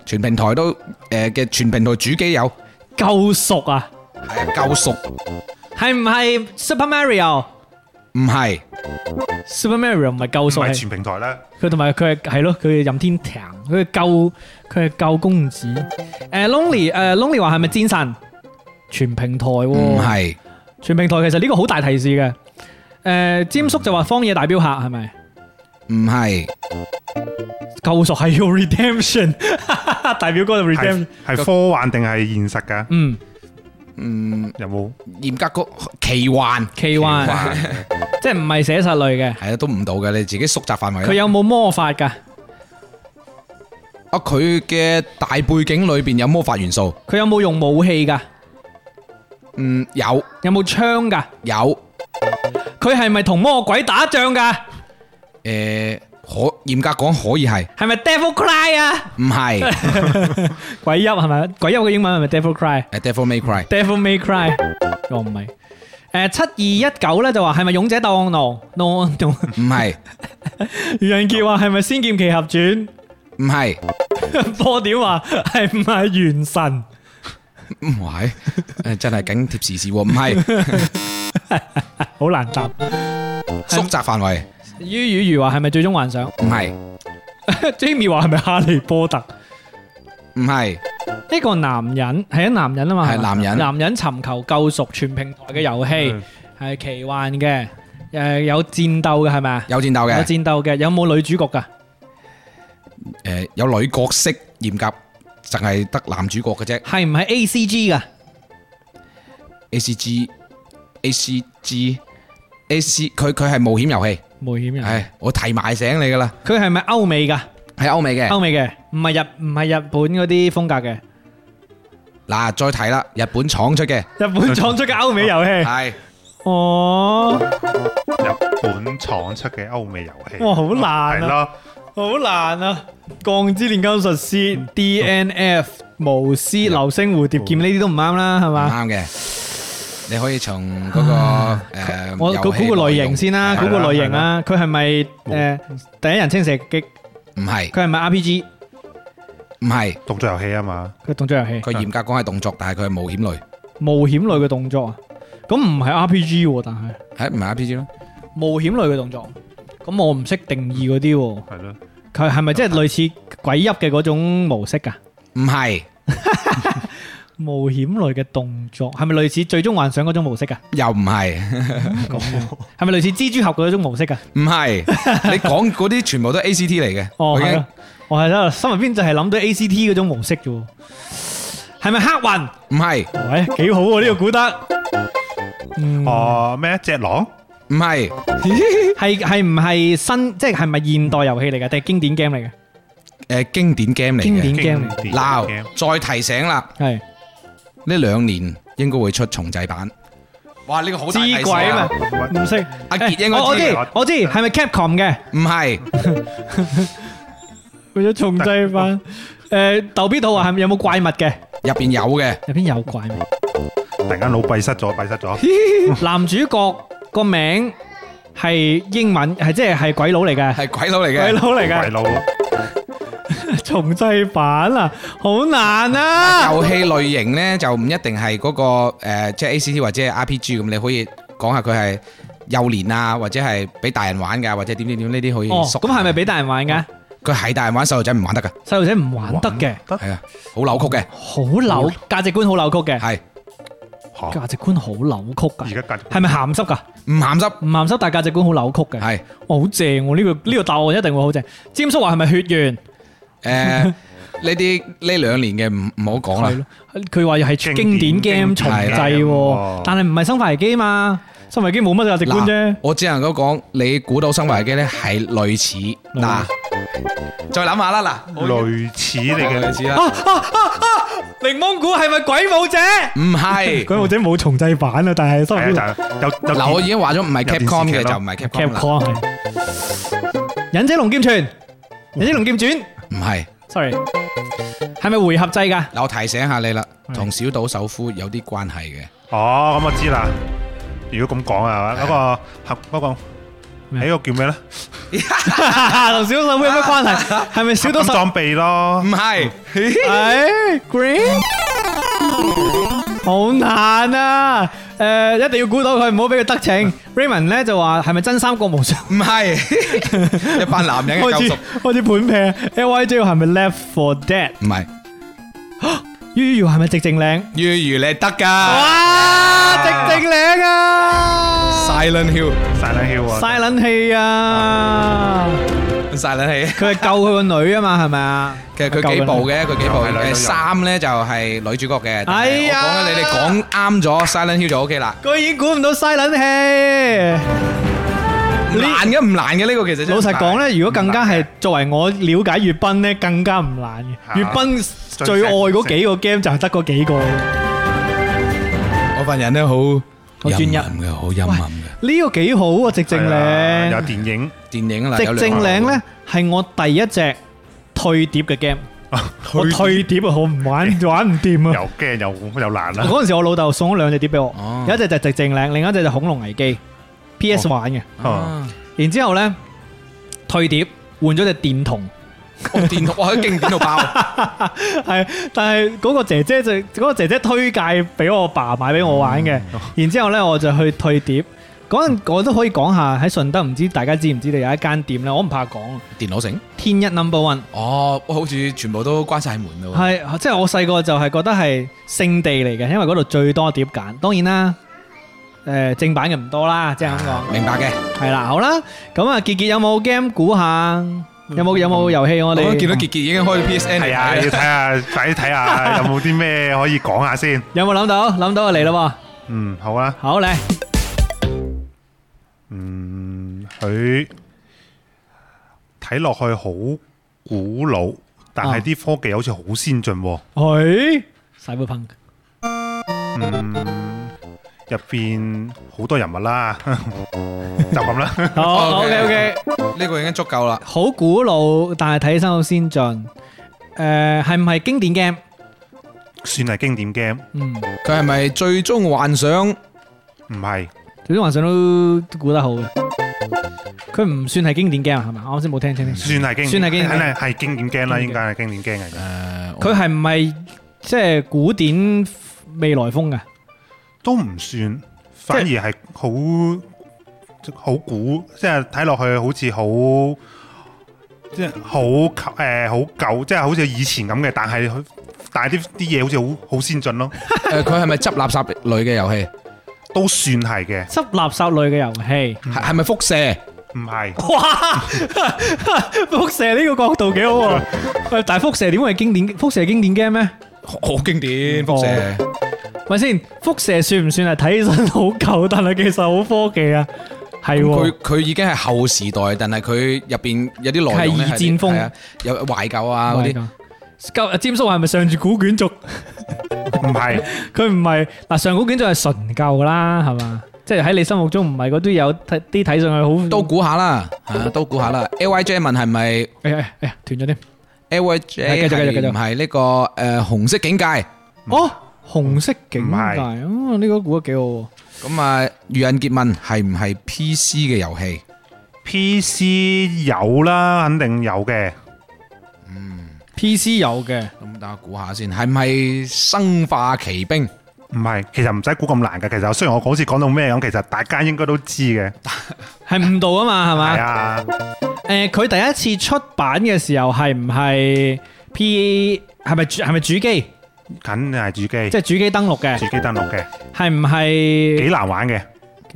Speaker 3: 全平台都誒嘅全平台主機有
Speaker 2: 救贖啊？
Speaker 3: 係啊救贖，
Speaker 2: 係唔係 Super Mario？Super
Speaker 3: 唔係
Speaker 2: Mario 唔係救
Speaker 4: 唔
Speaker 2: 贖，
Speaker 4: 係
Speaker 2: 係
Speaker 4: 全平台啦。
Speaker 2: 佢同埋佢係係咯，佢任天堂，佢係救佢係救公子。誒，Lonely 誒 Lonely 話係咪戰神？全平台喎。
Speaker 3: 唔係
Speaker 2: 全平台其實呢個好大提示嘅。誒、呃詹叔就話《荒野大鏢客》係咪？
Speaker 3: 唔係
Speaker 2: 救贖係要 redemption，大表哥就 redemption
Speaker 4: 係。係科幻定係現實㗎？
Speaker 2: 嗯，
Speaker 3: 嗯
Speaker 4: 有冇？
Speaker 3: 嚴格講奇幻
Speaker 2: 奇幻，即係唔係寫實類嘅。
Speaker 3: 係啊都唔到嘅，你自己縮窄範圍啦。
Speaker 2: 佢有冇魔法㗎？
Speaker 3: 啊佢嘅大背景裏邊有魔法元素，
Speaker 2: 佢有冇用武器㗎？
Speaker 3: 嗯有
Speaker 2: 有冇槍㗎？
Speaker 3: 有。
Speaker 2: 佢係咪同魔鬼打仗㗎？
Speaker 3: 诶、可嚴格講可以係，
Speaker 2: 係咪 Devil Cry 啊？
Speaker 3: 唔係
Speaker 2: 鬼泣係咪？鬼泣嘅英文係咪 Devil Cry？Devil
Speaker 3: 诶 Devil May Cry
Speaker 2: May Cry？我唔係。誒七二一九咧就話係咪勇者鬥惡奴？no no。
Speaker 3: 唔係
Speaker 2: 愚人傑話係咪仙劍奇俠傳？
Speaker 3: 唔係
Speaker 2: 波點話係唔係元神？
Speaker 3: 唔係，誒真係緊貼時事喎，唔係
Speaker 2: 好難答。
Speaker 3: 縮窄範圍，
Speaker 2: 於雨如話係咪最終幻想
Speaker 3: 唔係
Speaker 2: ？Jamie 話係咪哈利波特？
Speaker 3: 唔係
Speaker 2: 一個男人係一男人啊嘛，
Speaker 3: 係男人
Speaker 2: 男人尋求救贖，全平台嘅遊戲
Speaker 4: 嗯
Speaker 2: 係奇幻嘅，誒有戰鬥嘅係咪啊？
Speaker 3: 有戰
Speaker 2: 有
Speaker 3: 鬥嘅，誒、
Speaker 2: 戰鬥嘅，有冇女主角㗎？
Speaker 3: 有女角色，嚴格淨係得男主角嘅啫
Speaker 2: 係唔係 A C G 㗎？
Speaker 3: ，A C G A C G A C 佢佢係冒險遊戲，
Speaker 2: 冒險人，
Speaker 3: 唉，我提埋醒你噶啦，
Speaker 2: 佢係咪歐美㗎？
Speaker 3: 係歐美嘅，
Speaker 2: 歐美嘅，唔係日唔係日本嗰啲風格嘅，
Speaker 3: 嗱再睇啦，日本廠出 嘅，
Speaker 2: 日本創出嘅歐美遊戲。
Speaker 3: 係
Speaker 2: 哦，
Speaker 4: 日本廠出嘅歐美遊戲。
Speaker 2: 哇好難啊
Speaker 4: 係咯，
Speaker 2: 好難啊！鋼之煉金術師、D N F、巫師、流星蝴蝶劍呢啲都唔啱啦，係
Speaker 3: 唔
Speaker 2: 嘛？
Speaker 3: 啱嘅。你可以從嗰、 個誒，
Speaker 2: 我
Speaker 3: 遊
Speaker 2: 估
Speaker 3: 戲
Speaker 2: 估個類
Speaker 3: 內容
Speaker 2: 型先啦，
Speaker 3: 係
Speaker 2: 估個類型啦，佢係咪誒第一人稱射擊？
Speaker 3: 唔係
Speaker 2: 佢係咪 R P G？
Speaker 3: 唔 係，
Speaker 4: 動作遊戲啊嘛。
Speaker 2: 佢動作遊戲，
Speaker 3: 佢嚴格講係動作，但係佢係冒險類，
Speaker 2: 冒險類嘅動作啊？咁唔係 R P G 喎，但係
Speaker 3: 係唔係 RPG 咯？
Speaker 2: 冒險類嘅動作，咁我唔識定義嗰啲喎。
Speaker 4: 係咯，
Speaker 2: 佢係咪即係類似鬼泣嘅嗰種模式㗎？
Speaker 3: 唔係
Speaker 2: 冒險類嘅動作係咪類似最終幻想嗰種模式㗎？
Speaker 3: 又唔係
Speaker 2: 係咪類似蜘蛛俠嗰種模式㗎？
Speaker 3: 唔係，你講嗰啲全部都 ACT 嚟嘅。
Speaker 2: 哦，
Speaker 3: 我已
Speaker 2: 係
Speaker 3: 經
Speaker 2: 啦，我係啦，心入邊就係諗到 A C T 嗰種模式啫喎，係咪黑雲？
Speaker 3: 唔係
Speaker 2: 喂，幾好喎呢個估得，嗯，
Speaker 4: 哦咩？隻狼
Speaker 3: 唔係
Speaker 2: 係係唔係新，即係係咪現代遊戲嚟嘅，定係經典 game 嚟嘅？
Speaker 3: 誒經典 game 嚟
Speaker 2: 經
Speaker 3: 嘅。
Speaker 2: 典 game 嚟，
Speaker 4: 典
Speaker 3: 嗱，再提醒啦，
Speaker 2: 係
Speaker 3: 呢兩年應該會出重製版。哇！呢個好大提
Speaker 2: 知
Speaker 3: 示
Speaker 2: 鬼
Speaker 3: 啊！
Speaker 2: 嘛？唔識，
Speaker 3: 阿傑
Speaker 2: 誒
Speaker 3: 應該
Speaker 2: 我我
Speaker 3: 知
Speaker 2: 知
Speaker 4: 嘅
Speaker 2: 我知，係咪 Capcom 嘅？
Speaker 3: 唔係
Speaker 2: 啊為咗重製版，誒，逗比兔話係咪有冇怪物嘅？
Speaker 3: 入边有嘅，
Speaker 2: 入邊有怪物。
Speaker 4: 突然間腦閉塞咗，閉塞咗。
Speaker 2: 男主角個名係英文，係即係係鬼佬嚟嘅，
Speaker 3: 系鬼佬嚟
Speaker 2: 鬼
Speaker 3: 嘅，
Speaker 2: 佬嚟
Speaker 4: 鬼
Speaker 2: 嘅，
Speaker 4: 佬
Speaker 2: 重製版啊，好難 啊！
Speaker 3: 游戏类型咧就唔一定系嗰個诶，即系 ACT 或者系 RPG 咁，你可以講下佢係幼年啊，或者係俾大人玩㗎，或者點點點呢啲可以
Speaker 2: 哦，
Speaker 3: 縮。
Speaker 2: 咁係咪俾大人玩㗎？
Speaker 3: 佢係大人玩，細路仔唔玩得㗎？
Speaker 2: 細路仔唔玩得哦嘅，
Speaker 3: 係啊，好扭曲嘅，
Speaker 2: 好扭價值觀好扭曲嘅，
Speaker 3: 係
Speaker 4: 嚇，
Speaker 2: 價值觀好扭曲
Speaker 4: 而
Speaker 2: 㗎，
Speaker 4: 家隔
Speaker 2: 係咪鹹濕㗎？
Speaker 3: 唔鹹濕，
Speaker 2: 唔鹹濕，但係價值觀好扭曲嘅。
Speaker 3: 係
Speaker 2: 哇，好正喎！呢個呢個答案一定會好正。詹叔話係咪血緣？
Speaker 3: 诶呢啲呢兩年嘅唔唔好講
Speaker 2: 係
Speaker 3: 啦，
Speaker 2: 咯，佢話係經典
Speaker 4: 經典
Speaker 2: game 重製
Speaker 4: 係
Speaker 2: 喎
Speaker 4: 啦，
Speaker 2: 但係唔係生化危機嘛？生化危機冇乜價值觀啫。
Speaker 3: 我只能夠講，你估到生化危機咧係類似嗱，再諗下啦嗱，
Speaker 4: 類似你嘅
Speaker 3: 類似啦，
Speaker 2: 檸檬股係咪鬼舞者？
Speaker 3: 唔 係。
Speaker 2: 鬼舞者冇重製版啊，但係生
Speaker 4: 係
Speaker 2: 化
Speaker 4: 啊，就係有有
Speaker 3: 嗱，我已經話咗唔係
Speaker 4: 有電視
Speaker 3: Capcom
Speaker 4: 劇
Speaker 3: 嘅
Speaker 4: 咯
Speaker 3: 就唔係 Capcom 啦，
Speaker 2: Capcom 係忍者龍劍傳，忍者龍劍傳
Speaker 3: 唔係。
Speaker 2: ，sorry，係咪回合制㗎？
Speaker 3: 嗱，我提醒下你啦，同小島首夫有啲關係嘅，
Speaker 4: 哦，咁我知啦。如果咁講啊，嗰個合嗰個
Speaker 2: 咩
Speaker 4: 喺個叫咩咧？
Speaker 2: 同小島會有咩關 係？係咪小
Speaker 4: 小
Speaker 2: 島
Speaker 4: 刀
Speaker 2: 十？
Speaker 4: 裝備咯
Speaker 3: 唔。係，
Speaker 2: 哎，Green，好難啊！诶、一定要估到佢，唔好俾佢得逞。Raymond 咧就話係咪真三國無 雙？
Speaker 3: 唔 係，一班男人嘅
Speaker 2: 開
Speaker 3: 救
Speaker 2: 始
Speaker 3: 贖，
Speaker 2: 開始盤劈。L Y J 係咪 Left for Dead？
Speaker 3: 唔係，
Speaker 2: U U 係咪直正領？
Speaker 3: 於如你得㗎
Speaker 2: 哇！直正領啊！
Speaker 3: ，Silent
Speaker 4: 散冷氣喎，
Speaker 2: 嘥撚氣啊！
Speaker 3: Hill，Silent Hill，
Speaker 2: 佢係救佢個女啊嘛，係咪啊？
Speaker 3: 其實佢幾部嘅，佢幾部，
Speaker 4: 係兩個
Speaker 3: 誒
Speaker 4: 人
Speaker 3: 三咧就係女主角嘅，但
Speaker 2: 哎
Speaker 3: 係我
Speaker 2: 呀
Speaker 3: 講咧你哋講啱咗 Silent Hill 就 OK 啦，
Speaker 2: 居然估唔到嘥撚氣。
Speaker 3: 唔難嘅唔難嘅呢個其 實真係
Speaker 2: 老
Speaker 3: 唔
Speaker 2: 實
Speaker 3: 難，
Speaker 2: 講咧，如果更加係作為我了解粵賓咧，更加唔難
Speaker 4: 嚇
Speaker 2: 嘅。粵賓最愛嗰幾個 game 就係得嗰幾個。呢
Speaker 3: 我份人咧好
Speaker 2: 好專一
Speaker 3: 陰暗嘅，好陰暗嘅，
Speaker 2: 個幾好啊！直正
Speaker 4: 係啊有
Speaker 2: 領，
Speaker 4: 電影
Speaker 3: 電影啦，有
Speaker 2: 直
Speaker 3: 兩
Speaker 2: 正
Speaker 3: 個
Speaker 2: 領咧係我第一隻退碟嘅 game。我退碟啊，我 唔玩玩唔掂啊！
Speaker 4: 又驚又又難啦。
Speaker 2: 嗰陣時我老豆送咗兩隻碟俾我
Speaker 3: 哦，
Speaker 2: 有一隻就直正領，另一隻就恐龍危機 PS 玩嘅。
Speaker 4: 哦
Speaker 3: 啊
Speaker 2: 然之後咧退碟換咗隻電筒。
Speaker 3: 哦電腦哇，佢經 典到爆，
Speaker 2: 系，但系嗰個姐姐就嗰、個姐姐推介俾我爸買俾我玩嘅，然之后咧我就去退碟。嗰陣我都可以講下喺順德，唔知大家知唔知道有一間店咧，我唔怕講，
Speaker 3: 電腦城。
Speaker 2: 天一 number one
Speaker 3: 哦，好似全部都關晒門咯喎。
Speaker 2: 係即係我細個就係覺得係聖地嚟嘅，因為嗰度最多碟揀。當然啦，誒、正版嘅唔多啦，即係咁講。
Speaker 3: 明白嘅。
Speaker 2: 係啦，好啦，咁啊，傑傑有冇 game 估下？有冇有冇遊戲我
Speaker 3: 我
Speaker 2: 哋？
Speaker 3: 見到傑傑已經開咗 PSN
Speaker 4: 係啊，要睇下，快啲睇下有冇啲咩可以講下先。
Speaker 2: 有冇諗到？諗到就嚟啦
Speaker 4: 嗯，好啊
Speaker 2: 喎，。好嚟。
Speaker 4: 嗯，佢睇落去好古老，但係啲科技好似好先進喎。
Speaker 2: 佢 Cyberpunk
Speaker 4: 嗯，入邊好多人物啦， 就咁啦。
Speaker 2: 好
Speaker 3: OK，
Speaker 2: OK OK，
Speaker 3: 呢個已經足夠啦。
Speaker 2: 好古老，但係睇起身好先進。誒、係唔係經典 game？
Speaker 4: 算係經典 game，
Speaker 2: 嗯，
Speaker 3: 佢係咪最終幻想？
Speaker 4: 唔係
Speaker 2: 最終幻想都都估得好嘅。佢唔算係經典 game 係嘛？我啱先冇聽清清。
Speaker 4: 算係經
Speaker 2: 算係經典
Speaker 4: 係係係經典 game 啦，
Speaker 2: 經典
Speaker 4: 應該係經典 game 嚟嘅。
Speaker 3: 誒，
Speaker 2: 佢係唔係即係古典未來風嘅？
Speaker 4: 都唔算，反而係好好古，即係睇落去好似好即係好誒好舊，即係好似以前咁嘅，但係佢但係啲啲嘢好似好好先進咯，
Speaker 3: 誒佢係咪執垃圾類嘅遊戲？
Speaker 4: 都算係嘅，
Speaker 2: 執垃圾類嘅遊戲。
Speaker 3: 係係咪輻射？
Speaker 4: 唔係
Speaker 2: 哇！ 輻射呢個角度幾好喎。喂但係輻射點會係經典？輻射係經典 game 咩？
Speaker 3: 好經典輻射。
Speaker 2: 咪先，輻射算唔算係睇起身好舊，但係其實好科技啊？係喎
Speaker 3: 佢。佢已經係後時代，但係佢入邊有啲內容咧
Speaker 2: 係二戰風
Speaker 3: 係啊有懷舊啊嗰啲。
Speaker 2: 啲。詹叔係咪上住古卷軸？
Speaker 4: 唔係
Speaker 2: 佢唔係嗱，上古卷軸係純舊啦，係嘛？即係喺你心目中唔係嗰啲有睇啲睇上去好
Speaker 3: 都估下啦，嚇都估下啦。L Y J 問係咪
Speaker 2: 哎呀哎呀斷咗添，
Speaker 3: L Y
Speaker 2: 係
Speaker 3: J
Speaker 2: 繼續繼續繼續
Speaker 3: 唔係呢個誒紅色警戒？
Speaker 2: 哦，紅色境界，
Speaker 4: 唔係
Speaker 2: 哦，呢個估得幾好喎。
Speaker 3: 咁啊，余仁杰問係唔係 PC 嘅遊戲？
Speaker 4: PC 有啦，肯定有嘅。
Speaker 2: PC 有嘅，
Speaker 3: 咁等我估下先，係唔係生化奇兵？
Speaker 4: 唔係，其實唔使估咁難嘅。其實雖然我好似講到咩咁，其實大家應該都知嘅。
Speaker 2: 係誤導啊嘛，係
Speaker 4: 係
Speaker 2: 嘛？
Speaker 4: 啊，
Speaker 2: 誒，佢第一次出版嘅時候係唔係 P 係咪主係咪主機？即
Speaker 4: 梗係主機，
Speaker 2: 係主機登錄
Speaker 4: 自
Speaker 2: 嘅，
Speaker 4: 己登錄嘅，
Speaker 2: 係唔
Speaker 4: 幾
Speaker 2: 係？
Speaker 4: 難玩嘅。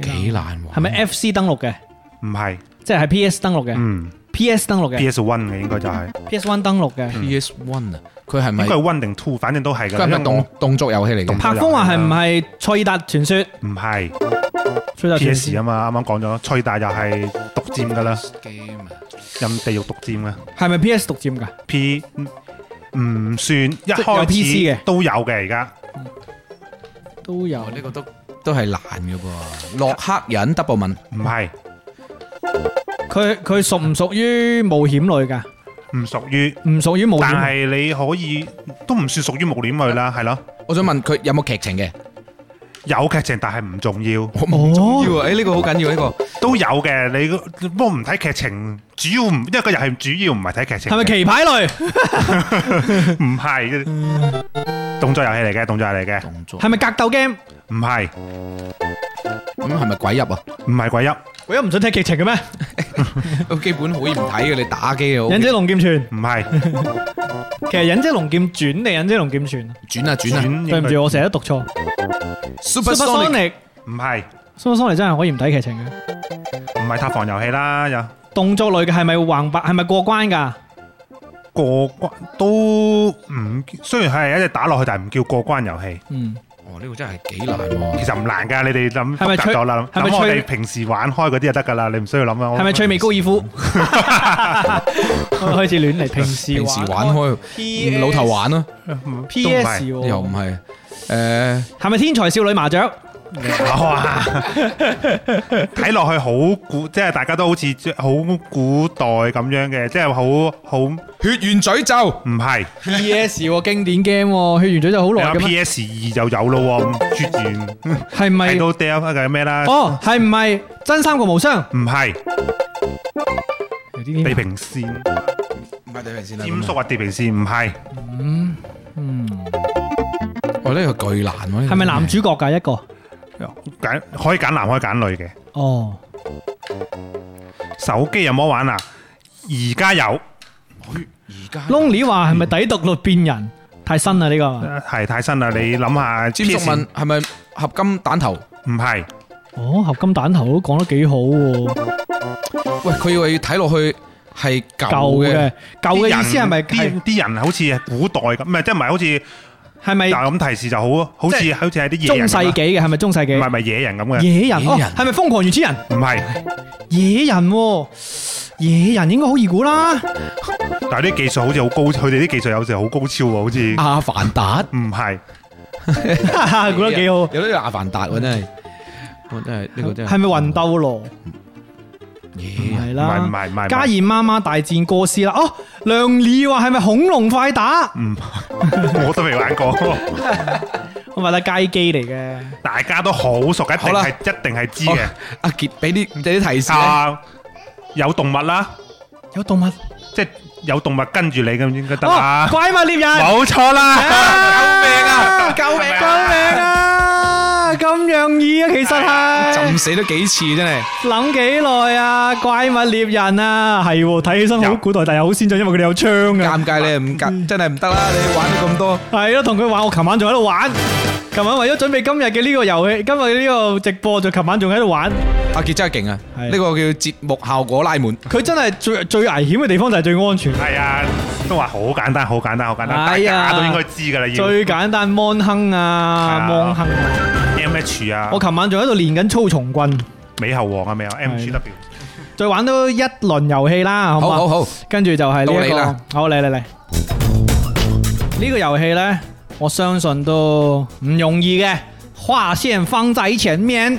Speaker 3: 幾難玩？
Speaker 2: 係咪 FC 登錄嘅？
Speaker 4: 唔係，
Speaker 2: 即係係 PS 登錄嘅
Speaker 4: 嗯
Speaker 2: ，PS 登錄嘅
Speaker 4: ，PS One 嘅應該就係，
Speaker 2: ，PS One 登錄嘅。
Speaker 3: PS One 啊？佢係咪
Speaker 4: 應該係 One 定 Two，反正都係㗎。
Speaker 3: 佢係
Speaker 4: 因為
Speaker 3: 咪
Speaker 4: 我
Speaker 3: 動動作遊戲嚟
Speaker 4: 動
Speaker 3: 嘅？
Speaker 2: 柏峰話係唔係《塞爾達傳說》？
Speaker 4: 唔係
Speaker 2: 塞爾達傳
Speaker 4: PS
Speaker 2: 說
Speaker 4: 啊嘛，啱啱講咗，翠大又係獨佔㗎啦，
Speaker 3: game 啊？
Speaker 4: 任地獄獨佔嘅。
Speaker 2: 係咪 PS 獨佔㗎？
Speaker 4: P 嗯唔算一
Speaker 2: 有
Speaker 4: 開
Speaker 2: PC
Speaker 4: 始
Speaker 2: 嘅
Speaker 4: 都有嘅，而家
Speaker 2: 都有
Speaker 3: 哦，呢個都都係難嘅噃。洛克人 double 問
Speaker 4: 唔係
Speaker 2: 佢佢屬唔屬於冒險類㗎？
Speaker 4: 唔屬於，
Speaker 2: 唔屬於冒
Speaker 4: 但
Speaker 2: 險，
Speaker 4: 係你可以都唔算屬於冒險類啦，係咯，
Speaker 3: 我想問佢有冇劇情嘅？
Speaker 4: 有劇情但係唔重要，
Speaker 3: 我唔重要啊！誒呢個好緊要呢個。
Speaker 4: 都有嘅。你不過唔睇劇情，主要唔因為個遊戲主要唔係睇劇情
Speaker 2: 係咪
Speaker 4: 嘅，
Speaker 2: 棋牌類？
Speaker 4: 唔係動作遊戲嚟嘅，動作遊戲嚟嘅，
Speaker 3: 動作
Speaker 2: 係咪格鬥 game？
Speaker 4: 唔係
Speaker 3: 咁係咪鬼入啊？
Speaker 4: 唔係鬼泣，
Speaker 2: 我又唔想睇劇情嘅咩？
Speaker 3: 基本好易唔睇嘅，你打機啊，
Speaker 2: 忍者龍劍傳，
Speaker 4: 唔係
Speaker 2: 其實忍者龍劍傳定忍者龍劍傳啊？
Speaker 3: 轉啊轉啊
Speaker 4: 轉
Speaker 2: 對唔住，我成日都讀錯。
Speaker 3: ！Super
Speaker 2: Super
Speaker 3: Sonic
Speaker 2: Sonic，Super
Speaker 4: 唔係
Speaker 2: Sonic 真係可以唔睇劇情嘅。
Speaker 4: 唔係塔防遊戲啦，有
Speaker 2: 動作類嘅係咪橫白？係咪過關㗎？
Speaker 4: 過關都唔雖然係一隻打落去，但係唔叫過關遊戲。
Speaker 2: 嗯，
Speaker 3: 哦，呢個真係幾難喎。
Speaker 4: 其實唔難㗎，你哋諗
Speaker 2: 係咪
Speaker 4: 複雜
Speaker 2: 吹
Speaker 4: 咗啦。
Speaker 2: 係咪
Speaker 4: 咁我
Speaker 2: 吹
Speaker 4: 哋平時玩開嗰啲就得㗎啦，你唔需要諗啦。我
Speaker 2: 係咪趣味高爾夫？ 我開始亂嚟，平時
Speaker 3: 平時玩開，老頭玩咯，
Speaker 2: PS
Speaker 3: 又唔
Speaker 2: 喎，
Speaker 3: 係誒
Speaker 2: 係咪天才少女麻雀？
Speaker 4: 哇！睇落去好古，即係大家都好似好古代咁樣嘅，即係好好唔
Speaker 3: 血緣詛咒。
Speaker 4: 係。
Speaker 2: P.S. 喎經典 game 喎，血完咗就好
Speaker 4: 你
Speaker 2: 耐
Speaker 4: 話
Speaker 2: 嘅咩？
Speaker 4: PS 二就有咯喎，咁絕緣
Speaker 2: 係咪
Speaker 4: 睇？到 d e l 嘅咩啦？
Speaker 2: 哦，係唔係真三國無雙？
Speaker 4: 唔係
Speaker 2: 有啲
Speaker 4: 地
Speaker 2: 啲
Speaker 4: 平線，
Speaker 3: 唔係等陣先啦。
Speaker 4: 尖叔話地平線唔係，
Speaker 3: 哦，呢個巨難喎。呢個
Speaker 2: 係咪男主角㗎一個？
Speaker 4: 揀可以揀男可以揀女嘅。嗯
Speaker 2: 哦，
Speaker 4: 手機有冇玩啊？而家有，
Speaker 3: 而家
Speaker 2: Lonely 話係咪抵讀率變
Speaker 4: 嗯
Speaker 2: 人？太新啦呢個。
Speaker 4: 係太新啦！你諗下，
Speaker 3: 詹叔
Speaker 4: PS
Speaker 3: 問係咪合金彈頭？
Speaker 4: 唔係。
Speaker 2: 哦，合金彈頭都講得幾好喎，
Speaker 3: 喂，佢以為要睇落去係舊
Speaker 2: 舊
Speaker 3: 嘅
Speaker 2: 嘅，舊嘅
Speaker 4: 啲
Speaker 2: 意思係咪
Speaker 4: 人啲
Speaker 2: 係
Speaker 4: 啲人好似係古代咁，唔係即係唔係好似
Speaker 2: 係咪
Speaker 4: 就咁提示就好，好
Speaker 2: 即
Speaker 4: 似好似係啲野
Speaker 2: 中
Speaker 4: 人
Speaker 2: 世
Speaker 4: 咁
Speaker 2: 紀
Speaker 4: 啦
Speaker 2: 嘅？係咪中世
Speaker 4: 唔係唔
Speaker 2: 紀？
Speaker 4: 係野人咁嘅，
Speaker 2: 野人哦
Speaker 3: 野人，
Speaker 2: 係咪瘋狂原始人？
Speaker 4: 唔係，
Speaker 2: 野人喎，野人應該好易估 啦。
Speaker 4: 但係啲技術好似好高，佢哋啲技術有時好高超喎，好似
Speaker 3: 阿凡達。
Speaker 4: 唔係
Speaker 2: 估得幾好。
Speaker 3: 有啲叫阿凡達喎，真係，我真係呢個真係。
Speaker 2: 係咪魂鬥羅？唔
Speaker 3: 咦？
Speaker 2: 係
Speaker 4: 唔係
Speaker 2: 啦
Speaker 4: 唔。係唔係，
Speaker 2: 加爾媽媽大戰哥斯拉哦，梁禮話係咪恐龍快打？
Speaker 4: 唔係我都未玩過，
Speaker 2: 我話得街機嚟嘅，
Speaker 4: 大家都好熟，一
Speaker 3: 好
Speaker 4: 定
Speaker 3: 啦
Speaker 4: 係一定係知
Speaker 3: 好
Speaker 4: 嘅
Speaker 3: 阿傑俾啲俾啲提示咧，
Speaker 4: 啊！有動物啦，
Speaker 2: 有動物
Speaker 4: 即係有動物跟住你咁應該得
Speaker 2: 哦
Speaker 4: 啦，，
Speaker 2: 怪物獵人，
Speaker 4: 冇錯啦，
Speaker 2: 救命救
Speaker 4: 係咪
Speaker 2: 命啊！咁樣易啊，其實
Speaker 3: 浸
Speaker 2: 係
Speaker 3: 死都幾次 真係。
Speaker 2: 諗幾耐啊？怪物獵人啊，係喎，睇起身好
Speaker 4: 有
Speaker 2: 古代，但係好先進，因為佢哋有槍噶。
Speaker 3: 尷尬你係唔夾，真係唔得啦！你玩咗咁多，
Speaker 2: 係咯，同佢玩，我琴晚仲喺度玩。琴晚為咗準備今日嘅呢個遊戲，今日嘅呢個直播，就琴晚仲喺度玩。
Speaker 3: 阿傑真係勁啊！
Speaker 2: 係
Speaker 3: 呢個叫節目效果拉滿。
Speaker 2: 佢真係最最危險嘅地方就係最安全。
Speaker 4: 係啊，都話好簡單，好簡單，好簡單，大
Speaker 2: 哎呀
Speaker 4: 家都應該知㗎啦，要
Speaker 2: 最簡單芒亨啊，
Speaker 4: 係啊
Speaker 2: 芒亨啊！
Speaker 4: M H à. 啊
Speaker 2: 我，琴晚仲喺度練緊操蟲棍，
Speaker 4: 美猴王啊，未有 à, M H
Speaker 2: 係
Speaker 4: W
Speaker 2: 啦再玩到一輪遊戲啦，好啊
Speaker 3: 好
Speaker 2: 嘛？
Speaker 3: 好好，
Speaker 2: 跟住就係呢一
Speaker 3: 到你
Speaker 2: 個
Speaker 3: 啦，
Speaker 2: 好嚟嚟嚟，呢個遊戲呢，我相信都唔容易嘅，畫線放在前面，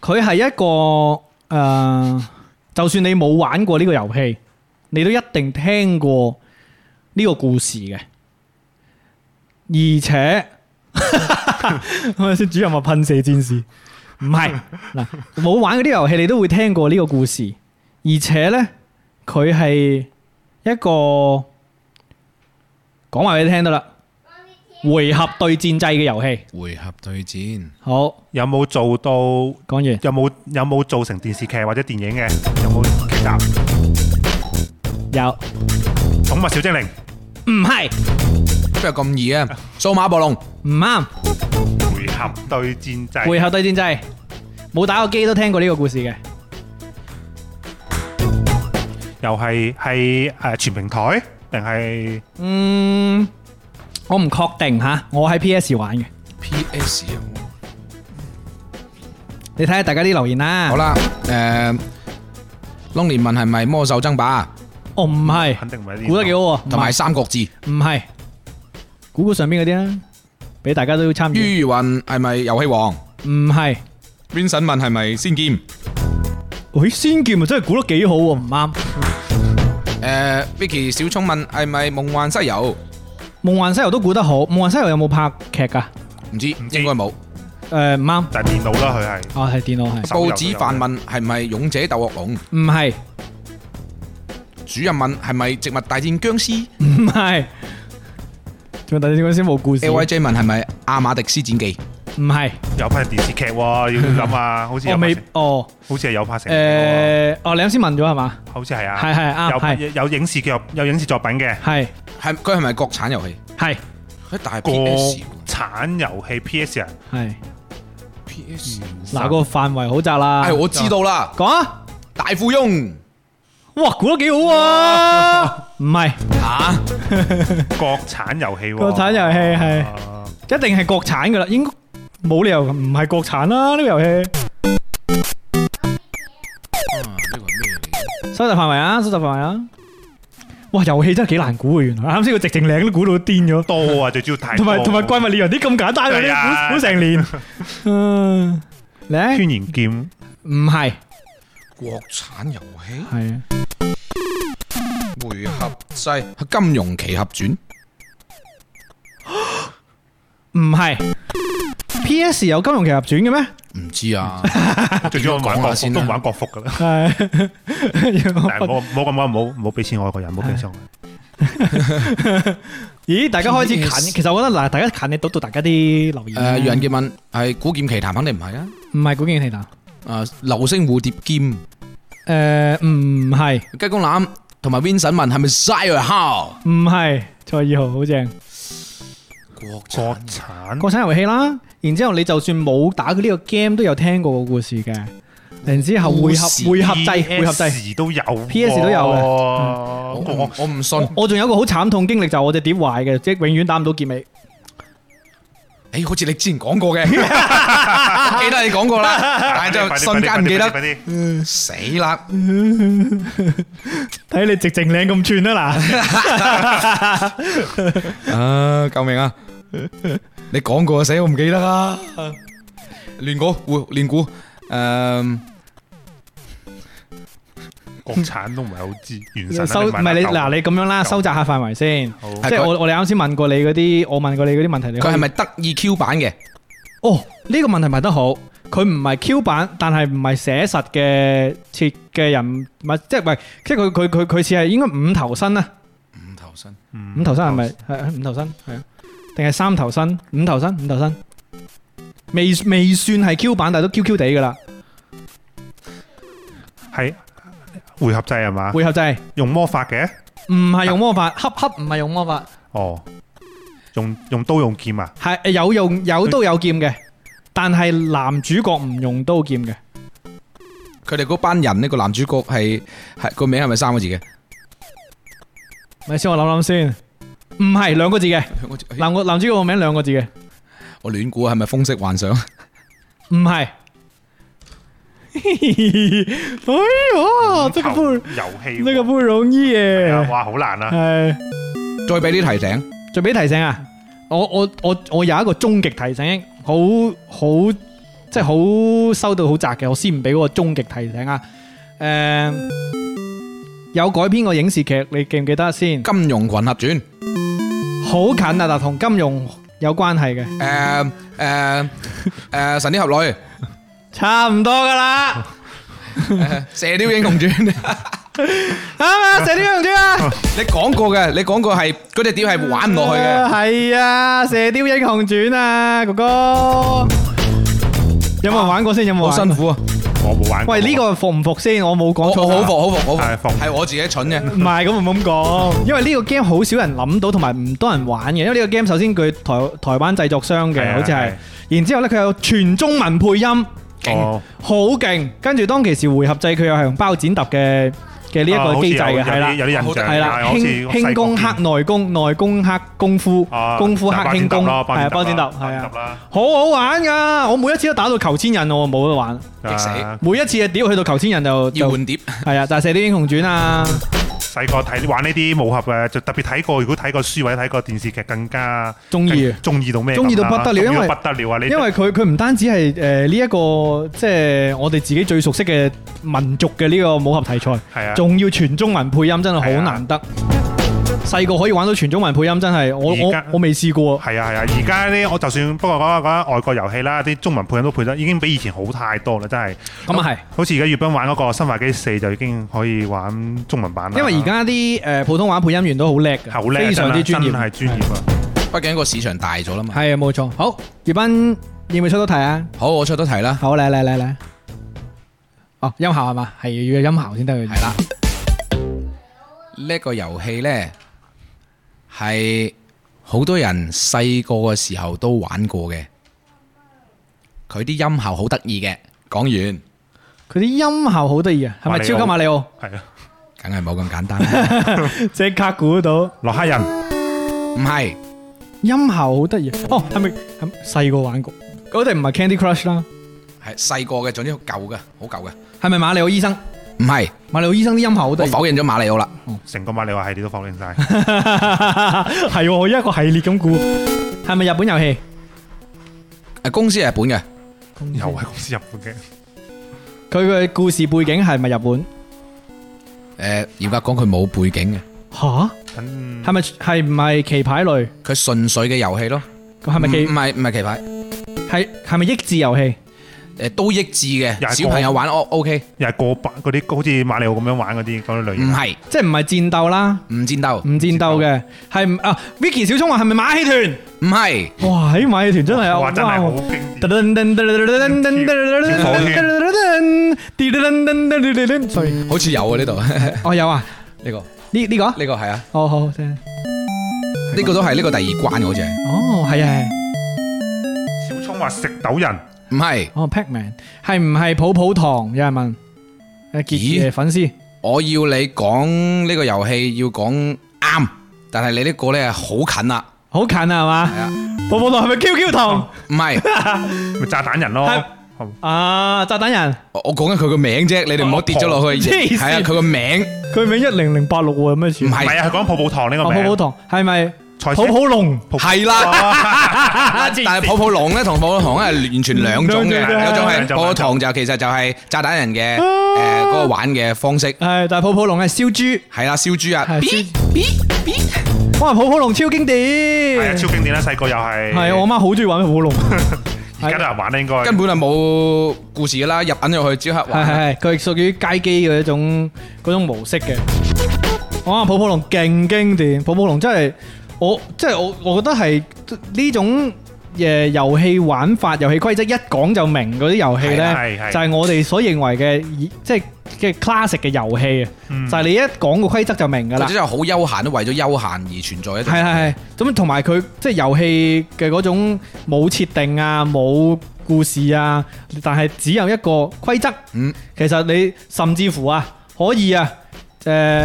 Speaker 2: 佢係一個誒、呃就算你冇玩過呢個遊戲，你都一定聽過呢個故事嘅。而且 係咪先主任話噴射戰士，唔係嗱冇玩嗰啲遊戲，你都會聽過呢個故事，而且呢，佢係一個講埋俾你聽得啦，回合對戰制嘅遊戲。
Speaker 3: 回合對戰，
Speaker 2: 好，
Speaker 4: 有冇做到？
Speaker 2: 講完。
Speaker 4: 有冇有冇做成電視劇或者電影嘅？有冇劇集？
Speaker 2: 有，
Speaker 4: 寵物小精靈
Speaker 2: 唔係，
Speaker 3: 邊有咁易啊？數碼暴龍
Speaker 2: 唔啱。
Speaker 4: 回合對戰制。
Speaker 2: 回合對戰制，冇打過機都聽過呢個故事嘅，
Speaker 4: 又係係誒全平台定係
Speaker 2: 嗯，我唔確定吓，我喺 PS 玩嘅，
Speaker 3: PS 啊！
Speaker 2: 你睇下大家啲留言啦。
Speaker 3: 好，啦，誒，Lonely 問係咪魔獸爭霸
Speaker 2: 哦唔係，
Speaker 4: 肯定唔係呢？
Speaker 2: 估得幾好喎，
Speaker 3: 同埋三國志？
Speaker 2: 唔係，估估上邊嗰啲啦，俾大家都參與。
Speaker 3: 於雲係咪遊戲王
Speaker 2: 唔係，
Speaker 3: ？Vincent 問係咪仙劍？
Speaker 2: 喂，仙劍啊真係估得幾好喎，唔啱。
Speaker 3: 誒，Vicky 呃小聰問係咪夢幻西遊？
Speaker 2: 夢幻西遊都估得好，夢幻西遊有冇拍劇㗎？
Speaker 3: 唔知，應
Speaker 4: 知
Speaker 3: 該冇。
Speaker 2: 誒唔啱，
Speaker 4: 就係電腦啦，佢 係
Speaker 2: 啊係電腦係，
Speaker 4: 手遊
Speaker 3: 報紙飯問係咪勇者鬥惡龍？
Speaker 2: 唔係
Speaker 3: 主任問係咪植物大戰僵屍
Speaker 2: 唔係，仲有第二個先冇故事，
Speaker 3: ？L
Speaker 2: 唔
Speaker 3: Y J 問係咪阿馬迪斯戰記？
Speaker 2: 係，
Speaker 4: 有拍電視劇喎，要諗下，好似
Speaker 2: 我
Speaker 4: 有
Speaker 2: 未
Speaker 4: 拍成，
Speaker 2: 哦。
Speaker 4: 好似係有拍成嘅
Speaker 2: 誒，哦，你啱先問咗係嘛？
Speaker 4: 喎，好似係啊，
Speaker 2: 係係啱
Speaker 4: 有拍
Speaker 2: 係
Speaker 4: 有影視劇有影視作品嘅
Speaker 2: 係
Speaker 3: 係佢係咪國產遊戲？
Speaker 2: 係
Speaker 3: 佢但係
Speaker 4: 國
Speaker 3: P S
Speaker 4: 產遊戲 PS 啊，
Speaker 2: 係，
Speaker 3: P S，
Speaker 2: 嗱個範圍好窄啦。
Speaker 3: 哎係我知道啦，
Speaker 2: 講啊，
Speaker 3: 大富翁
Speaker 2: 哇，估得幾好啊！ 唔係
Speaker 3: 吓
Speaker 4: 國產遊戲喎，
Speaker 2: 國產遊戲係
Speaker 4: 啊
Speaker 2: 一定係國產噶啦，應該冇理由唔係國產啦呢個遊戲。收集範圍啊，收集範圍啊！哇，遊戲真係幾難估嘅，原來啱先個直情領都估到癲咗，
Speaker 4: 多啊，最主要太
Speaker 2: 同埋
Speaker 4: 多
Speaker 2: 同埋怪物獵人啲咁簡單嘅
Speaker 4: 係
Speaker 2: 啲
Speaker 4: 啊
Speaker 2: 估估 成年。嗯，咧
Speaker 4: 軒然劍
Speaker 2: 唔係
Speaker 3: 國產遊戲
Speaker 2: 係啊。
Speaker 3: 回合制係《金融奇俠傳》
Speaker 2: 唔係 P.S. 有金融奇俠傳嘅咩？
Speaker 3: 唔 知啊，
Speaker 4: 最主要我玩
Speaker 3: 講
Speaker 4: 國
Speaker 3: 下先
Speaker 4: 服都
Speaker 3: 啦
Speaker 4: 唔玩國服噶啦， 但係
Speaker 2: 係。
Speaker 4: 冇冇咁講，冇冇俾錢我個人，冇俾錢我。
Speaker 2: 咦，大家開始近，
Speaker 3: PS
Speaker 2: 其實我覺得嗱，大家近你讀讀大家啲留言啦。
Speaker 3: 誒，楊傑問係《古劍奇譚》肯定唔係啊，
Speaker 2: 唔係古劍奇譚，
Speaker 3: 誒，流星蝴蝶劍、
Speaker 2: 誒唔係
Speaker 3: 雞公欖同埋 Vincent 問係咪 Sire How？
Speaker 2: 唔係蔡二豪好正，
Speaker 3: 國
Speaker 4: 國產
Speaker 2: 國產遊戲啦。然之後你就算冇打過呢個 game 都有聽過個故事嘅。然之後
Speaker 3: 故
Speaker 2: 回合
Speaker 3: 事
Speaker 2: 回合制回合制，
Speaker 4: PS 都有喎嗯
Speaker 2: PS 都有嘅
Speaker 3: 我
Speaker 4: 我
Speaker 3: 唔我唔信，
Speaker 2: 我仲有一個好慘痛經歷就係我隻碟壞嘅，即係永遠打唔到結尾。
Speaker 3: 誒，好似你之前講過嘅，記得你講過啦，但係就瞬間唔記
Speaker 4: 快
Speaker 3: 得，
Speaker 4: 啲
Speaker 2: 嗯
Speaker 3: 死啦！
Speaker 2: 睇你直情領咁串 啦嗱，
Speaker 3: 啊！救命啊！你講過啊死，我唔記得啦。亂估，胡亂估。誒，
Speaker 4: 國產都唔係好知，原神啊
Speaker 2: 收唔係你嗱你咁樣啦，
Speaker 4: 夠
Speaker 2: 收窄下範圍先。
Speaker 4: 嗱
Speaker 2: 即係我我哋啱先問過你嗰啲，我問過你嗰啲問題，你可以
Speaker 3: 佢係咪得意 Q 版嘅？
Speaker 2: 哦呢個問題問得好，佢唔係 Q 版，但係唔係寫實嘅設嘅人物，即係唔係即係佢佢佢佢似係應該五頭身啊，
Speaker 3: 五頭身，
Speaker 2: 五頭身係咪係五頭身係啊？定係三頭身？五頭身五頭身，未未算係 Q 版，但係都 Q Q 地噶啦。
Speaker 4: 係回合制係嘛？
Speaker 2: 回合制
Speaker 4: 用魔法嘅，
Speaker 2: 唔係用魔法，恰恰唔係用魔法，
Speaker 4: 哦，用用刀用劍啊，
Speaker 2: 係有用有刀有劍嘅，但係男主角唔用刀劍嘅。
Speaker 3: 佢哋嗰班人呢個男主角係係個名係咪三個字嘅？
Speaker 2: 咪先我諗諗先，唔係兩個字嘅。
Speaker 3: 我
Speaker 2: 男個男主角個名兩個字嘅，
Speaker 3: 我亂估啊係咪風色幻想？
Speaker 2: 唔係。哎呦，這個不
Speaker 4: 遊戲
Speaker 2: 這個不容易耶，
Speaker 4: 哇好難啊！
Speaker 2: 係。
Speaker 3: 再俾啲提醒，
Speaker 2: 最俾提醒啊！我我我我有一個終極提醒，好好即係好收到好窄嘅，我先唔俾嗰個終極提醒啊。誒、有改編過影視劇，你記唔記得先？
Speaker 3: 《金融群俠傳》
Speaker 2: 好好近啊，但同金融有關係嘅，
Speaker 3: 诶诶诶，神雕 俠
Speaker 2: 差唔多噶啦，
Speaker 3: 侶、射雕英雄傳，
Speaker 2: 啱啊，射雕英雄傳啊，
Speaker 3: 你講過嘅，你講過係嗰隻碟係玩唔落去嘅。
Speaker 2: 係啊，射雕英雄傳啊，哥哥，有冇人玩過先？有冇 玩
Speaker 3: 好
Speaker 2: 過？
Speaker 3: 辛苦啊！
Speaker 4: 我冇玩過。
Speaker 2: 喂，呢個服唔服先？我冇
Speaker 3: 我
Speaker 2: 講錯
Speaker 3: 我
Speaker 2: 啊。
Speaker 3: 好服好服好服，
Speaker 4: 係服
Speaker 3: 係我自己蠢嘅。
Speaker 2: 唔係咁唔好咁講，因為呢個 game 好少人諗到，同埋唔多人玩嘅。因為呢個 game 首先佢台台灣製作商
Speaker 4: 係
Speaker 2: 嘅，
Speaker 4: 啊
Speaker 2: 好似係
Speaker 4: 係，
Speaker 2: 然之後呢，佢有全中文配音，
Speaker 3: 勁
Speaker 4: 哦
Speaker 2: 好勁。跟住當其時回合制，佢又係用包剪揼嘅嘅呢一
Speaker 4: 啊好
Speaker 2: 個
Speaker 4: 似
Speaker 2: 機制
Speaker 4: 有
Speaker 2: 嘅，
Speaker 4: 有
Speaker 2: 係啦
Speaker 4: 啲。有啲印象，
Speaker 2: 係啦，
Speaker 4: 但係啊好似
Speaker 2: 輕輕功黑內功，內功黑功夫
Speaker 4: 啊，
Speaker 2: 功夫黑
Speaker 4: 就包
Speaker 2: 輕功，
Speaker 4: 剪揼啦包
Speaker 2: 係啊，
Speaker 4: 剪
Speaker 2: 包剪
Speaker 4: 揼啦
Speaker 2: 揼，係啊
Speaker 4: 包剪揼啦，
Speaker 2: 好好玩噶！我每一次都打到求千人，我冇得玩。
Speaker 3: 激死
Speaker 4: 啊
Speaker 2: 每一次嘅屌去到求千人就
Speaker 3: 要
Speaker 2: 就
Speaker 3: 換碟，
Speaker 2: 係啊，就係《射雕英雄傳》啊。
Speaker 4: 細個睇玩呢啲武俠嘅，就特別睇過。如果睇過書或者睇過電視劇，更加
Speaker 2: 鍾意
Speaker 4: 更中意到咩咁啦？
Speaker 2: 鍾意到不得了
Speaker 4: 鍾意
Speaker 2: 因為
Speaker 4: 到不得了啊！你
Speaker 2: 因為佢佢唔單止係誒呢一個即係我哋自己最熟悉嘅民族嘅呢個武俠題材，
Speaker 4: 係啊，啊
Speaker 2: 仲要全中文配音，真係好難得。細個可以玩到全中文配音，真係我
Speaker 4: 而
Speaker 2: 我
Speaker 4: 家
Speaker 2: 我未試過。
Speaker 4: 係啊係啊！而家呢，我就算不過講講外國遊戲啦，啲中文配音都配得已經比以前好太多啦，真係。
Speaker 2: 咁啊係。
Speaker 4: 好似而家月斌玩嗰個《生化機四》就已經可以玩中文版啦。
Speaker 2: 因為而家啲誒普通話配音員都好叻嘅，
Speaker 4: 好叻，啊
Speaker 2: 非常之專
Speaker 4: 真係
Speaker 2: 業，
Speaker 4: 真係專業啊！
Speaker 3: 畢竟個市場大咗啦嘛。
Speaker 2: 係啊，冇錯。好，葉斌要唔要出到題啊？
Speaker 3: 好，我出咗題啦。
Speaker 2: 好，嚟嚟嚟嚟。哦，音效係嘛？係要有音效先得嘅。
Speaker 3: 係啦，呢個遊戲呢，係好多人細個嘅時候都玩過嘅，佢啲音效好得意嘅。講完，
Speaker 2: 佢啲音效好得意啊，係咪超級馬里奧？
Speaker 4: 係啊，
Speaker 3: 梗係冇咁簡單啦，
Speaker 2: 即刻估到
Speaker 4: 洛克人
Speaker 3: 唔係
Speaker 2: 音效好得意。哦，係咪係咪細個玩過？嗰哋唔係 Candy Crush 啦，
Speaker 3: 係細個嘅，總之好舊嘅，好舊嘅，
Speaker 2: 係咪馬里奧醫生？
Speaker 3: 唔係。
Speaker 2: 馬里奧醫生啲音效好
Speaker 3: 我
Speaker 2: 得意，
Speaker 3: 否認咗馬里奧啦，
Speaker 4: 成個馬里奧系列都否定晒，
Speaker 2: 係喎我一個系列咁估，係咪日本遊戲？
Speaker 3: 誒公司係日本嘅，
Speaker 4: 又
Speaker 2: 啊
Speaker 4: 係公司日本嘅。
Speaker 2: 佢嘅故事背景係咪日本？
Speaker 3: 誒嚴格講佢冇背景嘅，
Speaker 2: 吓？
Speaker 4: 嗯
Speaker 2: 係咪係唔係棋牌類？
Speaker 3: 佢純粹嘅遊戲咯，
Speaker 2: 咁係咪
Speaker 3: 唔
Speaker 2: 棋
Speaker 3: 唔？係唔係棋牌，
Speaker 2: 係係咪益智遊戲？
Speaker 3: 誒都益智
Speaker 4: 又係
Speaker 3: 嘅，
Speaker 4: 個
Speaker 3: 小朋友玩 O O K，
Speaker 4: 又係過百嗰啲，好似馬里奧咁樣玩嗰啲嗰啲類
Speaker 3: 唔
Speaker 4: 型。
Speaker 3: 係
Speaker 2: 即係唔係戰鬥啦，
Speaker 3: 唔戰鬥，
Speaker 2: 唔戰鬥嘅，係唔啊？Vicky 小聰話係咪馬戲團？
Speaker 3: 唔係
Speaker 2: 哇！喺馬戲團真係啊有
Speaker 4: 哇！真係好
Speaker 2: 哇
Speaker 4: 經典。
Speaker 2: Sorry，
Speaker 3: 好似有啊呢度呢
Speaker 2: 我有啊，
Speaker 3: 個。
Speaker 2: 呢呢個啊
Speaker 3: 呢個係啊，
Speaker 2: 哦好聽，
Speaker 3: 呢個都係呢個第二關嘅好似係，
Speaker 2: 哦係啊係啊，
Speaker 4: 小聰話食豆人，
Speaker 3: 唔係
Speaker 2: 哦 Pacman 係唔係普普堂？有人問，誒傑
Speaker 3: 咦
Speaker 2: 嘅粉絲
Speaker 3: 我要你講呢個遊戲要講啱，但係你呢個咧好近啦，
Speaker 2: 好近啊
Speaker 3: 係啊，
Speaker 2: 係嘛？普普堂係咪 QQ 堂
Speaker 3: 唔係
Speaker 4: 咪炸彈人咯。哦
Speaker 2: 係
Speaker 4: 好
Speaker 2: 啊？炸彈人，
Speaker 3: 我我講緊佢個名啫，你哋唔好跌咗落去，
Speaker 2: 黐線
Speaker 3: 係啊佢個名唔
Speaker 2: 佢名一零零八六喎，有咩事？
Speaker 4: 唔係
Speaker 3: 係
Speaker 4: 啊，係講泡泡糖呢
Speaker 2: 哦
Speaker 4: 個
Speaker 2: 普普
Speaker 4: 名。
Speaker 2: 堂係咪
Speaker 4: 菜
Speaker 2: 普普龍？
Speaker 3: 係啦，
Speaker 2: 啊
Speaker 3: 但係泡泡龍咧同泡泡糖係完全兩種嘅，
Speaker 2: 兩種嘅
Speaker 3: 有種係
Speaker 4: 兩種
Speaker 3: 泡泡糖就其實就係炸彈人嘅誒嗰個玩嘅方式，
Speaker 2: 係，但係泡泡龍係燒豬，
Speaker 3: 係啦燒豬啊，
Speaker 2: 係
Speaker 3: 咇
Speaker 2: 燒。哇！泡泡龍超經
Speaker 4: 係啊，
Speaker 2: 典，
Speaker 4: 超經典啦，細個又係。
Speaker 2: 係我媽好中意玩泡泡龍。
Speaker 4: 而家都有人玩啦，應該。
Speaker 3: 根本就冇故事㗎啦，入銀入去即刻
Speaker 2: 係
Speaker 3: 玩，
Speaker 2: 係係，佢屬於街機嘅一種嗰種模式嘅。哇！泡泡龍勁經典，泡泡龍真係我即係我，我覺得係呢種誒遊戲玩法、遊戲規則一講就明嗰啲遊戲呢，
Speaker 4: 係係
Speaker 2: 就係我哋所認為嘅以即係嘅 classic 嘅遊戲啊，
Speaker 4: 嗯
Speaker 2: 就係你一講個規則就明㗎
Speaker 3: 或
Speaker 2: 啦
Speaker 3: 者。就好休閒都為咗休閒而存在一種
Speaker 2: 係係係，咁同埋佢即係遊戲嘅嗰種冇設定啊，冇故事啊，但係只有一個規則。
Speaker 3: 嗯，
Speaker 2: 其實你甚至乎啊，可以啊，誒、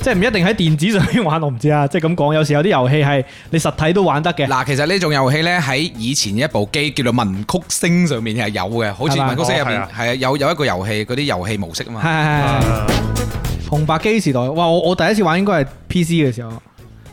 Speaker 2: 即係唔一定喺電子上面玩，我唔知啊。即係咁講，有時有啲遊戲係你實體都玩得 嘅。
Speaker 3: 嗱，其實呢種遊戲呢，喺以前一部機叫做《文曲星》上面係有嘅，好似
Speaker 2: 係
Speaker 3: 《
Speaker 2: 嘛
Speaker 3: 文曲星》入面
Speaker 4: 哦係啊
Speaker 3: 係啊有有一個遊戲嗰啲遊戲模式啊
Speaker 2: 係
Speaker 3: 嘛，
Speaker 2: 係係係
Speaker 4: 啊
Speaker 2: 紅白機時代，哇！我我第一次玩應該係 PC 嘅時候，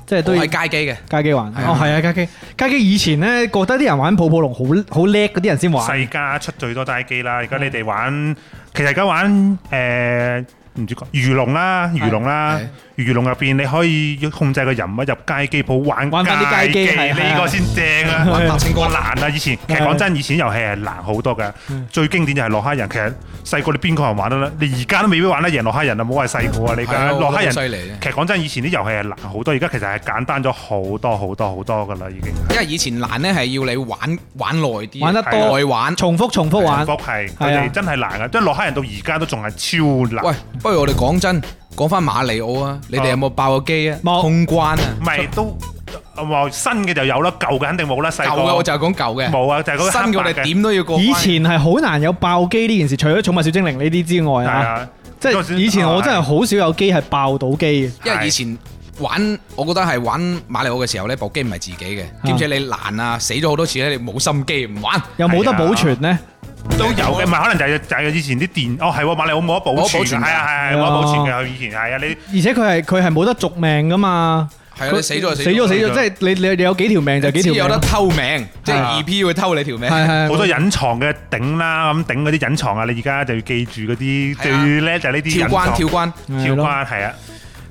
Speaker 2: 即係都
Speaker 3: 都
Speaker 2: 要
Speaker 3: 哦係街機嘅。
Speaker 2: 街機玩。
Speaker 3: 係啊
Speaker 2: 哦，係啊，街機街機以前呢，覺得啲人玩泡泡龍好好叻嗰啲人先玩。
Speaker 4: 世家出最多單機啦，而家你哋玩，其實而家玩誒唔知講魚龍啦，魚龍啦，魚龍入邊你可以控制個人物入街機鋪玩
Speaker 2: 玩返啲街機
Speaker 4: 機
Speaker 2: 係
Speaker 4: 呢個先正啊！
Speaker 3: 玩拍清
Speaker 4: 我
Speaker 3: 光啦，嗯
Speaker 4: 難啊！以前其實
Speaker 2: 係
Speaker 4: 講真，以前遊戲係難好多嘅。最經典就係洛克人，其實細個你邊個人玩得咧？你而家都未必玩得贏洛克人啊！唔好話細個啊，你而
Speaker 3: 係啊
Speaker 4: 家洛克
Speaker 3: 我
Speaker 4: 人
Speaker 3: 覺得好犀利
Speaker 4: 其實講真，以前啲遊戲係難好多，而家其實係簡單咗好多好多好多噶啦，已經。
Speaker 3: 因為以前難咧係要你玩玩耐啲，
Speaker 2: 玩得
Speaker 4: 多
Speaker 3: 耐玩。
Speaker 2: 重複重複玩，
Speaker 4: 重複係佢
Speaker 2: 係啊
Speaker 4: 哋真係難啊！即係洛克人到而家都仲係超難。
Speaker 3: 喂，不如我哋講真，講翻馬里奧啊，你哋有冇爆過機啊？
Speaker 2: 冇
Speaker 3: 通關啊？
Speaker 4: 唔係都呃話新嘅就有啦，舊嘅肯定冇啦。細
Speaker 3: 舊嘅我就
Speaker 4: 個
Speaker 3: 係講舊嘅，
Speaker 4: 冇啊，就係嗰個
Speaker 3: 新嘅我
Speaker 4: 黑白
Speaker 3: 哋點都要過關。
Speaker 2: 以前係好難有爆機呢件事，除咗寵物小精靈呢啲之外
Speaker 4: 係
Speaker 2: 啊，
Speaker 4: 啊，
Speaker 2: 即
Speaker 4: 嗰陣時
Speaker 2: 係以前我真係
Speaker 4: 啊
Speaker 2: 好少有機係爆到機嘅。
Speaker 3: 因為以前玩，我覺得係玩馬里奧嘅時候呢部機唔係自己嘅，兼且你難啊，死咗好多次咧，你冇心機唔玩。
Speaker 2: 又冇得保存呢？
Speaker 4: 都有嘅，唔係可能就係就係以前啲電哦係喎，馬里奧冇得保
Speaker 3: 冇得保
Speaker 4: 存
Speaker 3: 存
Speaker 4: 㗎，
Speaker 3: 㗎
Speaker 4: 係啊係啊
Speaker 2: 係
Speaker 4: 冇
Speaker 2: 啊
Speaker 4: 得保存嘅，佢以前係啊你。
Speaker 2: 而且佢係佢係冇得續命噶嘛，
Speaker 3: 係啊，你死咗就
Speaker 2: 死咗死
Speaker 4: 死
Speaker 2: 咗，
Speaker 4: 咗
Speaker 2: 即係你你你有幾條命就幾
Speaker 3: 只
Speaker 2: 條
Speaker 3: 有得
Speaker 2: 命，
Speaker 3: 偷名，即係
Speaker 2: 係啊
Speaker 3: 二 P 會偷你條命。
Speaker 2: 係係
Speaker 4: 好多隱藏嘅頂啦，咁頂嗰啲隱藏啊，你而家就要記住嗰啲
Speaker 3: 係啊
Speaker 4: 最叻就係呢啲
Speaker 3: 跳
Speaker 4: 隱藏
Speaker 3: 關跳關，
Speaker 4: 跳關係啊，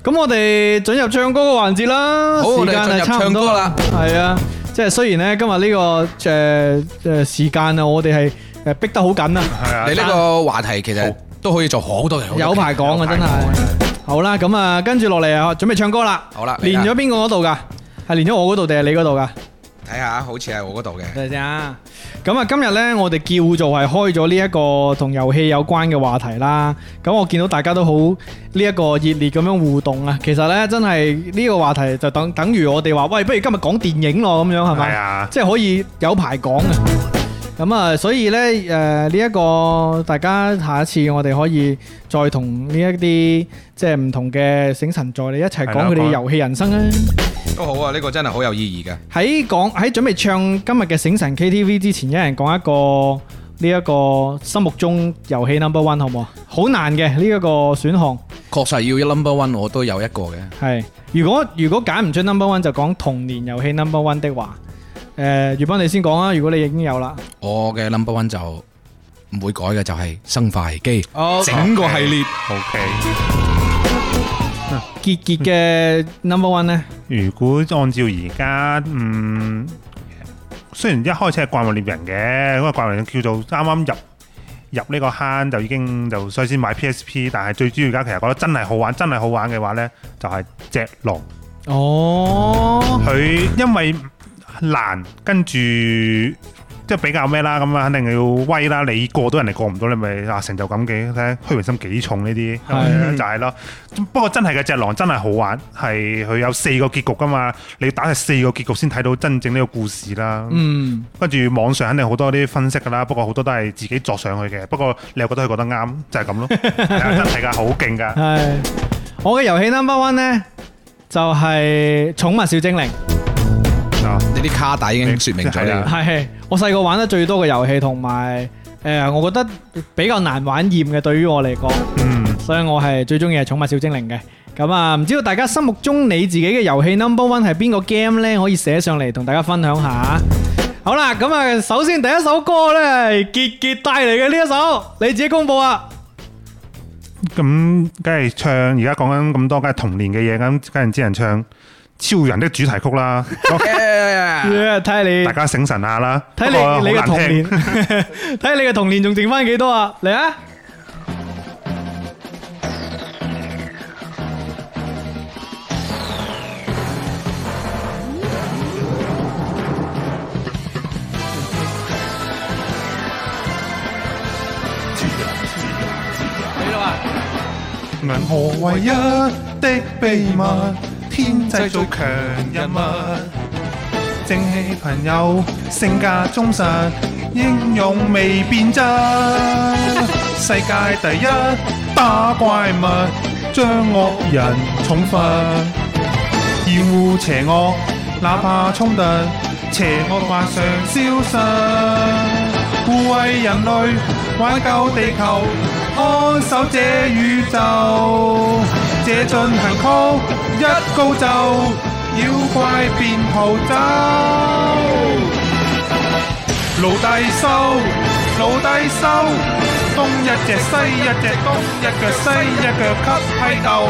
Speaker 2: 咁我哋進入唱歌嘅環節啦，
Speaker 3: 好
Speaker 2: 時
Speaker 3: 我哋
Speaker 2: 間
Speaker 3: 進
Speaker 2: 係
Speaker 3: 入
Speaker 2: 差唔
Speaker 3: 唱
Speaker 2: 多
Speaker 3: 歌啦，
Speaker 2: 係啊，即係雖然咧今日呢個誒誒時間啊，我哋係誒逼得好緊啊，
Speaker 4: 係啊
Speaker 3: 你，呢個話題其實
Speaker 4: 好
Speaker 3: 都可以做好多人。
Speaker 2: 有排講啊，真係。好啦，咁啊，跟住落嚟啊，準備唱歌啦。
Speaker 3: 好啦嚟
Speaker 2: 連
Speaker 3: 啦
Speaker 2: 咗邊個嗰度㗎？係連咗我嗰度定係你嗰度㗎？
Speaker 3: 睇下，好似係我嗰度嘅。
Speaker 2: 等陣先啊！咁啊，今日呢，我哋叫做係開咗呢一個同遊戲有關嘅話題啦。咁我見到大家都好呢一個熱烈咁樣互動啊。其實呢，真係呢個話題就等等於我哋話，喂，不如今日講電影咯，咁樣係
Speaker 4: 係
Speaker 2: 咪？
Speaker 4: 啊，
Speaker 2: 即係可以有排講啊！咁啊，所以呢，誒呢一個大家下一次我哋可以再同呢一啲即係唔同嘅醒神助理一齊
Speaker 4: 係啦
Speaker 2: 講佢哋
Speaker 4: 講
Speaker 2: 遊戲人生啊！
Speaker 3: 都好啊，呢個真係好有意義嘅。
Speaker 2: 喺講喺準備唱今日嘅醒神 KTV 之前，一人講一個呢一個心目中遊戲 number one 好唔好啊？好難嘅呢一個選項
Speaker 3: 確實要一 number one，我都有一個嘅。
Speaker 2: 係，如果如果揀唔出 number one 就講童年遊戲 number one 的話，誒，月斌你先講啊，如果你已經有啦，
Speaker 3: 我嘅 number one 就唔會改嘅，就係生化危機
Speaker 2: 哦
Speaker 3: 整個系列。
Speaker 4: OK。
Speaker 2: 傑傑嘅 number one 呢，
Speaker 4: 如果按照而家嗯，雖然一開始係怪物獵人嘅，因為怪物獵人叫做啱啱入。入呢個坑就已經就所以先買 PSP，但係最主要而家其實覺得真係好玩，真係好玩嘅話呢，就係、隻狼。
Speaker 2: 哦，
Speaker 4: 佢因為難，跟住即係比較咩啦，咁啊肯定要威啦。你過到人哋過唔到，你咪啊成就感幾睇下虛榮心幾重呢啲，
Speaker 2: 係
Speaker 4: 就係咯。不過真係嘅隻狼真係好玩，係佢有四個結局噶嘛，你要打係四個結局先睇到真正呢個故事啦。
Speaker 2: 嗯，
Speaker 4: 跟住網上肯定好多啲分析㗎啦，不過好多都係自己作上去嘅。不過你又覺得佢覺得啱，就係咁咯。 係啊真係㗎，好勁㗎。
Speaker 2: 係，我嘅遊戲 number one 呢，就係寵物小精靈。
Speaker 4: 啊
Speaker 3: 呢啲卡帶已經説明咗
Speaker 4: 係
Speaker 3: 啦
Speaker 4: 啊。
Speaker 2: 係我細個玩得最多嘅遊戲，同埋誒，我覺得比較難玩厭嘅，對於我嚟講，
Speaker 4: 嗯，
Speaker 2: 所以我係最中意係寵物小精靈嘅。咁啊，唔知道大家心目中你自己嘅遊戲 number one 係邊個 game 呢？可以寫上嚟同大家分享下。好啦，咁啊，首先第一首歌呢，係傑傑帶嚟嘅呢一首，你自己公布啊！
Speaker 4: 咁梗係唱而家講緊咁多，梗係童年嘅嘢，咁梗係只能唱《超人》的主題曲 啦。
Speaker 3: Yeah！
Speaker 2: Yeah，睇下你
Speaker 4: 大，家醒神下啦，
Speaker 2: 睇
Speaker 4: 不過
Speaker 2: 你你嘅
Speaker 4: 好
Speaker 2: 童
Speaker 4: 難
Speaker 2: 年，
Speaker 4: 聽。
Speaker 2: 睇下你嘅童年仲剩翻幾多啊？嚟啊！
Speaker 4: 我唯一的秘密，天製造強人物，正氣朋友，性格忠實，英勇未變質。世界第一打怪物，將惡人重罰，厭惡邪惡，哪怕衝突，邪惡馬上消失。護衛人類，挽救地球，看守這宇宙。這進行曲一高奏，妖怪便逃走。奴隸收，奴隸收，東一隻西一隻東，一腳西一腳給批鬥，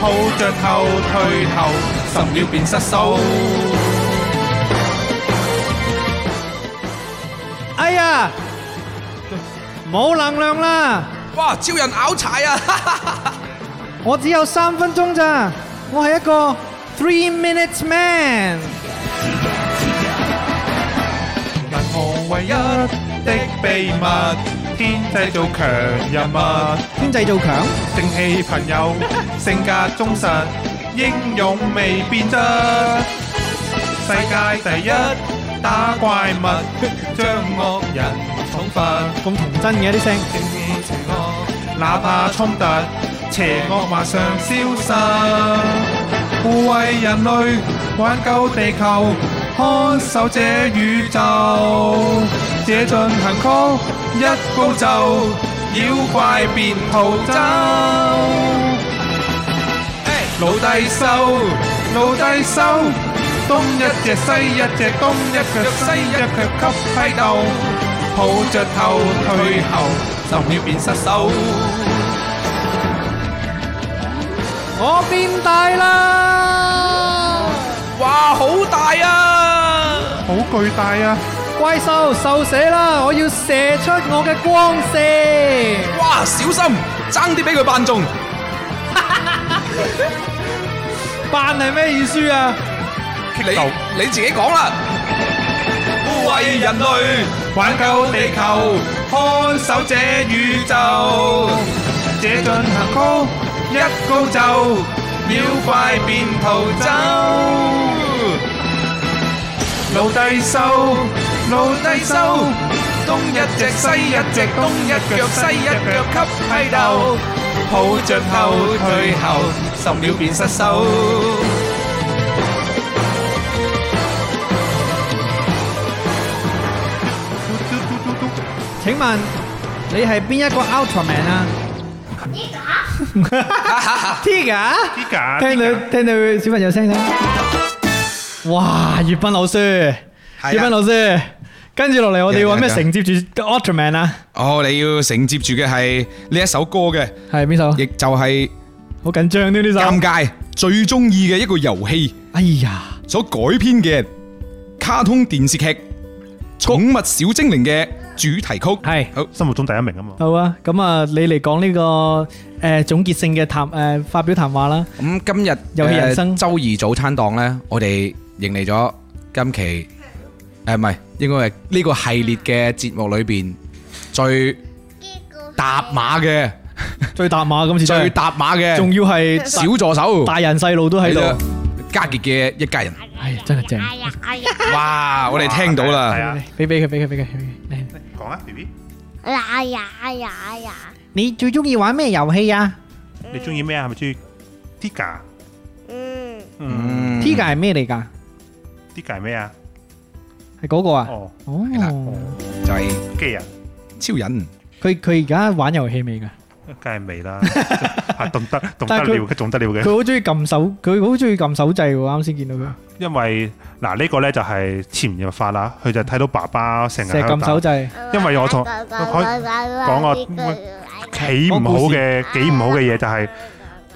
Speaker 4: 抱着頭退後，十秒便失手。
Speaker 2: 哎呀，冇能量啦，
Speaker 3: 哇！招人拗柴啊！
Speaker 2: 我只有三分鐘咋，我係一個 three minutes man。
Speaker 4: 銀河唯一的秘密，天製造強人物。
Speaker 2: 天製造強，
Speaker 4: 正氣朋友，性格忠實，英勇未變質。世界第一打怪物，將惡人重罰。
Speaker 2: 咁童真嘅啲聲。
Speaker 4: 正義邪惡，哪怕衝突，邪惡馬上消失。護衛人類，挽救地球，看守這宇宙。這進行曲一高就，妖怪便逃走。老低收，老低收，東一隻西一隻，東一腳西一腳給批鬥，抱着頭退後，十秒便失手。
Speaker 2: 我變大啦！
Speaker 3: 哇，好大啊！
Speaker 4: 好巨大啊！
Speaker 2: 怪獸受死啦！我要射出我嘅光線。
Speaker 3: 哇，小心，爭啲俾佢扮中。
Speaker 2: 扮係咩意思啊？
Speaker 3: 你你自己講啦。護衛人類，
Speaker 4: 挽救地球，看守這宇宙，這進行曲一高就，妖怪便逃走。老低收，老低收，東一隻西一隻，東一腳西一腳給批鬥，抱着後退後，十秒便失手。
Speaker 2: 請問你係邊一個 Ultraman 啊？Tiga，Tiga，聽到聽到小朋友聲啦！哇，粵斌老師，粵斌老師，跟住落嚟我哋要揾咩
Speaker 3: 有有有
Speaker 2: 承接住 Ultraman 啊？
Speaker 3: 哦，你要承接住嘅係呢一首歌嘅，
Speaker 2: 係邊首？
Speaker 3: 亦就係
Speaker 2: 好緊張呢呢首。
Speaker 3: 尷尬最中意嘅一個遊戲
Speaker 2: 哎呀，
Speaker 3: 所改編嘅卡通電視劇《寵物小精靈》嘅主題曲。
Speaker 2: 係
Speaker 3: 好，
Speaker 4: 心目中第一名啊嘛，
Speaker 2: 好啊，咁啊，你嚟講呢個誒總結性嘅談誒發表談 話啦。
Speaker 3: 咁今日
Speaker 2: 遊戲人
Speaker 3: 呃
Speaker 2: 生
Speaker 3: 周二早餐檔呢，我哋迎嚟咗今期誒唔係應該係呢個系列嘅節目裏邊最搭馬嘅、
Speaker 2: 最搭馬今次真
Speaker 3: 最
Speaker 2: 係，
Speaker 3: 搭馬
Speaker 2: 仲
Speaker 3: 嘅
Speaker 2: 要係
Speaker 3: 小助手，
Speaker 2: 大人細路都喺度，
Speaker 3: 係啦家傑嘅一家人。
Speaker 2: 唉，真係正。
Speaker 3: 哇！我哋聽到
Speaker 4: 係
Speaker 3: 啦，
Speaker 4: 啊，
Speaker 2: 俾俾佢，俾佢，俾佢，俾佢。
Speaker 4: 講啊，B B，
Speaker 2: 你最中意玩咩遊戲啊
Speaker 4: 你中意咩啊？係咪中意 Tiga？嗯
Speaker 3: 嗯
Speaker 2: ？Tiga 係咩嚟㗎？
Speaker 4: ，Tiga 係咩啊？
Speaker 2: 係嗰個啊？
Speaker 4: 哦，
Speaker 2: 哦，
Speaker 3: 係啦就係
Speaker 4: 機人。
Speaker 3: 超人。
Speaker 2: 佢佢而家玩遊戲未 㗎？
Speaker 4: 梗係未啦， 係動得動得
Speaker 2: 但係
Speaker 4: 了
Speaker 2: 佢
Speaker 4: 嘅，仲得了
Speaker 2: 佢
Speaker 4: 嘅。
Speaker 2: 好中意撳手，佢好中意撳手掣喎。啱先見到佢，
Speaker 4: 因為嗱呢個咧就係潛移默化啦，佢就睇到爸爸成日
Speaker 2: 成日撳手
Speaker 4: 喺度
Speaker 2: 掣。
Speaker 4: 企唔好嘅幾唔好嘅嘢，就係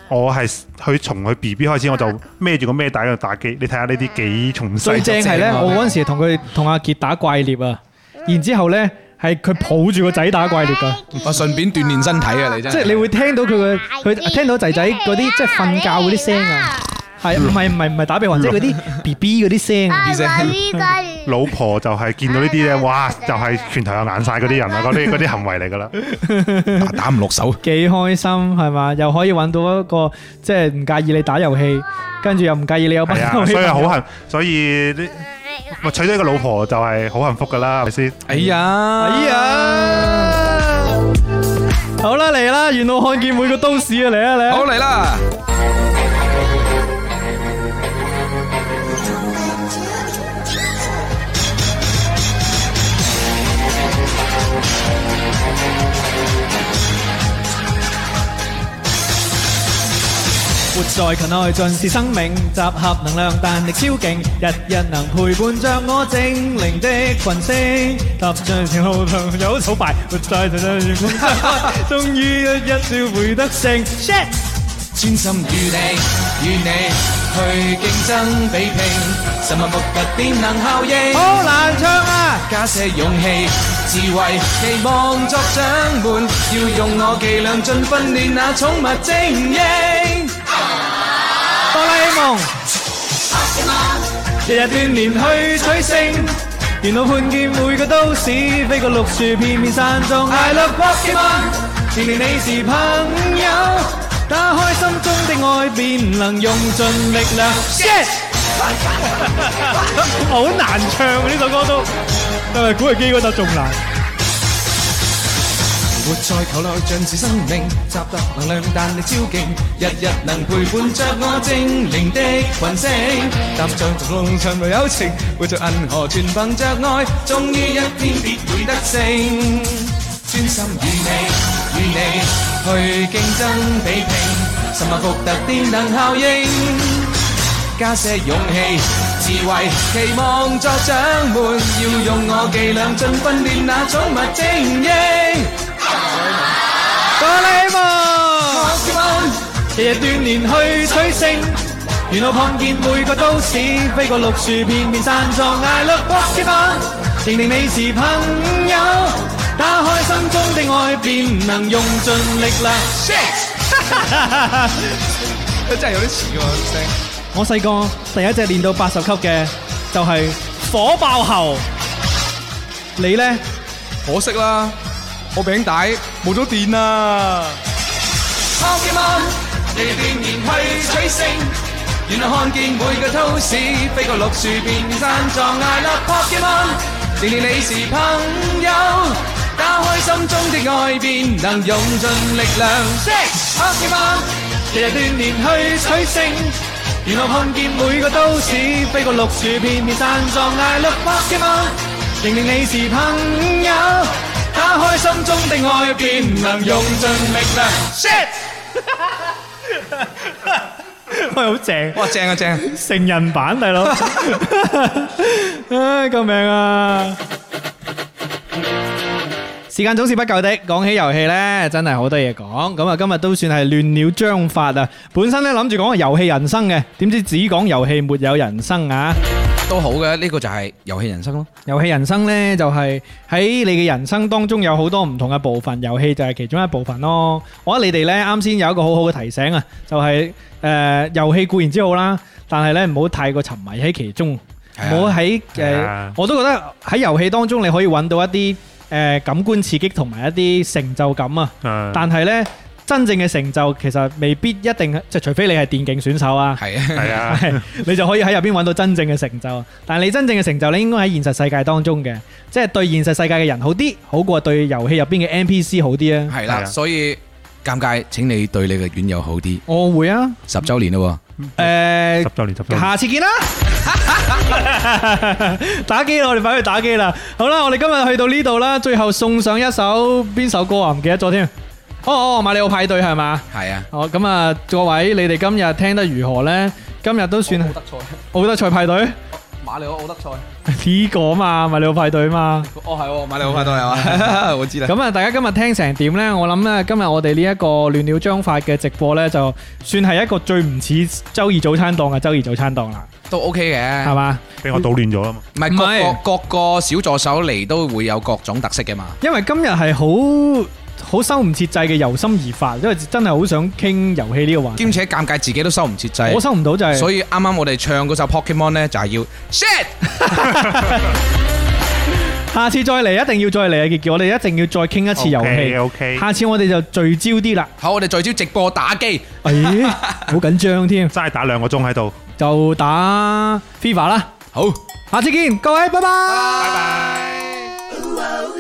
Speaker 4: 我係佢從佢 B B 開始，我就孭住個孭帶喺度打機。你睇下呢啲幾重細
Speaker 2: 最正係咧，
Speaker 3: 正啊
Speaker 2: 我嗰陣時同佢同阿傑打怪獵啊，然之後咧係佢抱住個仔打怪獵㗎。
Speaker 3: 我順便鍛鍊身體啊！你真
Speaker 2: 即係你會聽到佢嘅，佢聽到仔仔嗰啲即係瞓覺嗰啲聲啊，係唔係唔係唔係打鼻鼾，即係嗰 啲 B B 嗰啲聲啊。
Speaker 4: 老婆就係見到呢啲咧，哇！就係拳頭又硬晒嗰啲人啦，嗰啲嗰啲行為嚟 㗎啦。
Speaker 3: 打打唔落手。
Speaker 2: 幾開心係嘛？又可以揾到一個即係唔介意你打遊戲，跟住又唔介意你有班
Speaker 4: 係
Speaker 2: 遊
Speaker 4: 啊，
Speaker 2: 戲
Speaker 4: 所以
Speaker 2: 朋友
Speaker 4: 好幸，所以呢咪娶咗一個老婆就係好幸福㗎啦，係咪先？
Speaker 3: 哎呀，
Speaker 2: 哎！呀！好啦，嚟啦！沿路看見每個都市啊，嚟啊嚟
Speaker 3: 好
Speaker 2: 啊！
Speaker 3: 嚟啦！
Speaker 2: 活在勤內盡是生命，集合能量彈力超勁，日日能陪伴着我精靈的群星，踏上前路朋友好敗，活在就像月光山終於一笑會得勝。Shit！
Speaker 3: 專心與你，與你去競爭比拼，神默默特點能效應，
Speaker 2: 好難唱啊！
Speaker 3: 加些勇氣、智慧，期望作長滿，要用我伎倆盡訓練那寵物精英，
Speaker 2: 哆啦 A 夢，
Speaker 3: 日日鍛鍊去取勝，
Speaker 2: 電腦判劍每個都市，飛過綠樹片片山莊。I love Pokemon，前面你是朋友，打開心中的愛，便能用盡力量。Yes！好難唱啊呢首歌都，但係古巨基嗰首仲難。
Speaker 3: 活在球內像是生命，集得能量彈力超勁，日日能陪伴着我精靈的群星，踏上逐路長路友情，活在銀河全憑着愛，終於一天必會得勝。專心與你，與你去競爭比拼，神馬伏特電能效應。加些勇氣、智慧，期望作長們要用我伎倆盡訓練那寵物精英。
Speaker 2: 哆啦 A 夢。日日鍛鍊去取勝，沿路碰見每個都市，飛過綠樹片片山莊，I love Pokemon，認定你是朋友，打開心中的愛，便能用盡力量。
Speaker 5: 真係有啲似喎聲。
Speaker 2: 我細個第一隻練到八十級嘅就係火爆猴，你呢？
Speaker 5: 可惜啦，我餅帶冇咗電啦。
Speaker 3: Pokemon，日日鍛鍊去取勝，沿路看見每個都市，飛過綠樹變山莊，I love Pokemon，認定你是朋友，打開心中的愛，便能用盡力量。Pokemon，
Speaker 2: 日日鍛煉去取勝，沿路看見每個都市，飛過綠樹片片山莊，I love Pokemon，認定你是朋友，打開心中的愛，便能用盡力量。Shit！喂，好正，
Speaker 5: 哇，正啊正！
Speaker 2: 成人版大佬， 唉，救命啊！時間總是不夠的，講起遊戲呢，真係好多嘢講。咁啊，今日都算係亂了章法啊！本身呢，諗住講個遊戲人生嘅，點知只講遊戲沒有人生啊！
Speaker 5: 都好嘅，呢個就係遊戲人生咯。
Speaker 2: 遊戲人生呢，就係喺你嘅人生當中有好多唔同嘅部分，遊戲就係其中一部分咯。我覺得你哋呢，啱先有一個好好嘅提醒啊，就係誒遊戲固然之好啦，但係呢唔好太過沉迷喺其中，
Speaker 5: 係啊
Speaker 2: 唔好喺
Speaker 4: 係
Speaker 2: 誒
Speaker 4: 啊，
Speaker 2: 我都覺得喺遊戲當中你可以揾到一啲誒、呃感官刺激同埋一啲成就感啊。
Speaker 4: 啊
Speaker 2: 但係呢，真正嘅成就其實未必一定，即係除非你係電競選手啊。
Speaker 5: 係啊，
Speaker 4: 係啊，
Speaker 2: 你就可以喺入邊揾到真正嘅成就。但係你真正嘅成就，你應該喺現實世界當中嘅，即係對現實世界嘅人好啲，好過對遊戲入邊嘅 NPC 好啲啊。
Speaker 5: 係
Speaker 4: 係
Speaker 5: 啦，
Speaker 4: 啊
Speaker 5: 所以尷尬，請你對你嘅院友好啲。
Speaker 2: 我會啊，
Speaker 5: 十週年啦
Speaker 2: 誒
Speaker 4: 十，周年十周年，
Speaker 2: 下次見啦。 打機啦，我哋快去打機啦。好啦，我哋今日去到呢度啦，最後送上一首邊首歌啊？唔記得咗添。哦哦，馬里奧派對係嘛？
Speaker 5: 喎，係啊，
Speaker 2: 好咁啊，各位你哋今日聽得如何呢？今日都算係
Speaker 3: 德賽，
Speaker 2: 奧德賽派對
Speaker 3: 馬里奧奧德賽，
Speaker 2: 呢個嘛，馬里奧派對嘛。
Speaker 3: 哦係喎，馬
Speaker 5: 馬里奧派對係嘛？我知 啦。
Speaker 2: 咁啊，大家今日聽成點呢？我諗呃咧，今日我哋呢一個亂了章法嘅直播呢，就算係一個最唔似周二早餐檔嘅周二早餐檔啦，
Speaker 5: 都 OK
Speaker 2: 係
Speaker 5: 嘅，
Speaker 2: 嘛？
Speaker 4: 俾我搗亂咗啊嘛，
Speaker 5: 唔係
Speaker 2: 唔係
Speaker 5: 各個各個小助手嚟都會有各種特色嘅嘛。
Speaker 2: 因為今日係好好收唔切掣嘅，由心而發，因為真係好想傾遊戲呢個話題
Speaker 5: 兼且尷尬自己都收唔切掣
Speaker 2: 我，收唔到就係、
Speaker 5: 所以啱啱我哋唱嗰首 Pokemon 呢，就係要 shit。
Speaker 2: 下次再嚟一定要再嚟啊！傑傑，我哋一定要再傾一次遊戲。
Speaker 4: OK，OK
Speaker 2: 下次我哋就聚焦啲啦。
Speaker 5: 好，我哋聚焦直播打機。
Speaker 2: 咦、好緊張添，
Speaker 4: 齋打兩個鐘喺度。
Speaker 2: 就打 FIFA 啦。
Speaker 5: 好，
Speaker 2: 下次見，各位，拜拜
Speaker 5: 拜拜。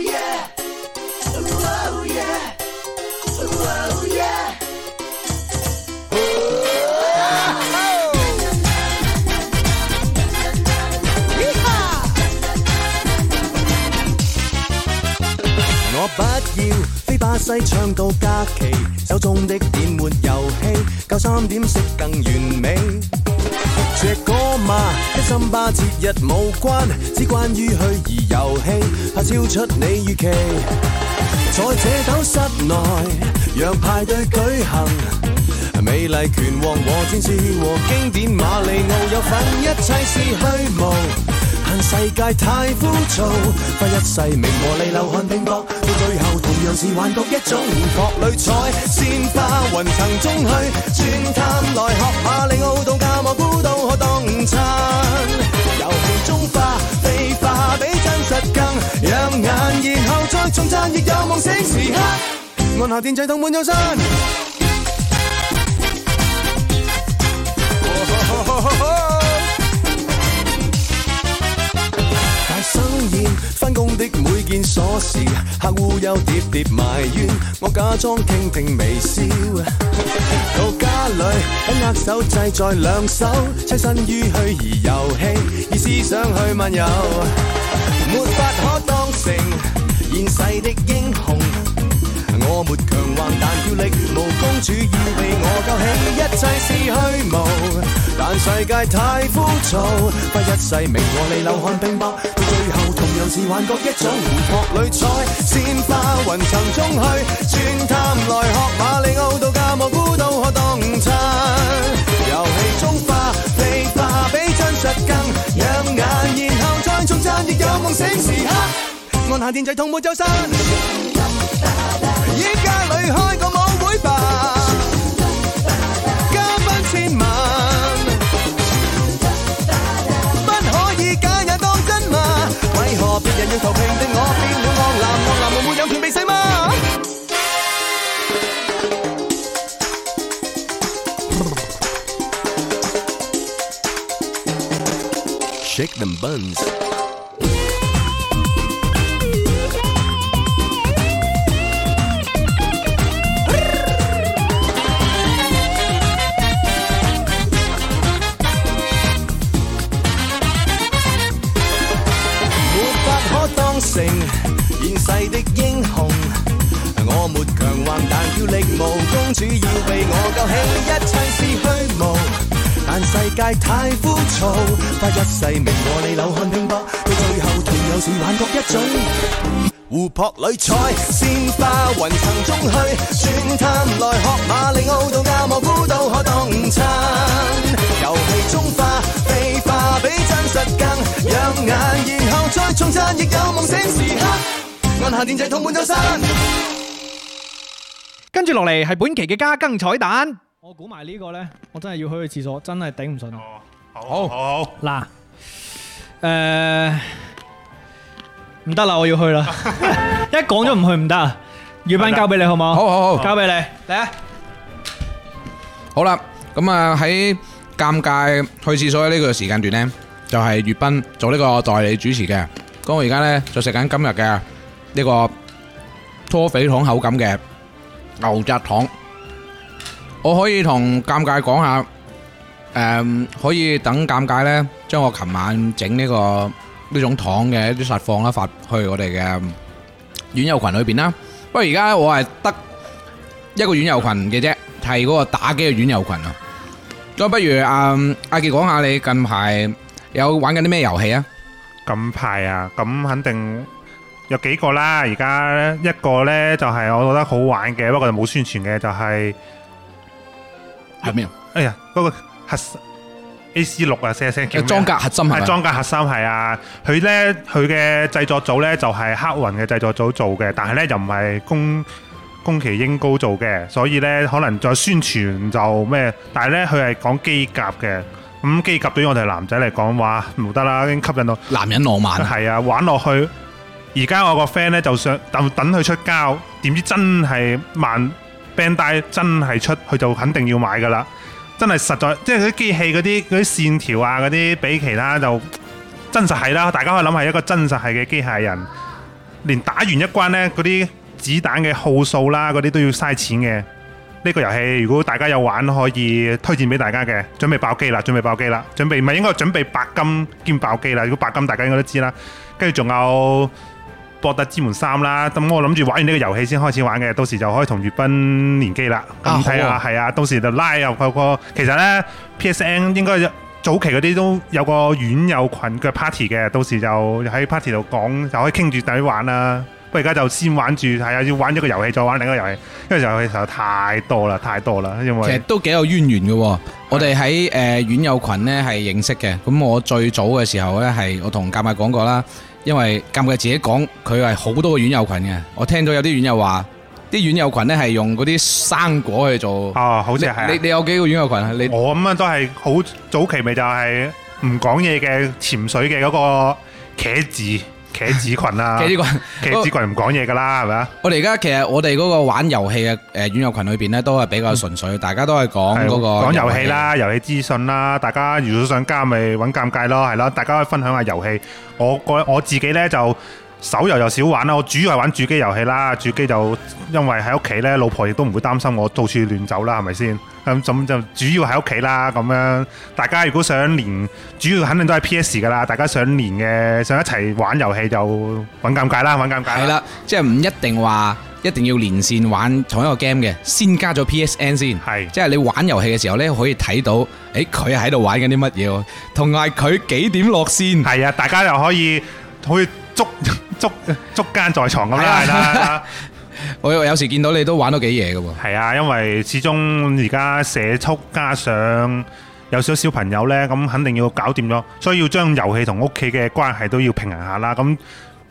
Speaker 6: 我不要非巴西唱到假期，手中的點沒遊戲，夠三點式更完美。這歌嘛，一心巴節日無關，只關於虛擬遊戲，怕超出你預期。在這斗室內，讓派對舉行。美麗拳王和戰士和經典馬里奧有份，一切是虛無。限世界太枯燥，不一世名和利流汗拼搏，到最後同樣是幻覺一種。各類彩，鮮花雲層中去，轉探來學馬里奧度假蘑菇都可當午餐。遊戲中化，非化比真實更養眼，然後再重讚，亦有夢醒時刻。按下電掣痛滿有身。大生意，翻工的每件瑣事，客戶有喋喋埋怨，我假裝傾聽微笑。到家裏緊握手掣在兩手，棲身於虛擬遊戲，以思想去漫遊，沒法可當成現世的英雄。我沒強橫，但跳力無功，主要被我救起，一切是虛無。但世界太枯燥，不一世名和利流汗拼搏，到最後同樣是幻覺一種。國裏彩，鮮花雲層中去，轉探來學馬里奧度假蘑菇都可當午餐。遊戲中化，地化比真實更養眼，然後再重讚，亦有夢醒時刻。按下電掣，痛沒周身。依家裏開個舞會吧，嘉賓千萬，不可以假也當真嘛？為何別人要投屏對我變了惡男？惡男我沒有權被洗嗎？Shake them buns. 沒法可當成現世的英雄。我沒強橫，但跳力無功，主要被我救起，一切是虛無。但世界太枯燥，不一世名和你流汗拼搏，到最後同樣是幻覺一種。湖泊裏彩，鮮花雲層中去，轉探來學馬里奧度假蘑菇都可當午餐。遊戲中化，非化比真實更養眼，然後再重讚，亦有夢醒時刻。按下電掣，痛滿周身。
Speaker 2: 跟住落嚟係本期嘅加更彩蛋。我估埋呢個呢，我真係要去去廁所，真係頂唔順。
Speaker 4: 哦，
Speaker 3: 好
Speaker 4: 好，好，好，
Speaker 2: 嗱，誒唔得啦，我要去 啦。一講咗唔去唔得啊！月斌交俾你好冇？
Speaker 3: 好好好
Speaker 2: 交俾你。嚟啊！
Speaker 3: 好啦，咁啊喺尷尬去廁所呢個時間段呢，就係粵斌做呢個代理主持嘅。咁我而家呢，就食緊今日嘅呢個拖肥糖口感嘅牛軋糖。我可以同尷尬講下，誒、可以等尷尬呢，將我琴晚整呢、個呢種糖嘅一啲實況啦，發去我哋嘅院友群裏邊啦。不過而家我係得一個院友群嘅啫，係嗰個打機嘅院友群啊。咁不如阿阿杰講下你近排有玩緊啲咩遊戲啊？
Speaker 4: 近排啊，咁肯定有幾個啦。而家一個咧就係我覺得好玩嘅，不過就冇宣傳嘅，就係
Speaker 3: 係咩？
Speaker 4: 哎呀嗰個核 A C 六啊，寫寫叫咩啊
Speaker 3: 裝甲核心係
Speaker 4: 係
Speaker 3: 咪？
Speaker 4: 裝甲核心係啊，佢呢，佢嘅製作組呢，就係黑雲嘅製作組做嘅，但係呢，又唔係宮宮崎英高做嘅，所以呢，可能再宣傳就咩，但係呢，佢係講機甲嘅，咁機甲對於我哋男仔嚟講，哇唔得啦，已經吸引到
Speaker 3: 男人浪漫啊，
Speaker 4: 係啊玩落去。而家我個 friend 呢，就想等等佢出膠，點知真係萬 Bandai 真係出，佢就肯定要買噶啦。真係實在，即係佢啲機器嗰啲嗰啲線條啊，嗰啲比其他就真實係啦。大家可以諗係一個真實係嘅機械人，連打完一關呢，嗰啲子彈嘅號數啦，嗰啲都要嘥錢嘅。呢個遊戲如果大家有玩，可以推薦俾大家嘅。準備爆機啦，準備爆機啦，準備唔係應該準備白金兼爆機啦。如果白金大家應該都知啦，跟住仲有博特之門三啦。咁我諗住玩完呢個遊戲先開始玩嘅，到時就可以同粵斌連機啦。
Speaker 3: 啊
Speaker 4: 咁睇下
Speaker 3: 好啊
Speaker 4: 係啊，到時就拉入個個。其實呢 PSN 應該有早期嗰啲都有個院友群嘅 party 嘅，到時就喺 party 度講，就可以傾住底玩啦。不過而家就先玩住，係啊，要玩一個遊戲再玩另一個遊戲，因為遊戲實在太多啦，太多啦，因
Speaker 3: 其實
Speaker 4: 為
Speaker 3: 都幾有淵源嘅喎。我哋喺誒院友群呢係認識嘅。咁我最早嘅時候呢，係我同尷尬講過啦，因為尷尬自己講佢係好多個院友群嘅。我聽到有啲院友話，啲院友群呢係用嗰啲生果去做。
Speaker 4: 哦，好似係啊
Speaker 3: 你你你有幾個院友群啊？你
Speaker 4: 我咁啊都係好早期咪就係唔講嘢嘅潛水嘅嗰個茄子 茄子群啦、啊，
Speaker 3: 嘅呢個
Speaker 4: 茄子群唔講嘢噶啦，係咪啊？
Speaker 3: 我哋而家其實我哋嗰個玩遊戲嘅誒院友群裏邊呢，都係比較純粹，大家都係講
Speaker 4: 係
Speaker 3: 嗰個
Speaker 4: 講遊戲。啦，遊戲資訊啦，大家如果想加咪揾尷尬咯，係咯，大家可以分享下遊戲。我個我自己呢就手遊又少玩啦，我主要係玩主機遊戲啦，主機就因為喺屋企呢，老婆亦都唔會擔心我到處亂走啦，係咪先？咁咁就主要喺屋企啦，咁樣大家如果想連，主要肯定都係 PS 噶啦，大家想連嘅，想一齊玩遊戲就揾尷尬啦，揾尷
Speaker 3: 係
Speaker 4: 尬啦，
Speaker 3: 啦，即係唔一定話一定要連線玩同一個 game 嘅，先加咗 PSN 先。
Speaker 4: 係
Speaker 3: 即係你玩遊戲嘅時候呢，可以睇到，誒佢喺度玩緊啲乜嘢喎，同埋佢幾點落線。
Speaker 4: 係啊，大家又可以好似捉捉捉奸在床咁啦，係啦。係啦
Speaker 3: 我有時見到你都玩到幾夜嘅喎。
Speaker 4: 係啊，因為始終而家社畜加上有少少小朋友呢，咁肯定要搞掂咗，所以要將遊戲同屋企嘅關係都要平衡下啦。咁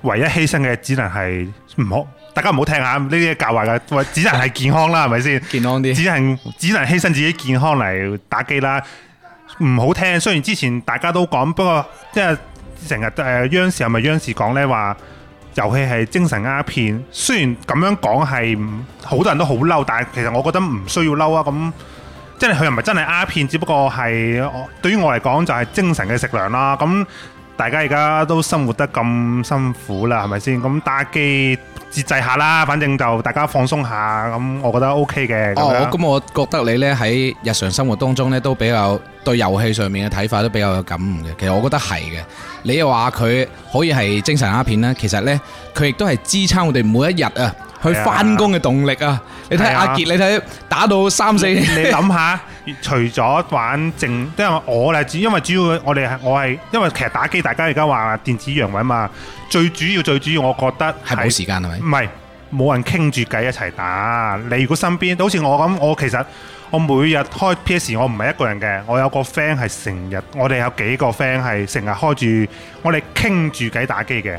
Speaker 4: 唯一犧牲嘅只能係唔好，大家唔好聽下呢啲教壞嘅，喂只能係健康啦，係咪先？
Speaker 3: 健康啲
Speaker 4: 只能只能犧牲自己健康嚟打機啦。唔好聽，雖然之前大家都講，不過即係成日誒央視係咪央視講呢話遊戲係精神鴉片？雖然咁樣講係唔好多人都好嬲，但係其實我覺得唔需要嬲啊。咁即係佢又唔係真係鴉片，只不過係我對於我嚟講就係精神嘅食糧啦。咁大家而家都生活得咁辛苦啦，係咪先？咁打機節制下啦，反正就大家放鬆下，咁我覺得 OK 嘅。咁
Speaker 3: 哦
Speaker 4: 樣，
Speaker 3: 咁我覺得你呢喺日常生活當中呢，都比較對遊戲上面嘅睇法都比較有感悟嘅。其實我覺得係嘅。你又話佢可以係精神鴉片啦，其實呢，佢亦都係支撐我哋每一日啊去
Speaker 4: 係啊
Speaker 3: 翻工嘅動力啊。你睇
Speaker 4: 係啊
Speaker 3: 阿傑，你睇打到三四。
Speaker 4: 你諗下，除咗玩正，因為我咧，因為主要我哋係我係，因為其實打機大家而家話電子陽痿嘛，最主要最主要，我覺得
Speaker 3: 係冇時間係咪
Speaker 4: 唔？係冇人傾住偈一齊打。你如果身邊好似我咁，我其實我每日開 PS，我唔係一個人嘅，我有個 friend 係成日，我哋有幾個 friend 係成日開住，我哋傾住偈打機嘅，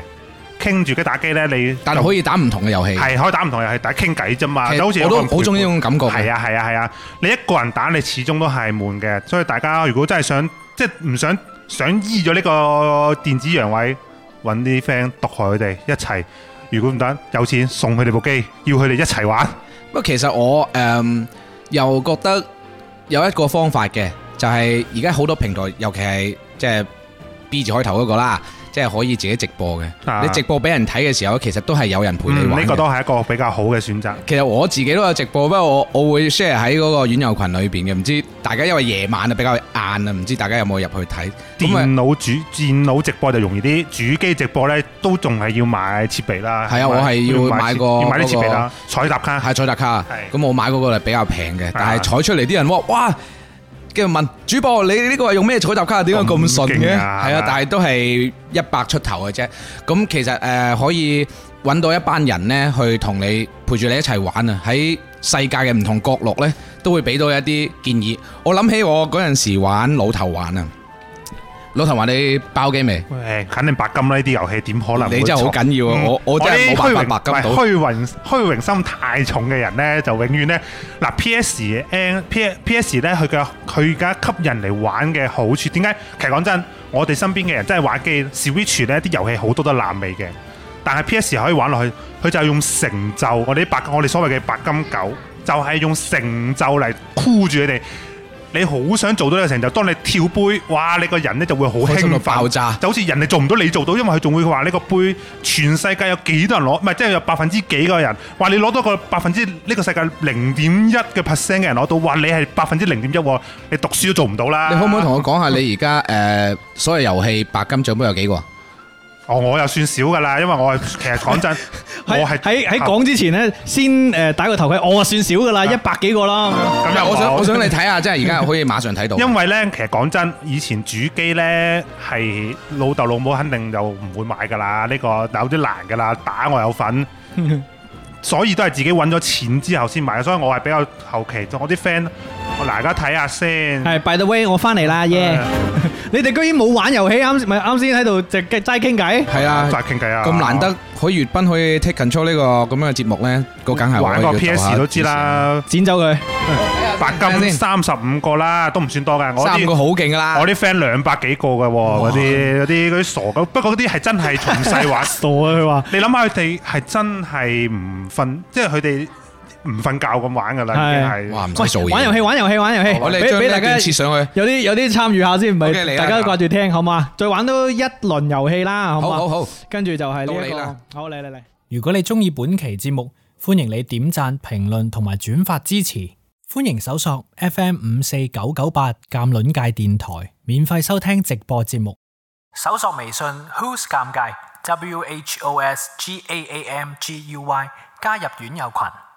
Speaker 4: 傾住偈打機呢，你
Speaker 3: 但係可以打唔同嘅遊戲。
Speaker 4: 係可以打唔同遊戲，但係傾偈啫嘛，
Speaker 3: 其實
Speaker 4: 就好似有
Speaker 3: 我
Speaker 4: 個
Speaker 3: 都
Speaker 4: 人
Speaker 3: 好中意呢
Speaker 4: 陪伴
Speaker 3: 種感覺嘅。
Speaker 4: 係啊係啊係啊！你一個人打你始終都係悶嘅，所以大家如果真係想即係唔想想醫咗呢個電子陽痿，揾啲 friend 毒害佢哋一齊。如果唔得，有錢送佢哋部機，要佢哋一齊玩。
Speaker 3: 不過其實我誒、嗯又覺得有一個方法嘅，就係而家好多平台，尤其係即係 B 字開頭嗰個啦，即係可以自己直播嘅。
Speaker 4: 啊
Speaker 3: 你直播俾人睇嘅時候，其實都係有人陪你
Speaker 4: 嗯呢
Speaker 3: 玩嘅。
Speaker 4: 個都係一個比較好嘅選擇。
Speaker 3: 其實我自己都有直播，不過我我會 share 喺嗰個院友群裏邊嘅，唔知大家因為夜晚啊比較晏啊，唔知大家有冇入去睇？咁啊
Speaker 4: 電腦主電腦直播就容易啲，主機直播呢都仲係要買設備啦。
Speaker 3: 係啊我係要買個
Speaker 4: 要買啲設備啦，彩搭
Speaker 3: 係
Speaker 4: 卡。
Speaker 3: 彩達卡，
Speaker 4: 啊係
Speaker 3: 咁我買嗰個係比較平嘅，但
Speaker 4: 啊
Speaker 3: 係採出嚟啲人哇哇，跟住問主播你呢個係用咩彩達卡？點解咁
Speaker 4: 咁
Speaker 3: 順嘅？
Speaker 4: 勁
Speaker 3: 係
Speaker 4: 啊
Speaker 3: 啊
Speaker 4: 係，
Speaker 3: 但係都係一百出頭嘅啫。咁其實誒可以揾到一班人呢，去同你陪住你一齊玩啊！喺世界嘅唔同角落呢，都會俾到一啲建議。我諗起我嗰陣時玩老頭環啊，老頭環你爆機未？
Speaker 4: 誒，肯定白金啦！呢啲遊戲點可能會
Speaker 3: 你真係好
Speaker 4: 錯
Speaker 3: 緊要啊！
Speaker 4: 嗯
Speaker 3: 我我真係冇辦法白金
Speaker 4: 我
Speaker 3: 到
Speaker 4: 啲。虛榮唔係虛榮虛榮心太重嘅人咧，就永遠咧嗱 PS N P PS 咧，佢嘅佢而家吸引嚟玩嘅好處，點解？其實講真，我哋身邊嘅人真係玩機 Switch 咧，啲遊戲好多都爛尾嘅，但係 PS 可以玩落去，佢就係用成就我哋啲白我哋所謂嘅白金狗，就係、用成就嚟箍住佢哋。你好想做到呢個成就，當你跳杯，哇！你個人咧就會好
Speaker 3: 開心到
Speaker 4: 興奮，
Speaker 3: 爆炸
Speaker 4: 就好似人哋做唔到你做到，因為佢仲會話呢個杯全世界有幾多人攞，唔係即係有百分之幾個人話你攞到個百分之呢個世界零點一嘅 percent 嘅人攞到，話你係百分之零點一喎，你讀書都做唔到啦。
Speaker 3: 呃你可唔可以同我講下你而家誒所有遊戲白金獎杯有幾個？啊
Speaker 4: 我哦，我又算少噶啦，因為我係其實講真，我
Speaker 2: 喺
Speaker 4: 係
Speaker 2: 喺喺 講之前咧，先诶打個頭盔，我算少噶啦，一百幾個啦。
Speaker 4: 咁又
Speaker 3: 我想
Speaker 4: 冇
Speaker 3: 我想你睇下，即係而家可以馬上睇到。
Speaker 4: 因為咧，其實講真，以前主機咧係老豆老母肯定就唔會買噶啦，呢、個有啲難噶啦，打我有份，所以都係自己揾咗錢之後先買，所以我係比較後期。我啲 friend，我嗱而家睇下先。
Speaker 2: 係
Speaker 4: 呃
Speaker 2: by the way，我翻嚟啦，耶！你哋居然冇玩遊戲，啱咪啱先喺度就齋傾偈。
Speaker 3: 係啊，
Speaker 4: 齋傾偈啊！
Speaker 3: 咁難得可以粵賓可以 take control 呢個咁樣嘅節目咧，個梗係
Speaker 4: 玩
Speaker 3: 個
Speaker 4: 個 PS 都知。啦，
Speaker 2: 剪走佢，
Speaker 4: 白
Speaker 3: 睇下
Speaker 4: 金
Speaker 3: 先
Speaker 4: 三十五個啦，都唔算多噶。我
Speaker 3: 三個
Speaker 4: 啲
Speaker 3: 好勁㗎啦，
Speaker 4: 我啲 friend 兩百幾個嘅喎，嗰啲嗰啲嗰啲傻狗，不過嗰啲係真係從細玩。
Speaker 2: 傻啊！佢話
Speaker 4: 你諗下佢哋係真係唔瞓，即係佢哋唔瞓覺咁玩噶啦，已經係。
Speaker 3: 哇唔使做
Speaker 2: 喂，
Speaker 3: 嘢。
Speaker 2: 玩遊戲，玩遊戲，玩遊戲，
Speaker 3: 我哋
Speaker 2: 俾
Speaker 3: 將
Speaker 2: 俾
Speaker 3: 呢
Speaker 2: 大
Speaker 3: 一
Speaker 2: 家
Speaker 3: 段切上去。
Speaker 2: 有啲有啲參與下先，唔
Speaker 3: OK，嚟
Speaker 2: 係
Speaker 3: 啦
Speaker 2: 大家掛住聽好嘛？再玩多一輪遊戲啦，好
Speaker 3: 好好
Speaker 2: 嘛？
Speaker 3: 好，
Speaker 2: 跟住就係
Speaker 3: 到
Speaker 2: 呢一
Speaker 3: 你
Speaker 2: 個
Speaker 3: 啦，
Speaker 2: 好嚟嚟嚟。
Speaker 7: 如果你中意本期節目，歡迎你點讚、評論同埋轉發支持。歡迎搜索 FM 五四九九八鑑論界電台，免費收聽直播節目。搜索微信 Who's 尷尬 W H O S G A A M G U Y 加入院友群。